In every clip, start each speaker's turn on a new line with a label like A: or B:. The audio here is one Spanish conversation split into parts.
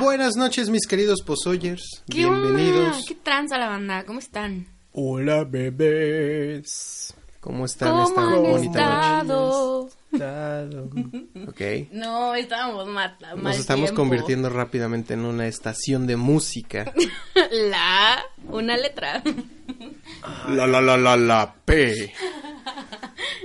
A: Buenas noches, mis queridos posoyers.
B: ¿Qué
A: Bienvenidos.
B: onda? ¿Qué tranza la banda? ¿Cómo están?
C: Hola bebés.
A: ¿Cómo están
B: ¿Cómo
A: esta
B: han
A: bonita
B: estado?
A: noche? Ok.
B: No, estábamos mal. mal
A: Nos estamos
B: tiempo.
A: convirtiendo rápidamente en una estación de música.
B: La, una letra.
C: La la la la la P.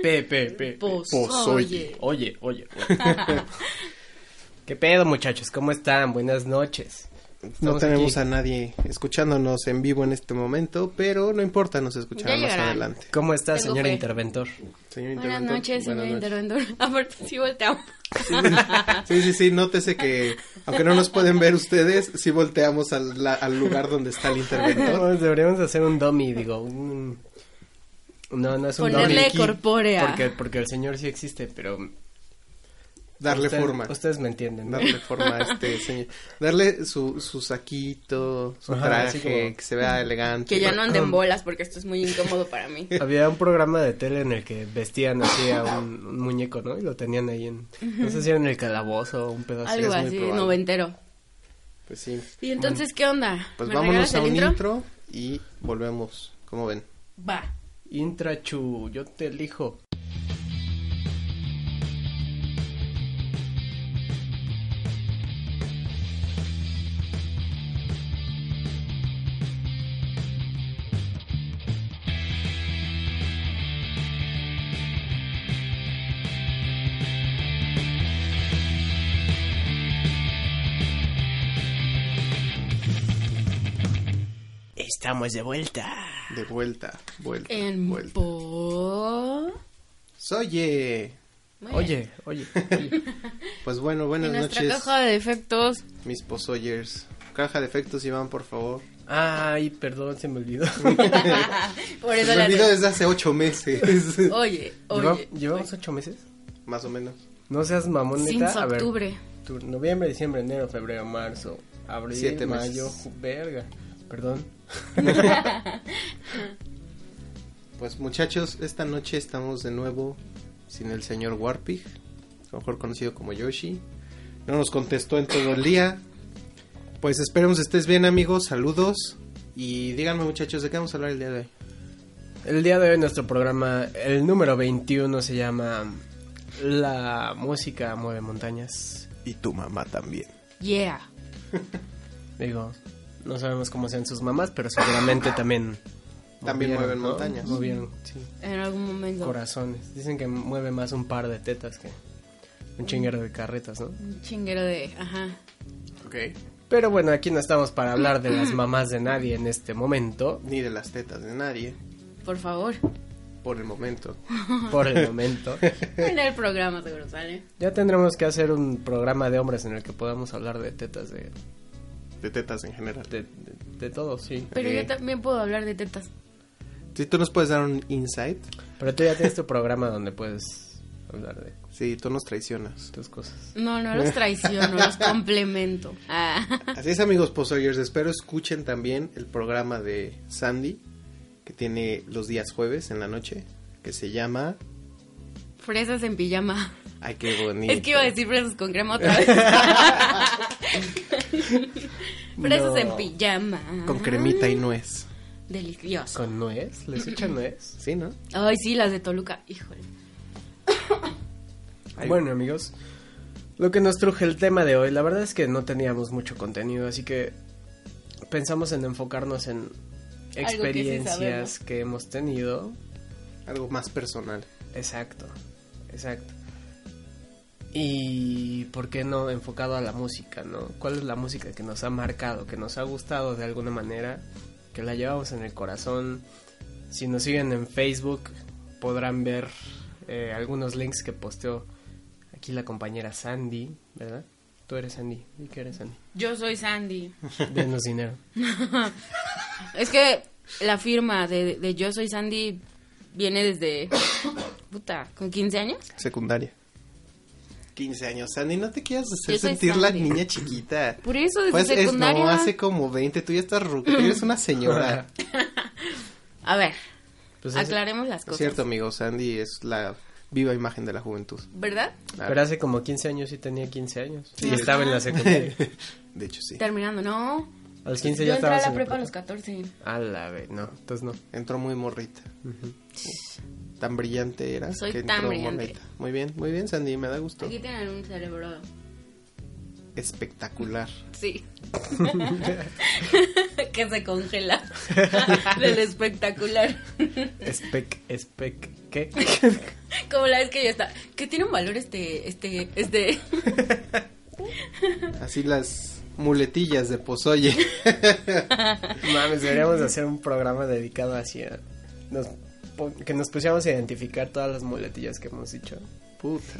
C: P P P.
B: Pues,
A: Pozoye.
B: oye.
C: Oye, oye. oye. ¿Qué pedo, muchachos? ¿Cómo están? Buenas noches.
A: No
C: Estamos
A: tenemos
C: aquí.
A: a nadie escuchándonos en vivo en este momento, pero no importa, nos
B: Ya
A: escucharán más
B: llegarán.
A: adelante.
C: ¿Cómo está,
B: Tengo
C: señor
B: fe.
C: interventor?
A: Señor
B: Buenas
A: interventor,
B: noches, señor
A: buenas noches.
B: interventor. Aparte, sí volteamos.
A: Sí, sí, sí, nótese que, aunque no nos pueden ver ustedes, sí volteamos al, la- al lugar donde está el interventor.
C: No, deberíamos hacer un dummy, digo. un- No, no es un
B: Ponerle
C: dummy.
B: corpórea.
C: Porque, porque el señor sí existe, pero...
A: Darle
C: ustedes-
A: forma.
C: Ustedes me entienden. ¿no?
A: darle forma a este señor. Darle su, su saquito, su
C: Ajá,
A: traje,
C: así
A: que
C: como-
A: se vea elegante.
B: Que ya no anden bolas porque esto es muy incómodo para mí.
C: Había un programa de tele en el que vestían así a un, un muñeco, ¿no? Y lo tenían ahí en... No sé si era en el calabozo o un pedazo.
B: Algo
A: es muy
B: así,
A: probable.
B: noventero.
A: Pues sí.
B: ¿Y entonces qué onda?
A: Pues
B: ¿Me
A: vámonos
B: regalas
A: a
B: el
A: un intro? y volvemos. ¿Cómo ven?
B: Va.
C: Intrachu, yo te elijo. Estamos de vuelta.
A: De vuelta, vuelta,
B: En
A: vuelta.
B: po...
A: Soye.
B: Muy bien.
C: Oye, oye, oye.
A: Pues bueno,
B: En
A: buenas
B: nuestra
A: noches,
B: caja de defectos.
A: mis posoyers. Caja de efectos, Iván, por favor.
C: Ay, perdón, se me olvidó.
B: Por
A: Se
B: eso
A: me
B: la
A: olvidó desde hace ocho meses,
B: Oye,
C: Lleva-
B: oye.
C: ¿Llevamos ocho meses?
A: más o menos.
C: No seas mamón, neta.
B: Since
C: A ver,
B: octubre.
C: tu- noviembre, diciembre, enero, febrero, marzo, abril,
A: Siete meses.
C: mayo, ju- verga. Perdón.
A: Pues muchachos, esta noche estamos de nuevo sin el señor Warpig, mejor conocido como Yoshi. No nos contestó en todo el día. Pues esperemos estés bien amigos, saludos. Y díganme muchachos, ¿de qué vamos a hablar el día de hoy?
C: El día de hoy nuestro programa, el número 21, se llama La música mueve montañas.
A: Y tu mamá también.
B: Yeah.
C: Digo, no sabemos cómo sean sus mamás, pero seguramente también...
A: También mueven
C: ¿no?
A: montañas.
C: Movieron, sí.
B: En algún momento.
C: Corazones. Dicen que mueve más un par de tetas que un chinguero de carretas, ¿no?
B: Un chinguero de. Ajá.
A: Ok.
C: Pero bueno, aquí no estamos para hablar de las mamás de nadie en este momento,
A: Ni de las tetas de nadie,
B: Por favor.
A: por el momento.
C: por el momento.
B: En el programa seguro sale.
C: Ya tendremos que hacer un programa de hombres en el que podamos hablar de tetas de,
A: De tetas en general.
C: de, de- de todos, sí.
B: Pero
A: Ok.
B: yo también puedo hablar de tetas.
A: Si tú nos puedes dar un insight,
C: Pero tú ya tienes tu programa donde puedes hablar de
A: sí, tú nos traicionas.
C: tus cosas.
B: No, no los traiciono, los complemento. Ah.
A: Así es amigos Posoyers, espero escuchen también el programa de Sandy que tiene los días jueves en la noche que se llama
B: Fresas en pijama.
A: Ay, qué bonito.
B: Es que iba a decir fresas con crema otra vez. fresas
C: No.
B: en pijama.
A: Con cremita y nuez.
B: Delicioso.
C: ¿Con nuez? ¿Les echan nuez?
A: ¿Sí, no?
B: Ay, sí, las de Toluca. Híjole.
A: Ay.
C: Bueno, amigos, lo que nos truje el tema de hoy, la verdad es que no teníamos mucho contenido, así que pensamos en enfocarnos en
B: que sí
C: experiencias
B: sabemos.
C: que, hemos tenido.
A: Algo más personal.
C: Exacto, exacto. Y por qué no enfocado a la música, ¿no? ¿Cuál es la música que nos ha marcado, que nos ha gustado de alguna manera, que la llevamos en el corazón? Si nos siguen en Facebook podrán ver eh, algunos links que posteó aquí la compañera Sandy, ¿verdad? Tú eres Sandy, ¿y qué eres Sandy?
B: Yo soy Sandy.
C: Denos dinero.
B: Es que la firma de, de Yo Soy Sandy viene desde. Puta, ¿con 15 años?
A: Secundaria. 15 años, Sandy, no te quieras hacer
B: Yo soy
A: sentir la
B: Sandy.
A: niña chiquita.
B: Por eso, desde
A: pues es,
B: secundaria.
A: no, hace como 20, tú ya estás ruca, tú eres una señora.
B: A ver,
C: Pues es-
B: aclaremos las
C: Pues
A: Es
B: cosas.
A: cierto, amigo, Sandy es la viva imagen de la juventud.
B: ¿Verdad?
C: Pero hace como 15 años sí tenía 15 años.
A: Sí.
C: y estaba en la secundaria.
A: De hecho, sí.
B: Terminando, no.
C: A los 15
B: Yo
C: ya
B: entré
C: estaba
B: a la prepa a los 14.
C: A la vez, no, entonces no.
A: Entró muy morrita. Tan brillante era.
B: Soy
A: que
B: tan
A: entró
B: brillante.
A: morrita. Muy bien, muy bien, Sandy, me da gusto.
B: Aquí tienen un cerebro.
A: Espectacular.
B: Sí. que se congela. Del espectacular.
C: Spec, spec, ¿qué?
B: Como la vez que yo está. Que tiene un valor este, este, este.
A: Así las muletillas de Pozoye.
C: Mames, deberíamos hacer un programa dedicado hacia... nos pon- que nos pusiéramos a identificar todas las muletillas que hemos dicho.
A: Puta.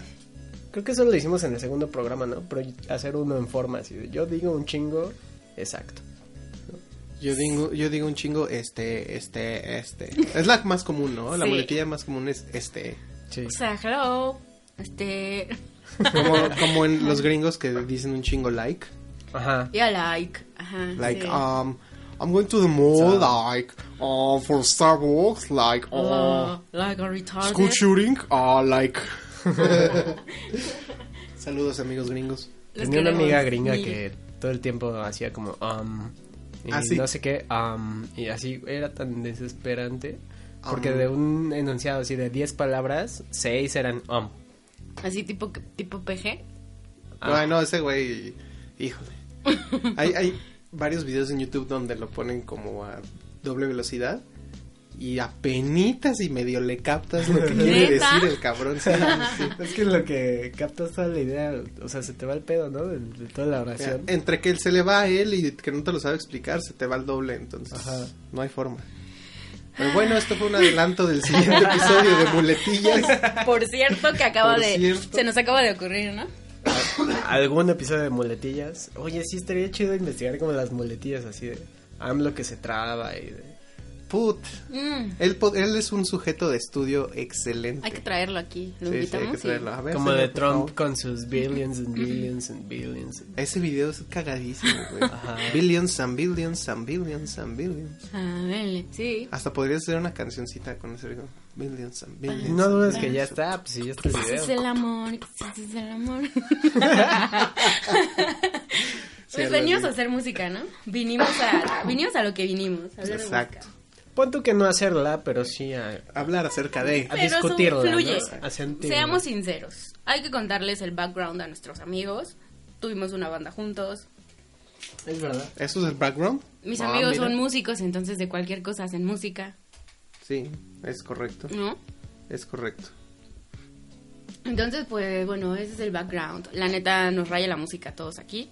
C: Creo que eso lo hicimos en el segundo programa, ¿no? Pero hacer uno en forma, así de, yo digo un chingo, exacto.
A: Yo digo, yo digo un chingo este, este, este. Es la más común, ¿no? La
B: Sí.
A: muletilla más común es este.
C: Sí.
B: O sea, hello. Este.
A: Como, como en los gringos que dicen un chingo like.
C: Ajá.
B: Ya like. Ajá.
A: Like,
B: sí.
A: um, I'm going to the mall,
C: So-
A: like, uh, for Starbucks, like, uh,
B: Oh, like a retarded.
A: school shooting, uh, like. Saludos, amigos gringos.
B: Los
C: Tenía una
B: queremos
C: amiga gringa
B: mil.
C: que todo el tiempo hacía como um, y
A: Ah, sí.
C: no sé qué um, y así era tan desesperante porque
A: Um.
C: de un enunciado así de 10 palabras, 6 eran um.
B: Así tipo, tipo PG.
C: Ah.
A: Ay, no, ese güey, híjole. hay, hay varios videos en YouTube donde lo ponen como a doble velocidad y apenitas y medio le captas lo que quiere
B: ¿Neta?
A: decir el cabrón. sí, sí.
C: Es que lo que captas toda la idea, o sea, se te va el pedo, ¿no? De, de toda la
A: Mira,
C: oración.
A: Entre que él se le va a él y que no te lo sabe explicar, se te va el doble, entonces
C: Ajá.
A: no hay forma. Pero bueno, esto fue un adelanto del siguiente episodio de Muletillas.
B: Por cierto, que acaba
A: Por
B: de.
A: cierto.
B: Se nos acaba de ocurrir, ¿no?
C: Algún episodio de muletillas. Oye, sí estaría chido investigar como las muletillas así de AMLO que se traba y de
A: Put.
B: Mm,
A: Él, po- él es un sujeto de estudio excelente.
B: hay que traerlo aquí.
A: Sí,
B: Lo
A: sí, hay que
B: invitamos. y-
A: traerlo. A ver,
C: como
A: señor,
C: de
A: por
C: Trump
A: favor.
C: con sus billions and billions and billions.
A: Ese video es cagadísimo, güey.
C: Ajá.
A: Billions and billions and billions and billions.
B: Ah, vele, sí.
A: Hasta podría ser una cancioncita con ese ritmo. Billions and billions.
C: No
A: and
C: dudes que ya
A: billions.
C: está, pues si ya está el
B: Ese es
C: video.
B: el amor, ese es el amor.
A: Sí,
B: pues
A: algo
B: venimos
A: así.
B: a hacer música, ¿no? Vinimos a, vinimos a lo que vinimos. a hablar de
A: Exacto.
B: música.
C: Pon tú que no hacerla, pero sí ah, a,
A: Hablar acerca de.
C: a
B: Pero eso
C: discutirla,
B: fluye.
C: ¿no? A sentirla.
B: Seamos sinceros. Hay que contarles el background a nuestros amigos. Tuvimos una banda juntos.
C: Es verdad.
A: ¿Eso es el background?
B: Mis
A: Ah,
B: amigos
A: mira.
B: son músicos, entonces de cualquier cosa hacen música,
A: Sí, es correcto.
B: ¿no?
A: Es correcto.
B: Entonces, pues bueno, ese es el background. La neta nos raya la música a todos aquí.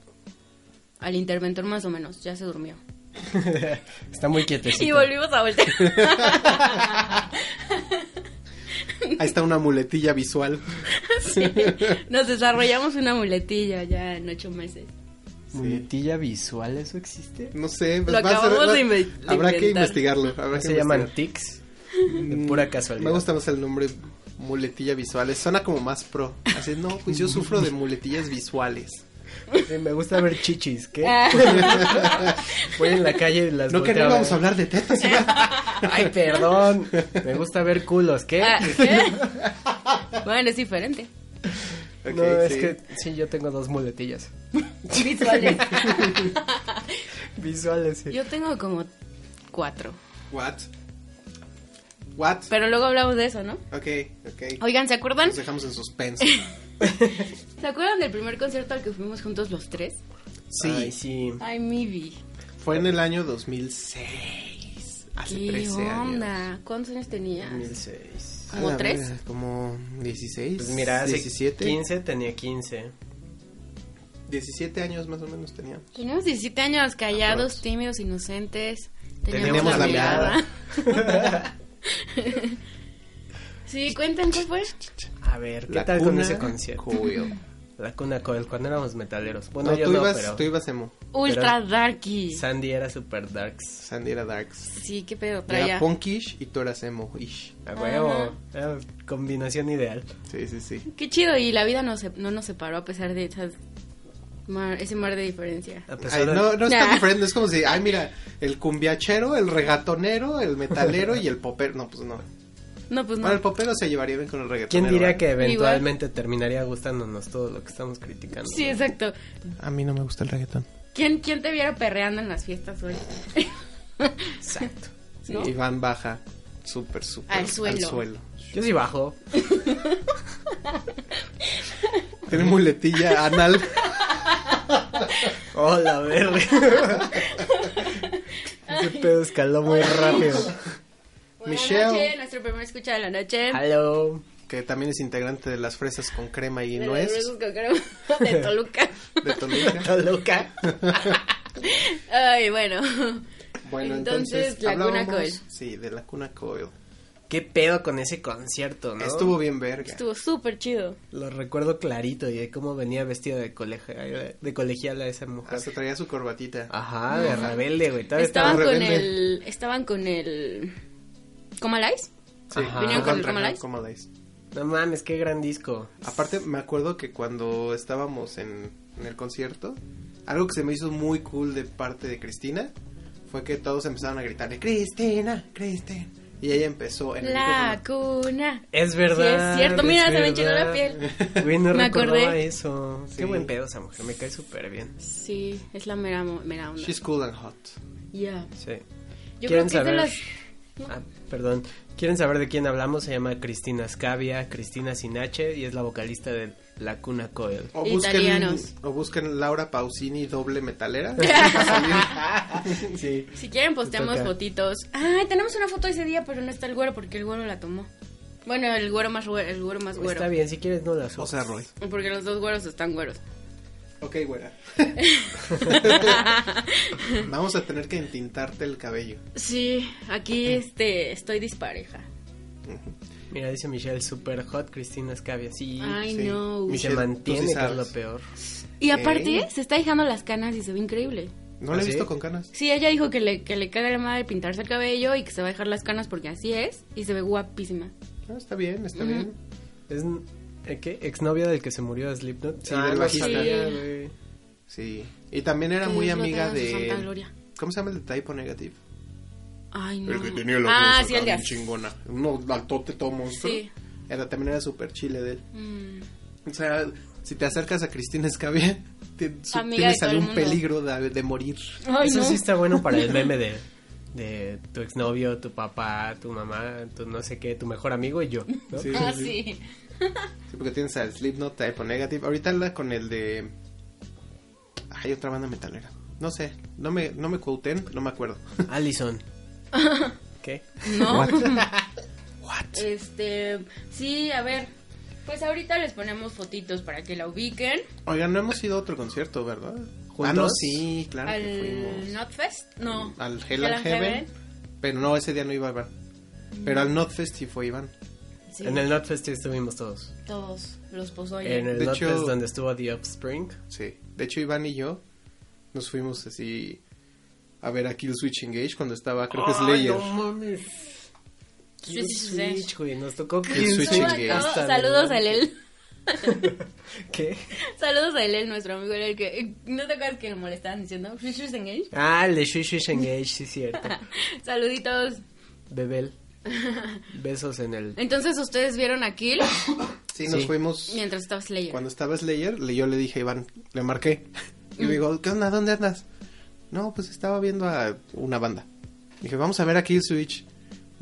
B: Al interventor más o menos, ya se durmió.
C: Está muy quietecito.
B: Y volvimos a voltear.
A: Ahí está una muletilla visual.
B: Sí. Nos desarrollamos una muletilla ya en ocho meses.
C: ¿Muletilla visual eso existe?
A: No sé, pues
B: Lo
A: va a ser-
B: acabamos
A: va-
B: de inve- de
A: Habrá que
B: inventar.
A: investigarlo. Habrá
C: ¿No
A: que
C: se llaman
A: investigar.
C: tics? De pura casualidad.
A: Me gusta más el nombre muletilla visuales. Suena como más pro. Así, no, pues yo sufro de muletillas visuales.
C: Sí, me gusta ver chichis, ¿qué?
B: Ah.
C: Voy en la calle y las
A: No que no
C: volteo
A: íbamos a
C: ver.
A: hablar de tetas.
C: Ay, perdón. Me gusta ver culos, ¿qué?
B: Ah, ¿qué? Bueno, es diferente.
A: Ok,
C: no, es
A: sí.
C: que sí, yo tengo dos muletillas.
B: Visuales.
C: Visuales, sí.
B: Yo tengo como cuatro.
A: What? What?
B: Pero luego hablamos de eso, ¿no?
A: Ok, ok.
B: Oigan, ¿se acuerdan?
A: Nos dejamos en suspenso.
B: ¿Se acuerdan del primer concierto al que fuimos juntos los tres?
A: Sí,
C: Ay, sí.
B: Ay, Mivi.
A: fue en el año 2006. Hace
B: ¿Qué
A: 13 años.
B: onda? ¿Cuántos años tenías?
C: 2006.
A: A
B: ¿Como
A: la
B: tres?
A: verga, Como 16.
C: Pues mira, hace
A: 17.
C: 15 tenía 15.
A: 17 años más o menos teníamos.
B: Teníamos 17 años, callados, tímidos, inocentes.
C: Teníamos la
B: mirada. sí, cuenten qué fue.
C: A ver, ¿qué
A: La
C: tal con
A: cuna
C: ese concierto?
A: Coil.
C: La cuna coil, cuando éramos metaleros. Bueno,
A: No,
C: yo
A: tú
C: no,
A: ibas,
C: pero
A: tú ibas emo.
B: Ultra darky.
C: Sandy era super darks.
A: Sandy era darks.
B: Sí, qué pedo
A: Era
B: traía.
A: punkish y tú eras emo-ish.
C: A huevo. Era combinación ideal.
A: Sí, sí, sí.
B: Qué chido, y la vida no, se- no nos separó a pesar de esas mar- ese mar de diferencia.
C: A pesar
A: Ay,
C: de-
A: no, no es tan
B: Nah.
A: diferente, es como si, ay, mira, el cumbiachero, el regatonero, el metalero y el popero. No, pues no.
B: No, pues no.
A: Bueno, el popero se llevaría bien con el reggaetón.
C: ¿Quién diría que eventualmente terminaría gustándonos todo lo que estamos criticando?
B: Sí, exacto.
A: A mí no me gusta el reggaetón.
B: ¿Quién, ¿Quién te viera perreando en las fiestas hoy?
C: Exacto.
A: Sí,
B: ¿No?
A: Iván baja súper, súper.
B: Al suelo.
C: Yo sí bajo.
A: Tiene muletilla anal.
C: Hola, Oh, verga. Ese pedo escaló muy rápido.
B: Buenas
A: Michelle.
B: noches, nuestro primer escucha de la noche.
C: Hello.
A: que también es integrante de las fresas con crema y
B: De los
A: nuez
B: besos que creo- de Toluca.
A: de Toluca.
C: Toluca.
B: Ay, bueno.
A: Bueno,
B: Entonces,
A: entonces,
B: Laguna
A: hablábamos-
B: Coil.
A: Sí, de Laguna Coil.
C: ¿Qué pedo con ese concierto, no?
A: Estuvo bien verga.
B: Estuvo súper chido.
C: Lo recuerdo clarito y de cómo venía vestida de colegiala, de colegiala esa mujer.
A: Hasta traía su corbatita.
C: Ajá, de rebelde, güey. Todavía
B: Estaban
A: estaba
B: con
A: rebelde.
B: el. Estaban con el. ¿Comalais?
A: Sí,
C: Ajá.
B: ¿Vinieron con el
A: Contrajeron
B: Comalice?
A: Comalice.
C: No mames, qué gran disco.
A: Aparte, me acuerdo que cuando estábamos en, en el concierto, algo que se me hizo muy cool de parte de Cristina fue que todos empezaron a gritarle, Cristina, Cristina. Y ella empezó en el
B: La
A: micrófono.
B: cuna.
C: Es verdad.
B: Sí, es cierto. Mira,
C: es
B: se me enchinó la
C: verdad.
B: piel.
C: Güey, no
B: Me
C: recordaba
B: acordé.
C: eso.
A: Sí.
C: Qué buen pedo esa mujer, me cae súper bien.
B: Sí, es la mera, mo- mera onda.
A: She's cool and hot.
B: Yeah.
C: Sí.
B: Yo creo que
C: ¿Quieren
B: es de
C: saber?
B: las.
C: Ah, perdón. ¿Quieren saber de quién hablamos? Se llama Cristina Scavia, Cristina Sinache y es la vocalista de La Cuna Coil.
A: O busquen,
B: Italianos.
A: o busquen Laura Pausini doble metalera. Va a salir.
C: Sí.
B: Si quieren, posteamos
C: Toca.
B: fotitos. Ay, tenemos una foto ese día, pero no está el güero porque el güero la tomó. Bueno, el güero más güero, el güero más güero.
C: Está bien, si quieres no la subas.
A: o sea, Roy.
B: Porque los dos güeros están güeros.
A: Ok, güera. Vamos a tener que entintarte el cabello.
B: Sí, aquí este, estoy dispareja.
C: Mira, dice Michelle, super hot Cristina Scavia. Sí.
B: Ay,
A: sí.
B: no.
A: Mi-
C: Y se
A: Michelle, tú
C: mantiene,
A: sí
C: que es lo
A: sabes.
C: peor.
B: Y aparte, se está dejando las canas y se ve increíble.
A: No la he
C: ¿Ah, sí?
A: visto con canas.
B: Sí, ella dijo que le, que le caga la madre pintarse el cabello y que se va a dejar las canas porque así es. Y se ve guapísima.
A: Ah, está bien, está
B: Ujú.
A: bien.
C: ¿Es eh, qué? ¿Exnovia del que se murió de Slipknot? Ah,
A: Sí, del
C: no
A: bajista.
C: sabía,
B: Sí.
C: güey.
A: Sí. Y también era
B: Que
A: muy
B: Dios lo
A: amiga
B: tenga en su santa
A: de.
B: gloria.
A: ¿Cómo se llama el de Typo Negative?
B: Ay, no.
A: El que tenía la
B: ah,
A: voz
B: sí,
A: acá
B: el de
A: bien chingona. Un altote todo monstruo.
B: Sí.
A: Era, también era súper chile de él.
B: Mm,
A: O sea, si te acercas a Cristina Escabia, te- su-
B: Amiga de
A: tienes
B: todo el
A: algún
B: mundo.
A: peligro de, de morir.
B: Ay,
C: Eso
B: no.
C: sí está bueno para el meme de, de tu exnovio, tu papá, tu mamá, tu no sé qué, tu mejor amigo y yo. ¿no?
A: Sí.
B: Ah, sí.
A: Sí, porque tienes al Slipknot, Typo Negative. Ahorita anda con el de. Hay otra banda metalera. No sé, no me, no me quoten, no me acuerdo.
C: Allison. ¿Qué?
B: No.
A: What?
B: Este, sí, a ver. Pues ahorita les ponemos fotitos para que la ubiquen
A: Oigan, no hemos ido a otro concierto, ¿verdad?
C: ¿Juntos?
A: Ah, no, sí, claro que
B: al
A: fuimos. Ah,
B: Notfest. No.
A: Al Hell and Heaven. Mm. Pero no, ese día no iba Iván. Pero al Notfest sí fue Iván.
B: Sí,
C: En el Notfest sí estuvimos todos.
B: todos los pozoles.
C: En el
A: De
C: Notfest
A: hecho-
C: donde estuvo The Offspring.
A: Sí. De hecho, Iván y yo nos fuimos así a ver a Kill Switch Engage cuando estaba, creo que Slayer.
C: mames.
B: Sí, sí, sí, sí.
C: Switch, güey, nos tocó
A: Kill Switch
B: No,
A: Engage.
B: no,
C: Hasta
B: saludos a
C: adelante.
B: Lel.
C: ¿Qué?
B: Saludos a Lel, nuestro amigo Lel, que ¿no te acuerdas que lo molestaban diciendo? Fishers Engage.
C: Ah, el de Switch Switch Engage, sí, cierto.
B: Saluditos.
C: Bebel. Besos en el.
B: Entonces ustedes vieron a Kill
A: Sí, nos
C: Sí.
A: fuimos.
B: mientras estaba Slayer.
A: Cuando estaba Slayer, le- yo le dije a Iván, le marqué. Y me dijo, ¿qué onda? ¿Dónde andas? No, pues estaba viendo a una banda. Dije, vamos a ver a Kill Switch.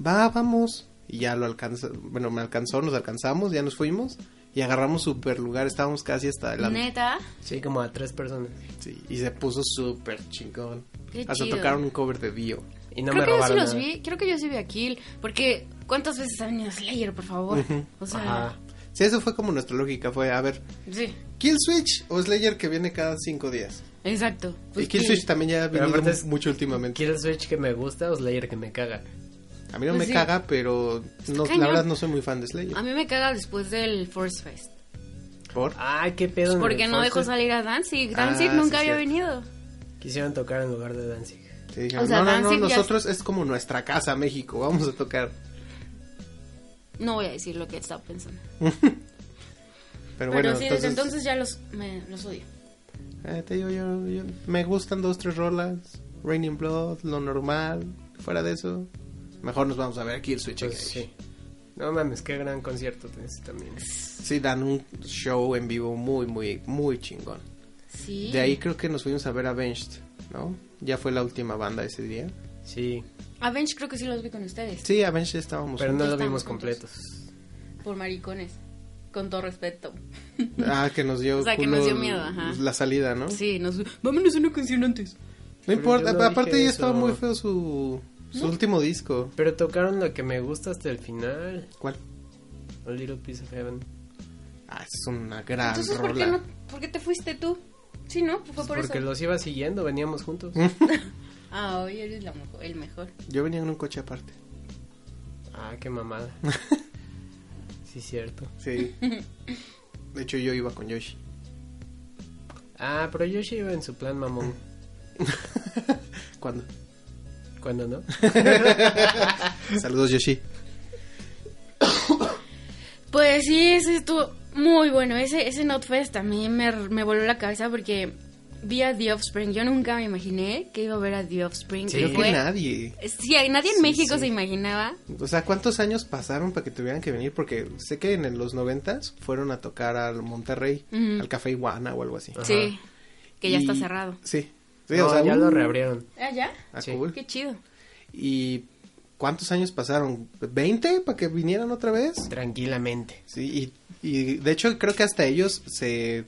A: Va, vamos. Y ya lo alcanzó, bueno, me alcanzó, nos alcanzamos, ya nos fuimos. Y agarramos super lugar, estábamos casi hasta adelante.
B: Neta.
C: Sí, como a tres personas.
A: Sí, y se puso súper chingón.
B: Qué
A: Hasta
B: chido.
A: tocaron un cover de Dio.
C: Y no
B: creo
C: me
B: que yo sí
C: robaron.
B: los
C: nada.
B: vi, creo que yo sí vi a Kill, porque ¿cuántas veces ha venido Slayer, por favor? O sea,
C: Ajá.
A: Sí, eso fue como nuestra lógica, fue, a ver,
B: sí,
A: Kill Switch o Slayer que viene cada cinco días.
B: exacto. Pues
A: y Kill
B: Kill.
A: Switch también ya ha
C: Pero
A: venido
C: aparte es-
A: mucho últimamente.
C: ¿Quiere el Switch que me gusta o Slayer que me caga?
A: A mí no
B: Pues
A: me
B: sí.
A: caga, pero no-
B: cañón. Ah.
A: la verdad no soy muy fan de Slayer.
B: A mí me caga después del Force Fest,
A: ¿Por?
C: Ay, qué pedo. en
B: Pues porque
C: el
B: no dejó
C: Force.
B: salir a Danzig,
A: Ah,
B: Danzig
A: sí,
B: nunca
A: es
B: había
A: cierto.
B: venido.
C: Quisieron tocar en lugar de Danzig.
A: Te dijeron,
B: O sea,
A: no, no, no,
B: Danzig ya-
A: nosotros es como nuestra casa, México, vamos a tocar.
B: No voy a decir lo que estaba pensando.
A: Pero
B: Pero,
A: bueno,
B: sí,
A: entonces,
B: desde entonces ya los, me- los odio.
A: eh, te digo, yo, yo- me gustan dos, tres rolas, Rain in Blood, lo normal, fuera de eso, mejor nos vamos a ver aquí el Switch.
C: Pues
A: Engage.
C: sí. No mames, qué gran concierto tenés también.
A: Sí, dan un show en vivo muy, muy, muy chingón.
B: Sí.
A: De ahí creo que nos fuimos a ver Avenged, ¿no? Ya fue la última banda ese día.
C: Sí,
B: Avenge creo que sí los vi con ustedes.
A: Sí, Avenged estábamos.
C: pero no lo
B: Estamos
C: vimos
B: juntos.
C: completos.
B: Por maricones. Con todo respeto.
A: Ah, que nos dio.
B: O sea, que
A: culo
B: nos dio miedo, ajá.
A: La salida, ¿no?
B: Sí, nos... vámonos una canción antes.
A: No importa,
C: yo no
A: pero aparte
C: dije
A: ya estaba
C: eso.
A: muy feo su, su último disco.
C: Pero tocaron lo que me gusta hasta el final.
A: ¿Cuál?
C: A Little Piece of Heaven.
A: Ah, es una gran
B: Entonces,
A: rola.
B: ¿por qué, no, ¿por qué te fuiste tú? Sí, ¿no? Fue por
C: Pues Porque
B: eso.
C: los iba siguiendo, veníamos juntos.
A: Mm.
B: Ah, hoy eres la mejo- el mejor.
A: Yo venía en un coche aparte.
C: Ah, qué mamada. sí, cierto.
A: Sí. De hecho, yo iba con Yoshi.
C: Ah, pero Yoshi iba en su plan mamón.
A: ¿Cuándo?
C: ¿Cuándo no?
A: Saludos, Yoshi.
B: Pues sí, ese estuvo muy bueno. Ese, ese Notfest también me, me voló la cabeza porque vi a The Offspring. Yo nunca me imaginé que iba a ver a The Offspring.
C: Sí.
B: que
A: Creo
B: fue-
A: que nadie.
B: Sí, nadie en
C: Sí,
B: México
C: sí.
B: se imaginaba.
A: O sea, ¿cuántos años pasaron para que tuvieran que venir? Porque sé que en los noventas fueron a tocar al Monterrey,
B: Ujú.
A: al Café Iguana o algo así.
C: Ajá.
B: Sí, que ya está
A: Y-
B: cerrado.
A: Sí. Sí,
C: No,
A: o sea,
C: ya
A: uh,
C: lo reabrieron.
B: ¿Ah, ya?
A: ah,
C: Sí.
A: cool.
B: Qué chido.
A: ¿Y cuántos años pasaron? ¿20 para que vinieran otra vez?
C: Tranquilamente.
A: Sí, y, y de hecho creo que hasta ellos se...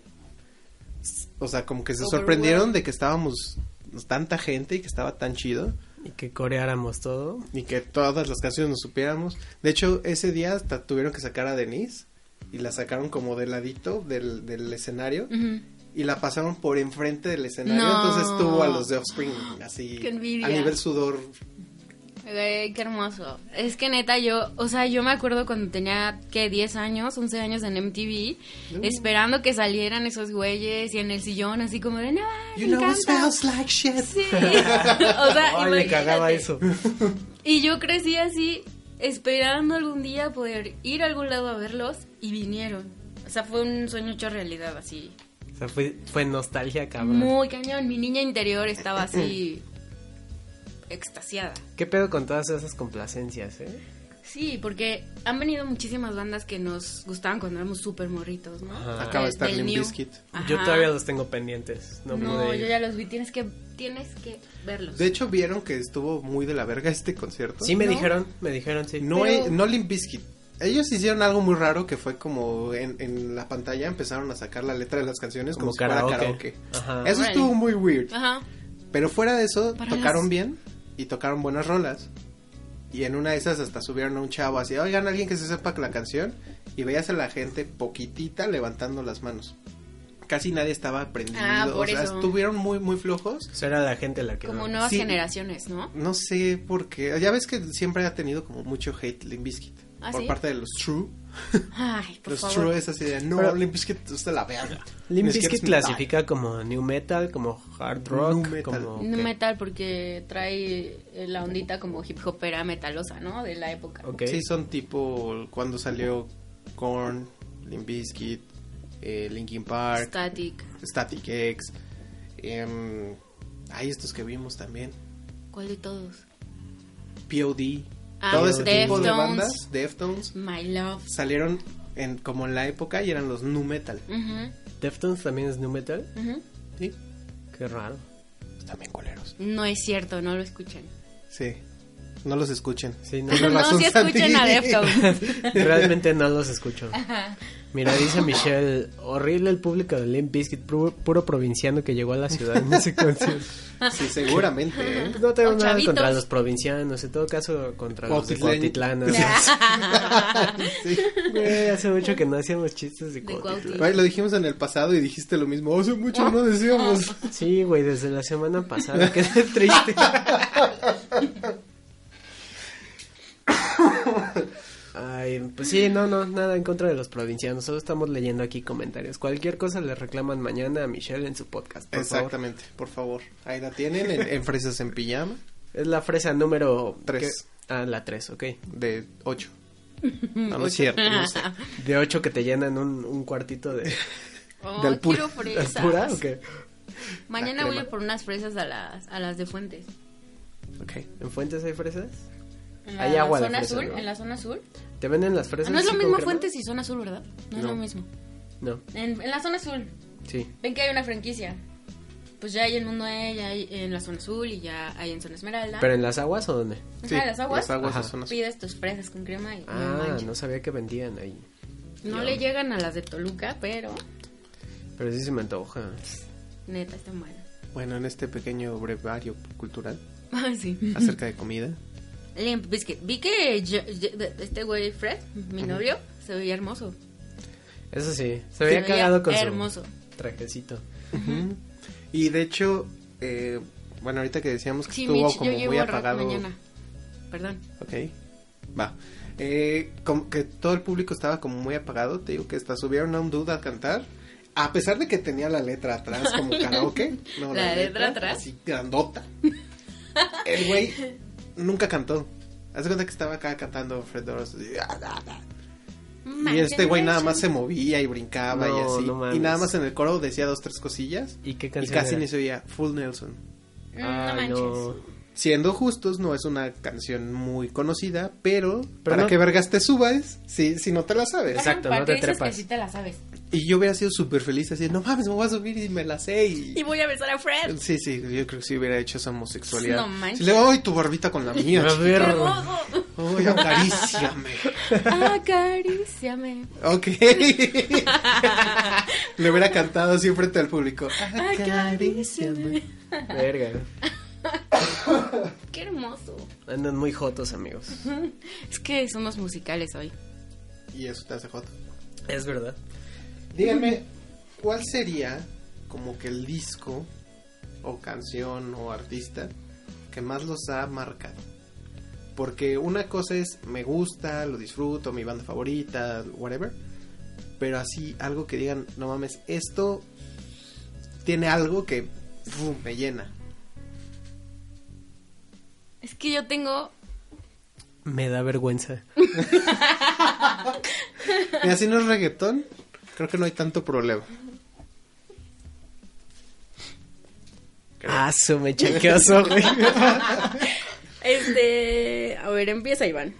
A: O sea, como que se
B: Overwhelmed.
A: sorprendieron de que estábamos tanta gente y que estaba tan chido
C: Y que coreáramos todo.
A: y que todas las canciones nos supiéramos. De hecho, ese día hasta tuvieron que sacar a Denise y la sacaron como de ladito del, del escenario
B: Ujú.
A: y la pasaron por enfrente del escenario.
B: No.
A: Entonces tuvo a los de Offspring así
B: Qué envidia.
A: a nivel sudor.
B: Güey, qué hermoso. Es que neta, yo, o sea, yo me acuerdo cuando tenía, ¿qué? 10 años, 11 años en MTV, esperando que salieran esos güeyes y en el sillón, así como de, no,
A: You
B: me
A: know it
B: encanta".
A: smells like shit.
B: Sí. o sea,
C: Ay, me cagaba
B: Ah, imagínate.
C: eso.
B: Y yo crecí así, esperando algún día poder ir a algún lado a verlos, y vinieron. O sea, fue un sueño hecho realidad, así.
C: O sea, fue, fue nostalgia, cabrón.
B: Muy cañón. Mi niña interior estaba así, extasiada.
C: ¿Qué pedo con todas esas complacencias, eh?
B: Sí, porque han venido muchísimas bandas que nos gustaban cuando éramos súper morritos, ¿no?
C: Ajá.
A: Acaba de estar
B: Del
A: Limp
B: New.
A: Bizkit.
B: Ajá.
C: Yo todavía los tengo pendientes. No,
B: No,
C: pude ir.
B: yo ya los vi, tienes que, tienes que verlos.
A: De hecho, vieron que estuvo muy de la verga este concierto.
C: Sí, me
B: ¿No?
C: dijeron, me dijeron, sí.
A: No,
B: Pero-
A: eh, no Limp Bizkit. Ellos hicieron algo muy raro que fue como en, en la pantalla empezaron a sacar la letra de las canciones como,
C: Como
A: si fuera
C: karaoke.
A: karaoke.
C: Ajá.
A: Eso
B: Ah. Órale.
A: estuvo muy weird.
B: Ajá.
A: Pero fuera de eso,
B: Para
A: tocaron
B: las-
A: bien y tocaron buenas rolas. Y en una de esas hasta subieron a un chavo así, oigan, alguien que se sepa la canción. Y veías a la gente poquitita levantando las manos. Casi nadie estaba aprendiendo.
B: Ah, por
A: o sea,
B: eso.
A: estuvieron muy, muy flojos.
C: Eso Pues era la gente la que
B: Como
C: no.
B: nuevas
A: Sí.
B: generaciones, ¿no?
A: No sé por qué. Ya ves que siempre ha tenido como mucho hate Limp Bizkit.
B: ¿Ah,
A: por
B: sí?
A: parte de los True.
B: Ay, por
A: Los
B: favor.
A: True es así de, no,
C: Pero-
A: Limp Bizkit es de la verga.
C: Limp
A: Ni siquiera
C: Bizkit
A: es
C: clasifica como new metal, como hard rock,
A: Nu metal.
C: como
B: No
C: ¿qué?
B: metal porque trae eh, la ondita como hip hopera metalosa, ¿no? De la época.
C: Ok.
A: metal. Sí, son tipo cuando salió Korn, Limp Bizkit, eh, Linkin Park,
B: Static.
A: Static X. em, hay estos que vimos también.
B: ¿Cuál de todos?
A: POD.
B: Ah,
A: todo ese tipo de
B: Deftones.
A: bandas, Deftones,
B: My Love.
A: salieron en, como en la época y eran los nu metal.
B: Ujú,
C: Deftones también es new metal.
B: ujú.
A: Sí,
C: Qué raro.
A: también culeros.
B: No es cierto, no lo escuchen.
A: Sí, no los escuchen.
C: Sí, no,
A: Tienes
B: no,
A: razón,
B: sí escuchen a
A: Santi.
B: Deftones.
C: realmente no los escucho. Mira, dice Michelle, horrible el público de Limp Bizkit, puro, puro provinciano que llegó a la ciudad en ese concierto.
A: Sí, seguramente. ¿eh?
C: Pues no tengo
B: O
C: nada
B: chavitos.
C: contra los provincianos, en todo caso contra los de
A: Cuautitlán.
C: Cuautitlán.
A: Sí.
C: Güey, hace mucho que no hacíamos chistes de,
B: De
C: Cuautitlán.
A: Ay, lo dijimos en el pasado y dijiste lo mismo. Hace mucho no decíamos.
C: Sí, güey, desde la semana pasada, qué triste. Ay, pues sí, no, no, nada en contra de los provincianos, solo estamos leyendo aquí comentarios. Cualquier cosa le reclaman mañana a Michelle en su podcast, por favor.
A: Exactamente, por favor. Ahí la tienen en, en Fresas en Pijama
C: Es la fresa número
A: Tres.
C: ¿qué? Ah, la 3, ok.
A: de 8. No, no es cierto. no sé.
C: De 8 que te llenan un, un cuartito de, de
B: Oh,
A: Del puro-
B: quiero fresas.
C: pura, ok.
B: Mañana
A: La
B: voy
A: crema.
B: a por unas fresas a las, a las de Fuentes.
A: Ok.
C: ¿En Fuentes hay fresas?
B: En
C: Hay agua de
B: zona
C: fresa,
B: azul,
C: ¿no?
B: en la zona azul.
C: Te venden las
B: Ah,
C: fresas.
B: no es lo
C: así
B: mismo
C: con crema?
B: Fuentes y zona azul, ¿verdad? No, es
C: No.
B: lo mismo.
C: No,
B: En, en la zona azul,
C: sí.
B: ven que hay una franquicia. Pues ya hay en Mundo E, ya hay en la zona azul y ya hay en zona esmeralda.
C: ¿Pero en las aguas o dónde?
B: Ajá, las aguas.
A: Las aguas
C: Ajá.
A: son las-
B: Pides tus fresas con crema y no
C: Ah,
B: manches.
C: no sabía que vendían ahí.
B: No le llegan a las de Toluca, pero
C: Pero sí se me antoja.
B: neta, están buenas.
A: Bueno, en este pequeño brevario cultural
B: Ay, Ah, sí.
A: acerca de comida.
B: Limp Bizkit. Vi pues que yo- yo- este güey Fred, mi novio, se veía hermoso.
C: Eso sí, se veía
B: veía
C: cagado con
B: hermoso.
C: su trajecito.
A: Ujú. Y de hecho, eh, bueno, ahorita que decíamos que
B: Sí,
A: estuvo
B: Mitch,
A: como
B: yo llevo
A: muy
B: rato
A: apagado.
B: mañana. Perdón.
A: Ok, va. Eh, como que todo el público estaba como muy apagado, te digo que hasta subieron a un dude a cantar. A pesar de que tenía la letra atrás como karaoke. No,
B: La letra atrás.
A: Así grandota. El güey nunca cantó. Haz de cuenta que estaba acá cantando Fred Doris. así, ah, ah, ah. Y este güey nada más se movía y brincaba y
C: No,
A: así.
C: no mames.
A: y nada más en el coro decía dos, tres cosillas.
C: ¿Y qué
A: Y
C: canción
A: casi
C: era?
A: ni se oía Full Nelson. Mm,
B: Mm, No
C: Ay,
B: manches.
A: Siendo justos, no es una canción muy conocida, pero, para
C: no-
A: qué vergas te subas si, si no te la sabes.
C: Exacto. no
B: ¿Para
C: te
B: qué dices
C: trepas.
B: que sí te la sabes.
A: Y yo hubiera sido súper feliz así, no mames, me voy a subir y me la sé. Y...
B: Y voy a besar a Fred.
A: Sí, sí, yo creo que sí hubiera hecho esa homosexualidad.
B: No manches.
A: Si le doy tu barbita con la mía.
C: A ver.
B: Hermoso.
A: Ay, acaríciame.
B: Acaríciame.
A: Ok. le hubiera cantado así frente al público.
B: Acaríciame.
C: Verga.
B: Qué hermoso.
C: Andan muy jotos, amigos.
B: Es que somos musicales hoy.
A: Y eso te hace joto.
C: Es verdad.
A: Díganme, ¿cuál sería como que el disco o canción o artista que más los ha marcado? Porque una cosa es me gusta, lo disfruto, mi banda favorita, whatever. Pero así, algo que digan, no mames, esto tiene algo que fu, me llena.
B: Es que yo tengo.
C: Me da vergüenza.
A: Y así no es reggaetón, creo que no hay tanto problema.
C: Ah, su me chaqueoso, güey.
B: Este. A ver, empieza Iván.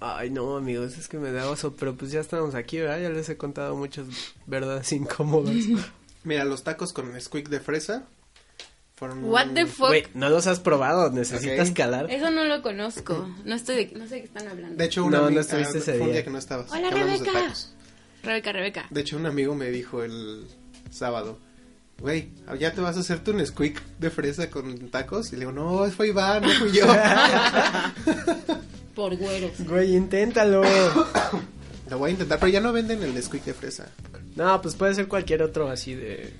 C: Ay, no, amigos, es que me da oso, pero pues ya estamos aquí, ¿verdad? Ya les he contado muchas verdades incómodas.
A: Mira, los tacos con squeak de fresa fueron...
B: What the fuck. Eh.
C: Güey, no los has probado, necesitas
A: Ok.
C: calar.
B: Eso no lo conozco. No estoy de- no sé de qué están hablando.
A: De hecho, una
C: No, no
A: amiga-
C: estuviste ese
A: fue un
C: día.
A: día que no estabas.
B: Hola,
A: que hablamos de
B: Rebeca.
A: tacos.
B: Rebeca, Rebeca.
A: De hecho, un amigo me dijo el sábado, güey, ¿ya te vas a hacer tu Nesquik de fresa con tacos? Y le digo, no, fue Iván, no fui yo.
B: Por güeros.
C: Güey, inténtalo.
A: Lo voy a intentar, pero ya no venden el Nesquik de fresa.
C: no, pues puede ser cualquier otro así de,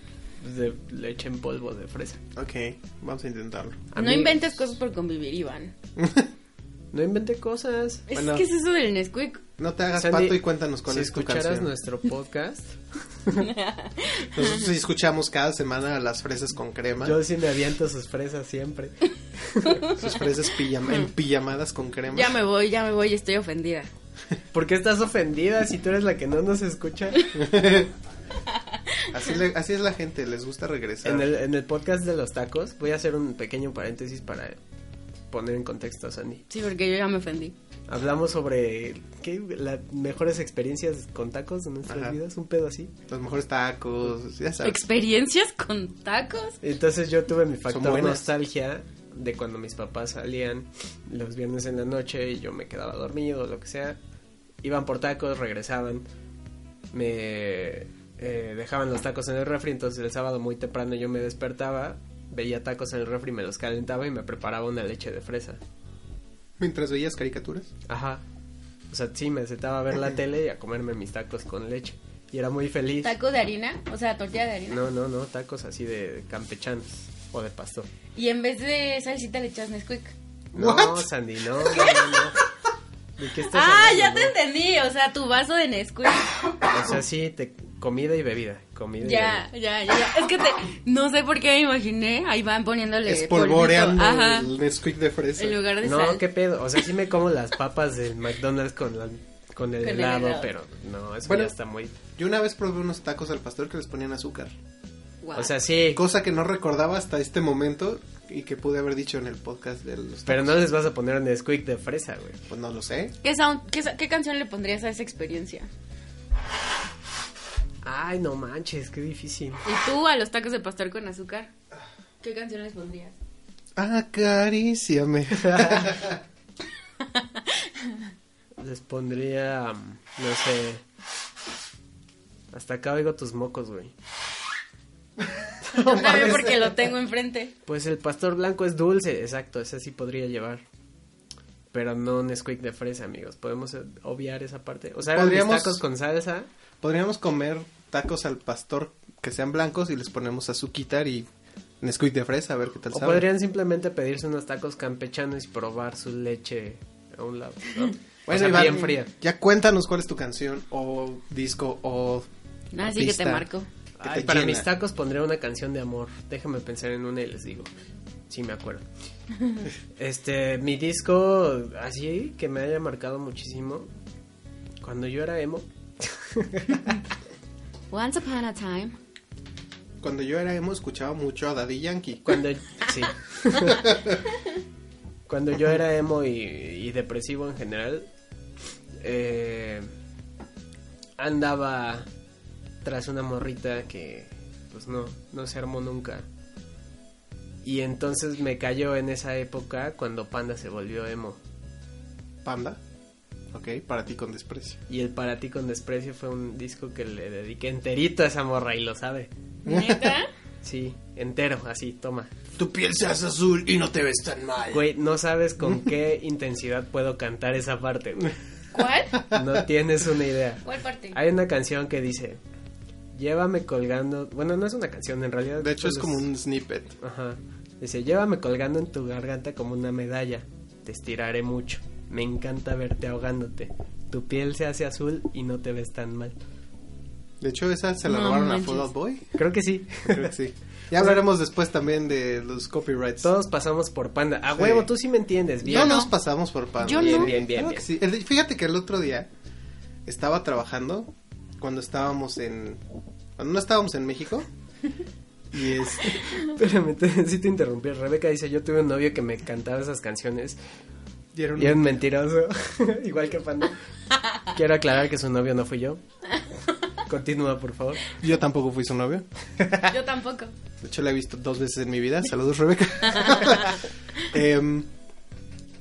C: pues, de leche en polvo de fresa.
A: Ok, vamos a intentarlo.
B: No
C: Amigos,
B: inventes cosas por convivir, Iván.
C: No inventé cosas.
B: Es
A: Bueno.
B: que es eso del Nesquik.
A: No te hagas
C: Sandy,
A: pato y cuéntanos cuál
C: si
A: es tu
C: escucharas
A: canción.
C: nuestro podcast,
A: Nosotros sí escuchamos cada semana las fresas con crema,
C: yo sí me aviento sus fresas siempre.
A: sus fresas pijama- en pijamadas con crema.
B: Ya me voy, ya me voy, estoy ofendida.
C: ¿Por qué estás ofendida si tú eres la que no nos escucha?
A: Así, le- así es la gente, les gusta regresar.
C: En el, en el podcast de los tacos, voy a hacer un pequeño paréntesis para poner en contexto a Sandy.
B: Sí, porque yo ya me ofendí.
C: Hablamos sobre ¿qué? las mejores experiencias con tacos de nuestras
A: Ajá.
C: vidas, un pedo así.
A: Los mejores tacos, ya sabes.
B: ¿Experiencias con tacos?
C: Entonces yo tuve mi factor
A: buenas.
C: nostalgia de cuando mis papás salían los viernes en la noche y yo me quedaba dormido, lo que sea. Iban por tacos, regresaban, me eh, dejaban los tacos en el refri, entonces el sábado muy temprano yo me despertaba, veía tacos en el refri, me los calentaba y me preparaba una leche de fresa.
A: Mientras veías caricaturas.
C: Ajá. O sea, sí, me sentaba a ver la tele y a comerme mis tacos con leche. Y era muy feliz.
B: ¿Taco de harina? O sea, tortilla de harina.
C: No, no, no, tacos así de campechanos o de pastor.
B: Y en vez de salsita le echas Nesquik.
C: No,
A: What?
C: Sandy, no, no, no, no. ¿De qué estás
B: Ah,
C: hablando,
B: ya
C: no?
B: te entendí. O sea, tu vaso de Nesquik.
C: O sea, sí, te, comida y bebida, comida
B: Ya, ya, ya, ya. Es que te, no sé por qué me imaginé. Ahí van poniéndole. polvito.
A: Espolvoreando
B: Ajá.
A: el Nesquik de fresa.
B: En
C: y
B: lugar de
C: bebida.
B: sal.
C: No, qué pedo, o sea, sí me como las papas del McDonald's con, la- con el
B: Con el
C: helado,
B: helado.
C: pero no, eso
A: Bueno.
C: ya está muy...
A: Yo una vez probé unos tacos al pastor que les ponían azúcar.
B: Guau.
C: O sea, sí,
A: Cosa que no recordaba hasta este momento. y que pude haber dicho en el podcast de los
C: Pero no les vas a poner un squeak de fresa, güey.
A: Pues no lo sé.
B: ¿Qué, sound- qué, sa- qué canción le pondrías a esa experiencia?
C: Ay, no manches, qué difícil.
B: ¿Y tú a los tacos de pastor con azúcar? ¿Qué canción les pondrías?
A: Acaríciame.
C: Les pondría, mm, no sé. Hasta acá oigo tus mocos, güey.
B: Yo también porque lo tengo enfrente.
C: Pues el pastor blanco es dulce, exacto, ese sí podría llevar. Pero no un squeak de fresa, amigos. Podemos eh, obviar esa parte. O sea, eran mis
A: Podríamos-
C: tacos con salsa.
A: Podríamos comer tacos al pastor que sean blancos y les ponemos azuquitar y Nesquik de fresa, a ver qué tal
C: O
A: sabe.
C: podrían simplemente pedirse unos tacos campechanos y probar su leche a un lado. ¿no? o sea,
A: Iván,
C: bien fría.
A: Ya cuéntanos cuál es tu canción o disco o
B: Así Ah, que te
A: artista
B: marco.
A: que
C: Ay,
A: te
C: para
A: llena.
C: mis tacos pondré una canción de amor. Déjame pensar en una y les digo. Sí, me acuerdo. Este, mi disco, así que me haya marcado muchísimo. Cuando yo era emo,
B: Once upon a time.
A: Cuando yo era hemos escuchado mucho a Daddy Yankee.
C: Cuando, sí. Cuando yo era emo y, y depresivo en general, eh, andaba tras una morrita que pues no, no se armó nunca. Y entonces me cayó en esa época cuando Panda se volvió emo.
A: Panda. Ok, para ti con desprecio.
C: Y el Para ti con desprecio fue un disco que le dediqué enterito a esa morra y lo sabe.
B: ¿Neta?
C: Sí, entero, así, toma.
A: Tu piel se hace azul y no te ves tan mal.
C: Güey, no sabes con qué intensidad puedo cantar esa parte, güey.
B: ¿Cuál?
C: No tienes una idea.
B: ¿Cuál parte?
C: Hay una canción que dice, llévame colgando, bueno, no es una canción en realidad.
A: De hecho es
C: solo
A: como un snippet.
C: Ajá. Dice, llévame colgando en tu garganta como una medalla, te estiraré mucho, me encanta verte ahogándote, tu piel se hace azul y no te ves tan mal.
A: De hecho esa se la
B: No
A: robaron
B: manches.
A: a Fall Out Boy.
C: Creo que sí.
A: Creo que sí. Ya hablaremos después también de los copyrights.
C: Todos pasamos por panda. A
A: Sí.
C: huevo, tú sí me entiendes, bien.
A: No nos pasamos por Panda.
B: Yo
C: Bien,
B: no.
C: bien, bien,
A: Claro
C: bien.
A: que sí. El de- fíjate que el otro día estaba trabajando cuando estábamos en cuando no estábamos en México y es
C: Espérame, te necesito interrumpir. Rebeca dice, yo tuve un novio que me cantaba esas canciones
A: y era un-
C: Y es mentiroso, igual que Panda. Quiero aclarar que su novio no fui yo. Continúa, por favor.
A: yo tampoco fui su novio.
B: Yo tampoco.
A: De hecho la he visto dos veces en mi vida. Saludos Rebeca. Em,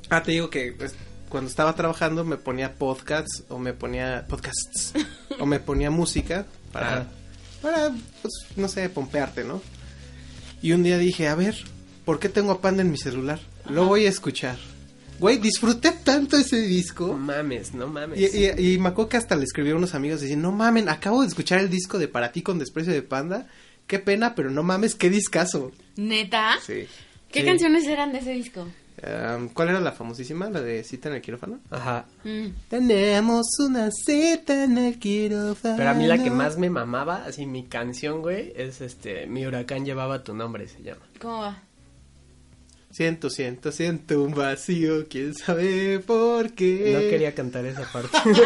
A: ah te digo que pues, cuando estaba trabajando me ponía podcasts o me ponía podcasts o me ponía música para
C: Ajá.
A: para pues no sé pompearte, ¿no? Y un día dije, a ver, ¿por qué tengo a Panda en mi celular? Lo voy a escuchar. Güey, disfruté tanto ese
C: No
A: disco.
C: mames, no mames.
A: Y, y, y me acuerdo que hasta le escribí a unos amigos diciendo, no mamen, acabo de escuchar el disco de Para ti con desprecio de Panda. Qué pena, pero no mames, qué discazo.
B: ¿Neta?
A: Sí.
B: ¿Qué
C: Sí.
B: canciones eran de ese disco?
A: Am, ¿Cuál era la famosísima? La de cita en el quirófano.
C: Ajá.
B: Mm.
A: Tenemos una cita en el quirófano.
C: Pero a mí la que más me mamaba, así mi canción, güey, es este, Mi huracán llevaba tu nombre, se llama.
B: ¿Cómo va?
A: Siento, siento, siento un vacío, quién sabe por qué.
C: No quería cantar esa parte.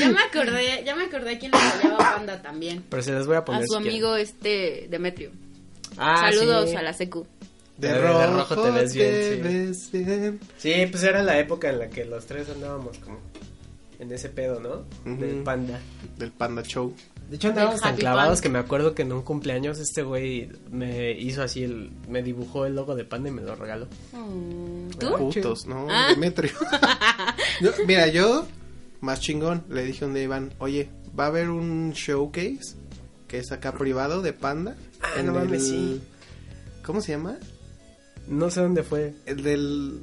B: Ya me acordé, ya me acordé quién le fallaba a Panda también.
C: Pero se las voy a poner.
B: A su
C: si quieren.
B: amigo este Demetrio.
C: Ah,
B: Saludos
C: sí.
B: a la secu.
A: De,
C: De- de
A: rojo,
C: rojo te ves bien, sí.
A: ves bien.
C: Sí, pues era la época en la que los tres andábamos como en ese pedo, ¿no?
A: Ujú.
C: Del panda.
A: Del Panda Show.
C: De hecho andábamos tan
B: Happy
C: clavados
B: Panda.
C: que me acuerdo que en un cumpleaños este güey me hizo así el, me dibujó el logo de panda y me lo regaló.
B: Mm, ¿Tú?
A: Putos, no,
B: Ah.
A: Demetrio. Yo- mira, yo, más chingón, le dije a un día a Iván, oye, va a haber un showcase que es acá privado de Panda.
C: Ah, no mames, sí.
A: ¿Cómo se llama?
C: No sé dónde fue.
A: El del.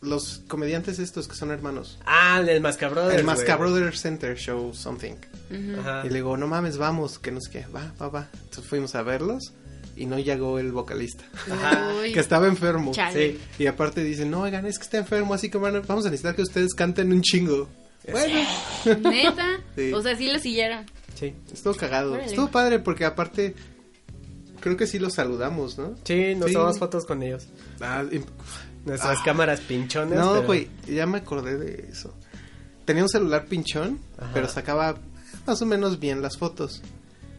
A: Los comediantes estos que son hermanos.
C: Ah, el del Mascabrothers.
A: el
C: güey. Ah.
A: Masca Brothers Center Show Something.
B: Ujú.
C: Ajá.
A: Y le digo, no mames, vamos, que no sé qué, va, va, va. Entonces fuimos a verlos y no llegó el vocalista,
C: Ajá.
B: Uy,
A: que estaba enfermo.
B: chale.
C: Sí.
A: Y aparte dicen, no, oigan, es que está enfermo, así que van a- vamos a necesitar que ustedes canten un chingo. Bueno,
B: ¿Neta?
A: Sí.
B: O sea, sí lo siguieron.
C: Sí.
A: estuvo cagado.
B: Órale.
A: Estuvo padre porque aparte, creo que sí los saludamos, ¿no?
C: Sí, nos
A: Sí.
C: tomamos fotos con ellos.
A: Ah, y-
C: Nuestras
A: Ah.
C: cámaras pinchones.
A: No,
C: pero-
A: güey, ya me acordé de eso. Tenía un celular pinchón,
C: Ajá.
A: pero sacaba más o menos bien las fotos.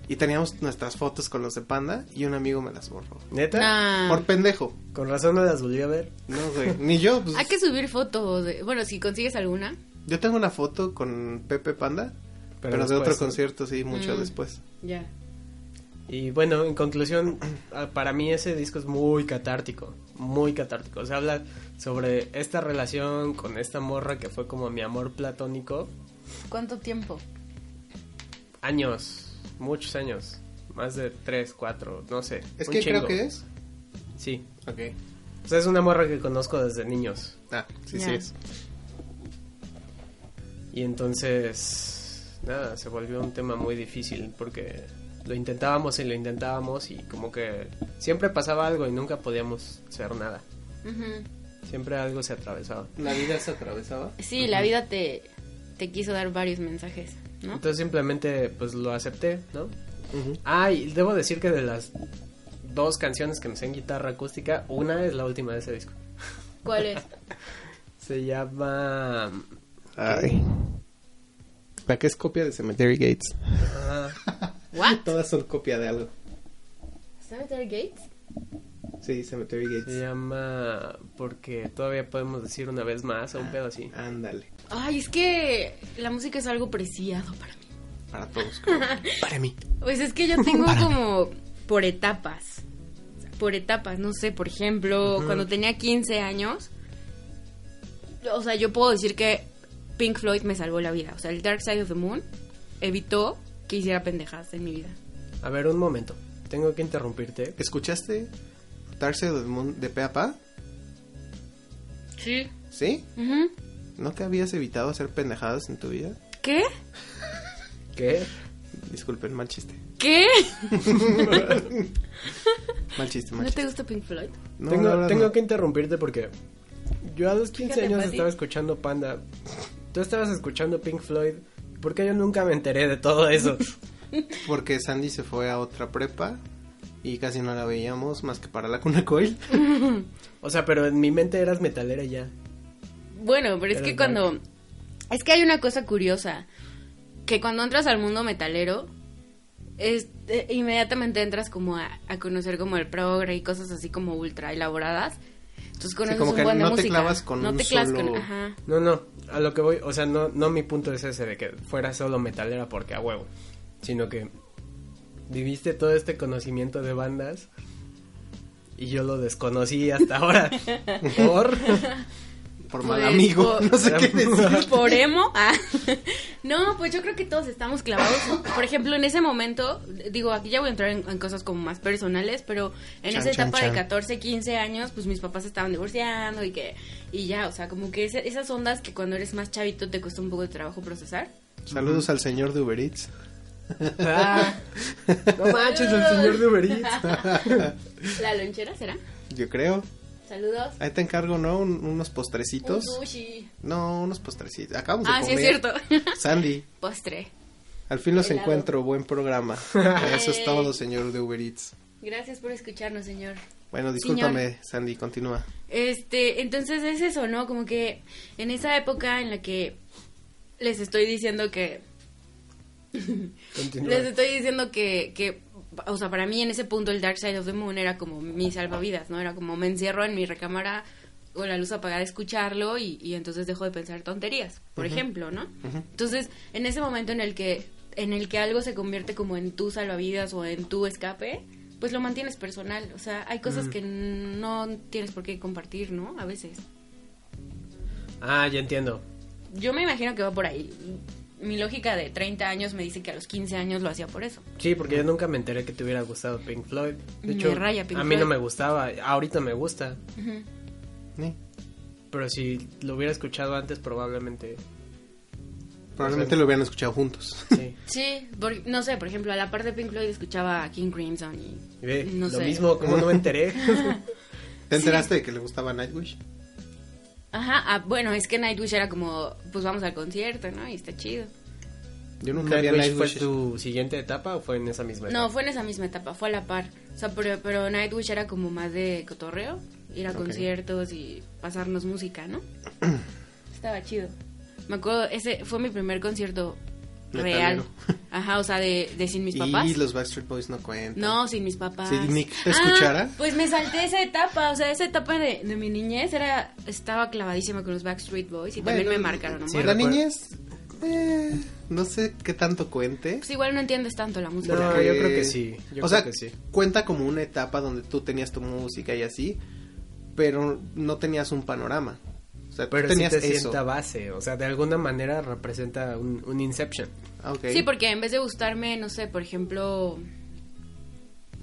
A: Y teníamos nuestras fotos con los de Panda y un amigo me las borró.
C: ¿Neta?
B: Nah.
A: Por pendejo.
C: Con razón no las volví a ver.
A: No, güey. Ni yo. pues,
B: Hay que subir fotos. de- Bueno, si consigues alguna.
A: Yo tengo una foto con Pepe Panda, pero, de
C: después,
A: otro
C: ¿no?
A: concierto, sí, mucho
B: Mm.
A: después.
B: Ya.
C: Y bueno, en conclusión, a- para mí ese disco es muy catártico, muy catártico. O sea, habla sobre esta relación con esta morra que fue como mi amor platónico.
B: ¿Cuánto tiempo?
C: Años, muchos años, más de tres, cuatro, no sé.
A: Es
C: un
A: que
C: chingo.
A: creo que es.
C: Sí.
A: Ok.
C: O sea, es una morra que conozco desde niños.
A: Ah, sí,
B: Ya.
A: sí es.
C: Y entonces, nada, se volvió un tema muy difícil porque lo intentábamos y lo intentábamos y como que siempre pasaba algo y nunca podíamos hacer nada.
B: Ujú.
C: Siempre algo se atravesaba.
A: La vida se atravesaba.
B: Sí, la vida te, te quiso dar varios mensajes, ¿no?
C: Entonces simplemente pues lo acepté, ¿no? Ah, y debo decir que de las dos canciones que me sé en guitarra acústica, una es la última de ese disco.
B: ¿Cuál es?
C: Se llama...
A: Ay. La que es copia de Cemetery Gates.
C: ah,
B: ¿What?
A: Todas son copia de algo.
B: ¿Cemetery Gates?
A: Sí, Cemetery
C: se
A: Gates.
C: llama... Porque todavía podemos decir una vez más
A: Ah.
C: o un pedo así.
A: Ándale.
B: Ay, es que la música es algo preciado para mí.
A: Para todos. creo.
C: Para mí.
B: Pues es que yo tengo como por etapas. O sea, Por etapas, no sé, por ejemplo, cuando tenía 15 años, o sea, yo puedo decir que Pink Floyd me salvó la vida. O sea, el Dark Side of the Moon evitó que hiciera pendejadas en mi vida.
C: A ver, un momento. Tengo que interrumpirte.
A: ¿Escuchaste Dark Side of the Moon de pe a pa?
B: Sí.
A: ¿Sí? ¿No te habías evitado hacer pendejadas en tu vida?
B: ¿Qué?
C: ¿Qué?
A: Disculpen, mal chiste.
B: ¿Qué?
A: Mal chiste, mal
B: ¿No
A: chiste.
B: te gusta Pink Floyd?
A: No,
C: tengo
A: ahora
C: tengo
A: no.
C: que interrumpirte porque yo a los 15
B: Fíjate,
C: años
B: Pati.
C: estaba escuchando Panda. Tú estabas escuchando Pink Floyd. ¿Por qué yo nunca me enteré de todo eso?
A: Porque Sandy se fue a otra prepa y casi no la veíamos más que para la cuna coil.
C: O sea, pero en mi mente eras metalera y ya.
B: Bueno, pero es
C: Pero
B: que
C: es
B: cuando...
C: dark.
B: Es que hay una cosa curiosa, que cuando entras al mundo metalero, es- eh, inmediatamente entras como a, a conocer como el progre y cosas así como ultra elaboradas. Entonces conoces
A: como
B: un
A: que
B: buen de
A: no te
B: música.
A: clavas con
B: no
A: un
B: te clavas
A: solo-
B: con- ajá.
C: No, no, a lo que voy, o sea, no, no mi punto es ese de que fuera solo metalera porque a huevo, sino que viviste todo este conocimiento de bandas y yo lo desconocí hasta ahora. Por
A: Por mal
B: Pues,
A: amigo,
B: por-
A: no sé qué decir.
B: Por emo. Ah. No, pues yo creo que todos estamos clavados. Por ejemplo, en ese momento, digo, aquí ya voy a entrar en, en cosas como más personales, pero en
A: Chan,
B: esa
A: chan,
B: etapa
A: chan.
B: de 14, 15 años, pues mis papás estaban divorciando y que y ya, o sea, como que ese- esas ondas que cuando eres más chavito te cuesta un poco de trabajo procesar.
A: Saludos al señor de Uber Eats.
C: Ah, no manches, el señor de Uber Eats.
B: La lonchera será.
A: Yo creo.
B: Saludos.
A: Ahí te encargo, ¿no? Un- unos
B: Un
A: postrecitos.
B: sushi.
A: No, unos postrecitos. Acabamos
B: Ah,
A: de
B: sí es
A: comer.
B: cierto.
A: Sandy,
B: Postre.
A: al fin los
B: Helado.
A: encuentro. Buen programa. Eso es
B: Yay.
A: todo, señor de Uber Eats.
B: Gracias por escucharnos, señor.
A: Bueno, discúlpame, Sandy, continúa.
B: Este, entonces es eso, ¿no? Como que en esa época en la que les estoy diciendo que
C: Continúa.
B: les estoy diciendo que, que, o sea, para mí en ese punto el Dark Side of the Moon era como mi salvavidas, ¿no? Era como me encierro en mi recámara con la luz apagada a escucharlo y, y entonces dejo de pensar tonterías, por ejemplo, ¿no? Entonces, en ese momento en el que en el que algo se convierte como en tu salvavidas o en tu escape, pues lo mantienes personal, o sea, hay cosas que no tienes por qué compartir, ¿no? A veces.
C: Ah, ya entiendo.
B: Yo me imagino que va por ahí. Mi lógica de 30 años me dice que a los 15 años lo hacía por eso.
C: Sí, porque yo nunca me enteré que te hubiera gustado Pink Floyd. De
B: Me
C: hecho,
B: raya Pink
C: a mí no
B: Floyd.
C: me gustaba, ahorita me gusta,
A: Eh,
C: pero si lo hubiera escuchado antes probablemente
A: Probablemente lo hubieran escuchado juntos.
C: sí.
B: Sí, por- no sé, por ejemplo, a la par de Pink Floyd escuchaba a King Crimson y...
C: Ve,
B: no
C: Eh, lo
B: sé.
C: mismo, como no me enteré.
A: ¿Te enteraste de que le gustaba Nightwish?
B: Ajá, ah, bueno, es que Nightwish era como, pues vamos al concierto, ¿no? Y está chido.
A: Yo nunca vi a
C: Nightwish fue
A: Nightwish.
C: tu siguiente etapa o fue en esa misma etapa?
B: No, fue en esa misma etapa, fue a la par. O sea, pero, pero Nightwish era como más de cotorreo, ir a
A: Ok.
B: conciertos y pasarnos música, ¿no? Estaba chido. Me acuerdo, ese fue mi primer concierto real. Ajá, o sea, de, de sin mis papás.
A: Y los Backstreet Boys no cuentan.
B: No, sin mis papás.
A: Si Nick te escuchara.
B: Ah, pues me salté esa etapa, o sea, esa etapa de, de mi niñez era estaba clavadísima con los Backstreet Boys y también
A: Bueno,
B: me marcaron. un
A: sí,
B: buen.
A: la
C: recuerdo.
A: niñez, eh, no sé qué tanto cuente.
B: Pues igual no entiendes tanto la música.
C: No,
A: porque-
C: yo creo que sí, yo
A: o
C: creo
A: sea,
C: que sí.
A: cuenta como una etapa donde tú tenías tu música y así, pero no tenías un panorama. O sea, tú
C: Pero sí
A: tenías
C: te
A: eso.
C: sienta base, o sea, de alguna manera representa un, un Inception.
A: Ah, ok.
B: Sí, porque en vez de gustarme, no sé, por ejemplo,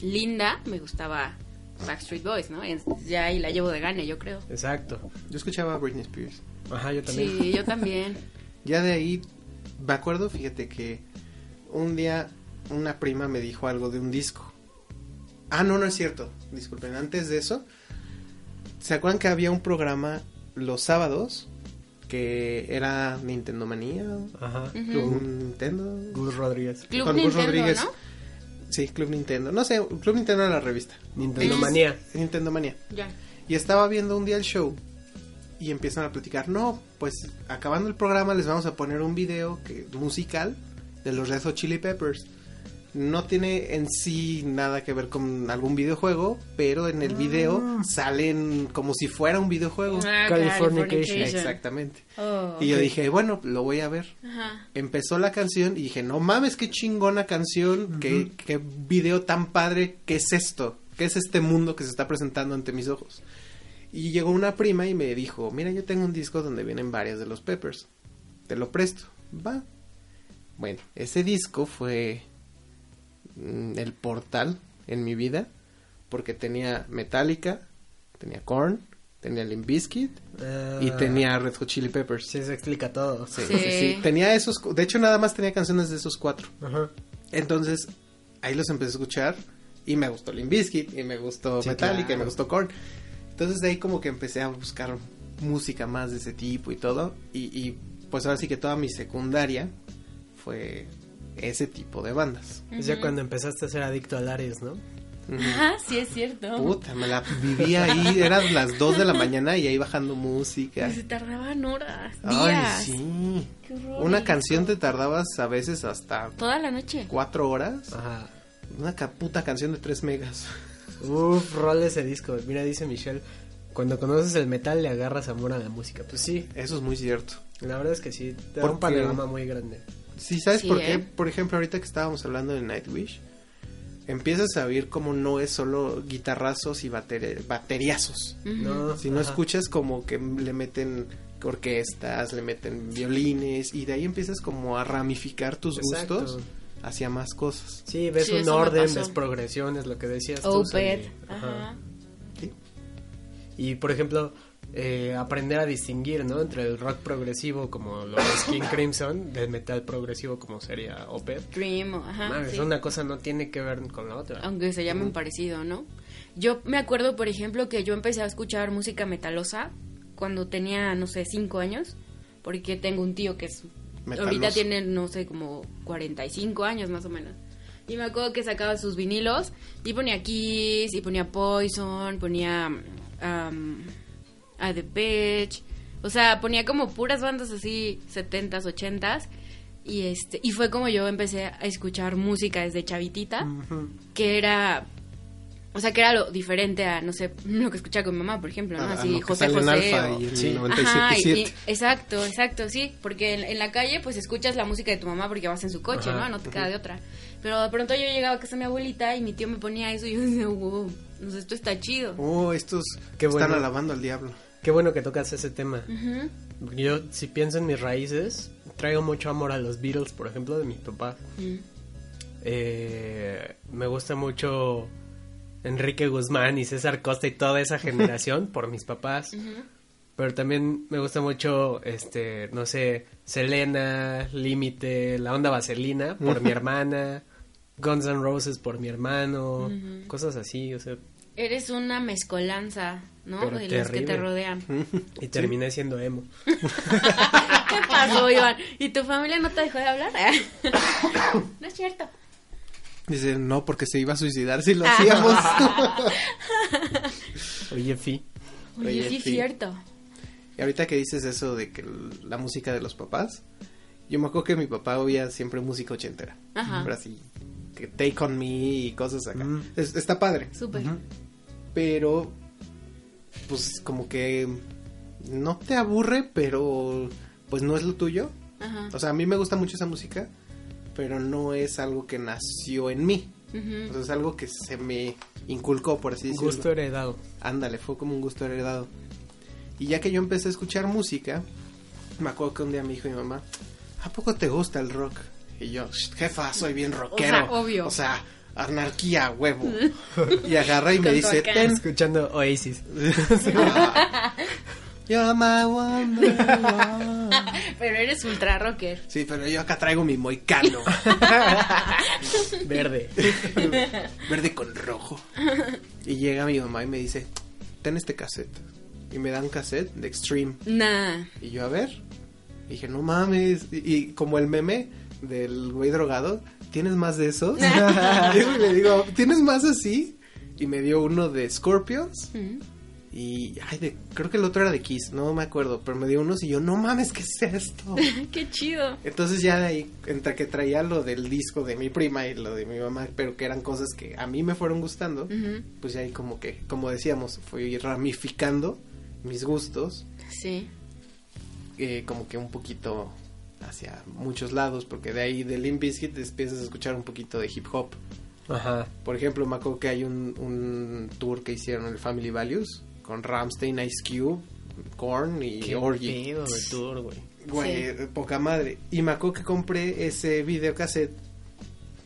B: Linda, me gustaba Backstreet Boys, ¿no? Es- Ya ahí la llevo de gane, yo creo.
C: Exacto.
A: Yo escuchaba a Britney Spears.
C: Ajá, yo también.
B: Sí, yo también.
A: Ya de ahí, me acuerdo, fíjate que un día una prima me dijo algo de un disco. Ah, no, no es cierto. Disculpen, antes de eso, ¿se acuerdan que había un programa los sábados que era Nintendo Manía?
C: Ajá.
B: Ujú.
A: Club Nintendo.
C: Gus Rodríguez.
B: Club
A: Con Gus
B: Nintendo,
A: Rodríguez.
B: ¿no?
A: Sí, Club Nintendo. No sé, Club Nintendo era la revista.
C: Nintendo
B: Ellos-
C: Manía.
A: Nintendo Manía.
B: Ya.
A: Y estaba viendo un día el show y empiezan a platicar, no, pues acabando el programa les vamos a poner un video que, musical de los Red Hot Chili Peppers. No tiene en sí nada que ver con algún videojuego, pero en el video salen como si fuera un videojuego.
B: Ah,
C: Californication.
A: Exactamente.
B: Oh.
A: Y yo dije, bueno, lo voy a ver.
B: Ajá.
A: Empezó la canción y dije, no mames, qué chingona canción, qué, qué video tan padre, qué es esto, qué es este mundo que se está presentando ante mis ojos. Y llegó una prima y me dijo, mira, yo tengo un disco donde vienen varias de los Peppers, te lo presto, va. Bueno, ese disco fue mm, el portal en mi vida, porque tenía Metallica, tenía Korn, tenía Limp Bizkit
C: Ah,
A: y tenía Red Hot Chili Peppers.
C: Sí, se explica todo.
A: Sí,
B: Sí.
A: sí, sí. Tenía esos, cu- de hecho nada más tenía canciones de esos cuatro.
C: Ajá.
A: Entonces, ahí los empecé a escuchar y me gustó Limp Bizkit y me gustó
C: Sí,
A: Metallica y
C: claro.
A: me gustó Korn. Entonces de ahí como que empecé a buscar música más de ese tipo y todo y, y, pues ahora sí que toda mi secundaria fue ese tipo de bandas.
C: Es ya cuando empezaste a ser adicto al Aries, ¿no?
B: Ajá, sí es cierto.
A: Puta, me la vivía ahí, eran las 2 de la mañana y ahí bajando música.
B: Y se tardaban horas, días.
A: Ay, sí.
B: Qué horror.
A: Una canción te tardabas a veces hasta
B: Toda la noche.
A: cuatro horas.
C: Ajá.
A: Una ca- puta canción de 3 megas.
C: Uf, rol ese disco. Mira, dice Michelle, cuando conoces el metal le agarras amor a la música. Pues sí,
A: Eso es muy cierto.
C: la verdad es que sí, te da
A: ¿Por
C: un
A: qué?
C: panorama muy grande.
A: Sí, ¿sabes
B: Sí,
A: por qué?
B: ¿eh?
A: Por ejemplo, ahorita que estábamos hablando de Nightwish, empiezas a ver como no es solo guitarrazos y bateri- bateriazos.
B: Ujú.
C: No,
A: Si no
C: Ah, ajá.
A: escuchas como que le meten orquestas, le meten violines y de ahí empiezas como a ramificar tus
C: Exacto.
A: gustos hacia más cosas.
C: Sí, ves
B: Sí,
C: un
B: eso me
C: orden,
B: pasó.
C: ves progresiones, lo que decías tú.
B: Oh,
C: Sandy.
B: pet.
C: Ajá.
B: Ajá.
C: Y por ejemplo, eh, aprender a distinguir, ¿no? Entre el rock progresivo como los King Crimson, del metal progresivo como sería Opeth.
B: Dream, o- ajá.
C: Mames,
B: Ah, sí.
C: Una cosa no tiene que ver con la otra.
B: aunque se llamen parecido, ¿no? Yo me acuerdo, por ejemplo, que yo empecé a escuchar música metalosa cuando tenía, no sé, cinco años, porque tengo un tío que es...
A: Metaloso.
B: Ahorita tiene, no sé, como 45 años más o menos. Y me acuerdo que sacaba sus vinilos y ponía Kiss, y ponía Poison, ponía um, A The Beach. O sea, ponía como puras bandas así, 70s, 80s. Y, este, y fue como yo empecé a escuchar música desde chavitita
C: Ujú.
B: que era o sea que era lo diferente a no sé lo que escuchaba con mi mamá por ejemplo no
A: A- a
B: así
A: lo Ah, que
B: José
A: sale en
B: José
A: Alfa
B: o-
A: y en
C: Sí.
A: 97.7.
B: Ajá, y- y- exacto, exacto, sí, porque en, en la calle pues escuchas la música de tu mamá porque vas en su coche,
C: Ajá,
B: ¿no? No te queda de otra. Pero de pronto yo llegaba a casa de mi abuelita y mi tío me ponía eso y yo decía, wow, no sé, esto está chido.
A: Oh, estos
C: Qué
A: están
C: bueno.
A: alabando al diablo.
C: Qué bueno que tocas ese tema.
B: Ujú.
C: Yo, si pienso en mis raíces, traigo mucho amor a los Beatles, por ejemplo, de mi papá.
B: Mm.
C: Eh, me gusta mucho Enrique Guzmán y César Costa y toda esa generación por mis papás. Pero también me gusta mucho, este, no sé, Selena, Límite, La Onda Vaselina por mi hermana, Guns N' Roses por mi hermano, cosas así, o sea,
B: Eres una mezcolanza, ¿no?
C: Pero
B: de los que te
C: terrible.
B: rodean.
C: y terminé siendo emo.
B: ¿Qué pasó, Iván? ¿Y tu familia no te dejó de hablar? no es cierto.
A: Dice, no, porque se iba a suicidar si lo hacíamos.
C: Oye, Fi,
B: Oye,
A: Oye,
B: sí,
A: sí.
B: es cierto.
A: Y ahorita que dices eso de que l- la música de los papás, Yo me acuerdo que mi papá oía siempre música ochentera.
B: Ajá.
A: Siempre así, que Take On Me y cosas acá.
C: Mm.
A: Es- está padre,
B: Súper.
C: Ujú.
A: pero pues como que no te aburre, pero pues no es lo tuyo.
B: Ajá.
A: O sea, a mí me gusta mucho esa música, pero no es algo que nació en mí. O
B: Ujú.
A: sea, es algo que se me inculcó, por así decirlo.
C: Gusto heredado.
A: Ándale, fue como un gusto heredado. Y ya que yo empecé a escuchar música, me acuerdo que un día me dijo mi mamá, ¿a poco te gusta el rock? Y yo, "Sh, jefa, soy bien rockero.
B: sea, obvio.
A: O sea, anarquía, huevo. y agarra y me
B: Con
A: dice,
B: Tolkien.
A: ten.
C: Escuchando Oasis.
A: Ah. You're my wonder woman.
B: Pero eres ultra rocker.
A: Sí, pero yo acá traigo mi moicano,
C: Verde.
A: verde con rojo. Y llega mi mamá y me dice, ten este cassette. Y me dan cassette de Extreme.
B: Nah.
A: Y yo, a ver. Y dije, no mames. Y, y como el meme del güey drogado, ¿tienes más de esos? y le digo, ¿tienes más así? Y me dio uno de Scorpions.
B: Ujú.
A: Y ay, de- creo que el otro era de Kiss, no me acuerdo. Pero me dio unos y yo, no mames, ¿qué es esto?
B: Qué chido.
A: Entonces ya de ahí, entre que traía lo del disco de mi prima y lo de mi mamá, pero que eran cosas que a mí me fueron gustando,
B: Ujú.
A: pues ya ahí como que, como decíamos, fui ramificando mis gustos
B: Sí.
A: eh, como que un poquito hacia muchos lados, porque de ahí de Limp Bizkit empiezas a escuchar un poquito de hip hop.
C: Ajá.
A: Por ejemplo, me acuerdo que hay un, un tour que hicieron el Family Values con Ramstein, Ice Cube, Korn y
C: Qué
A: Orgy.
C: pedo de tour, güey.
A: Güey, eh, poca madre. Y me acuerdo que compré ese videocassette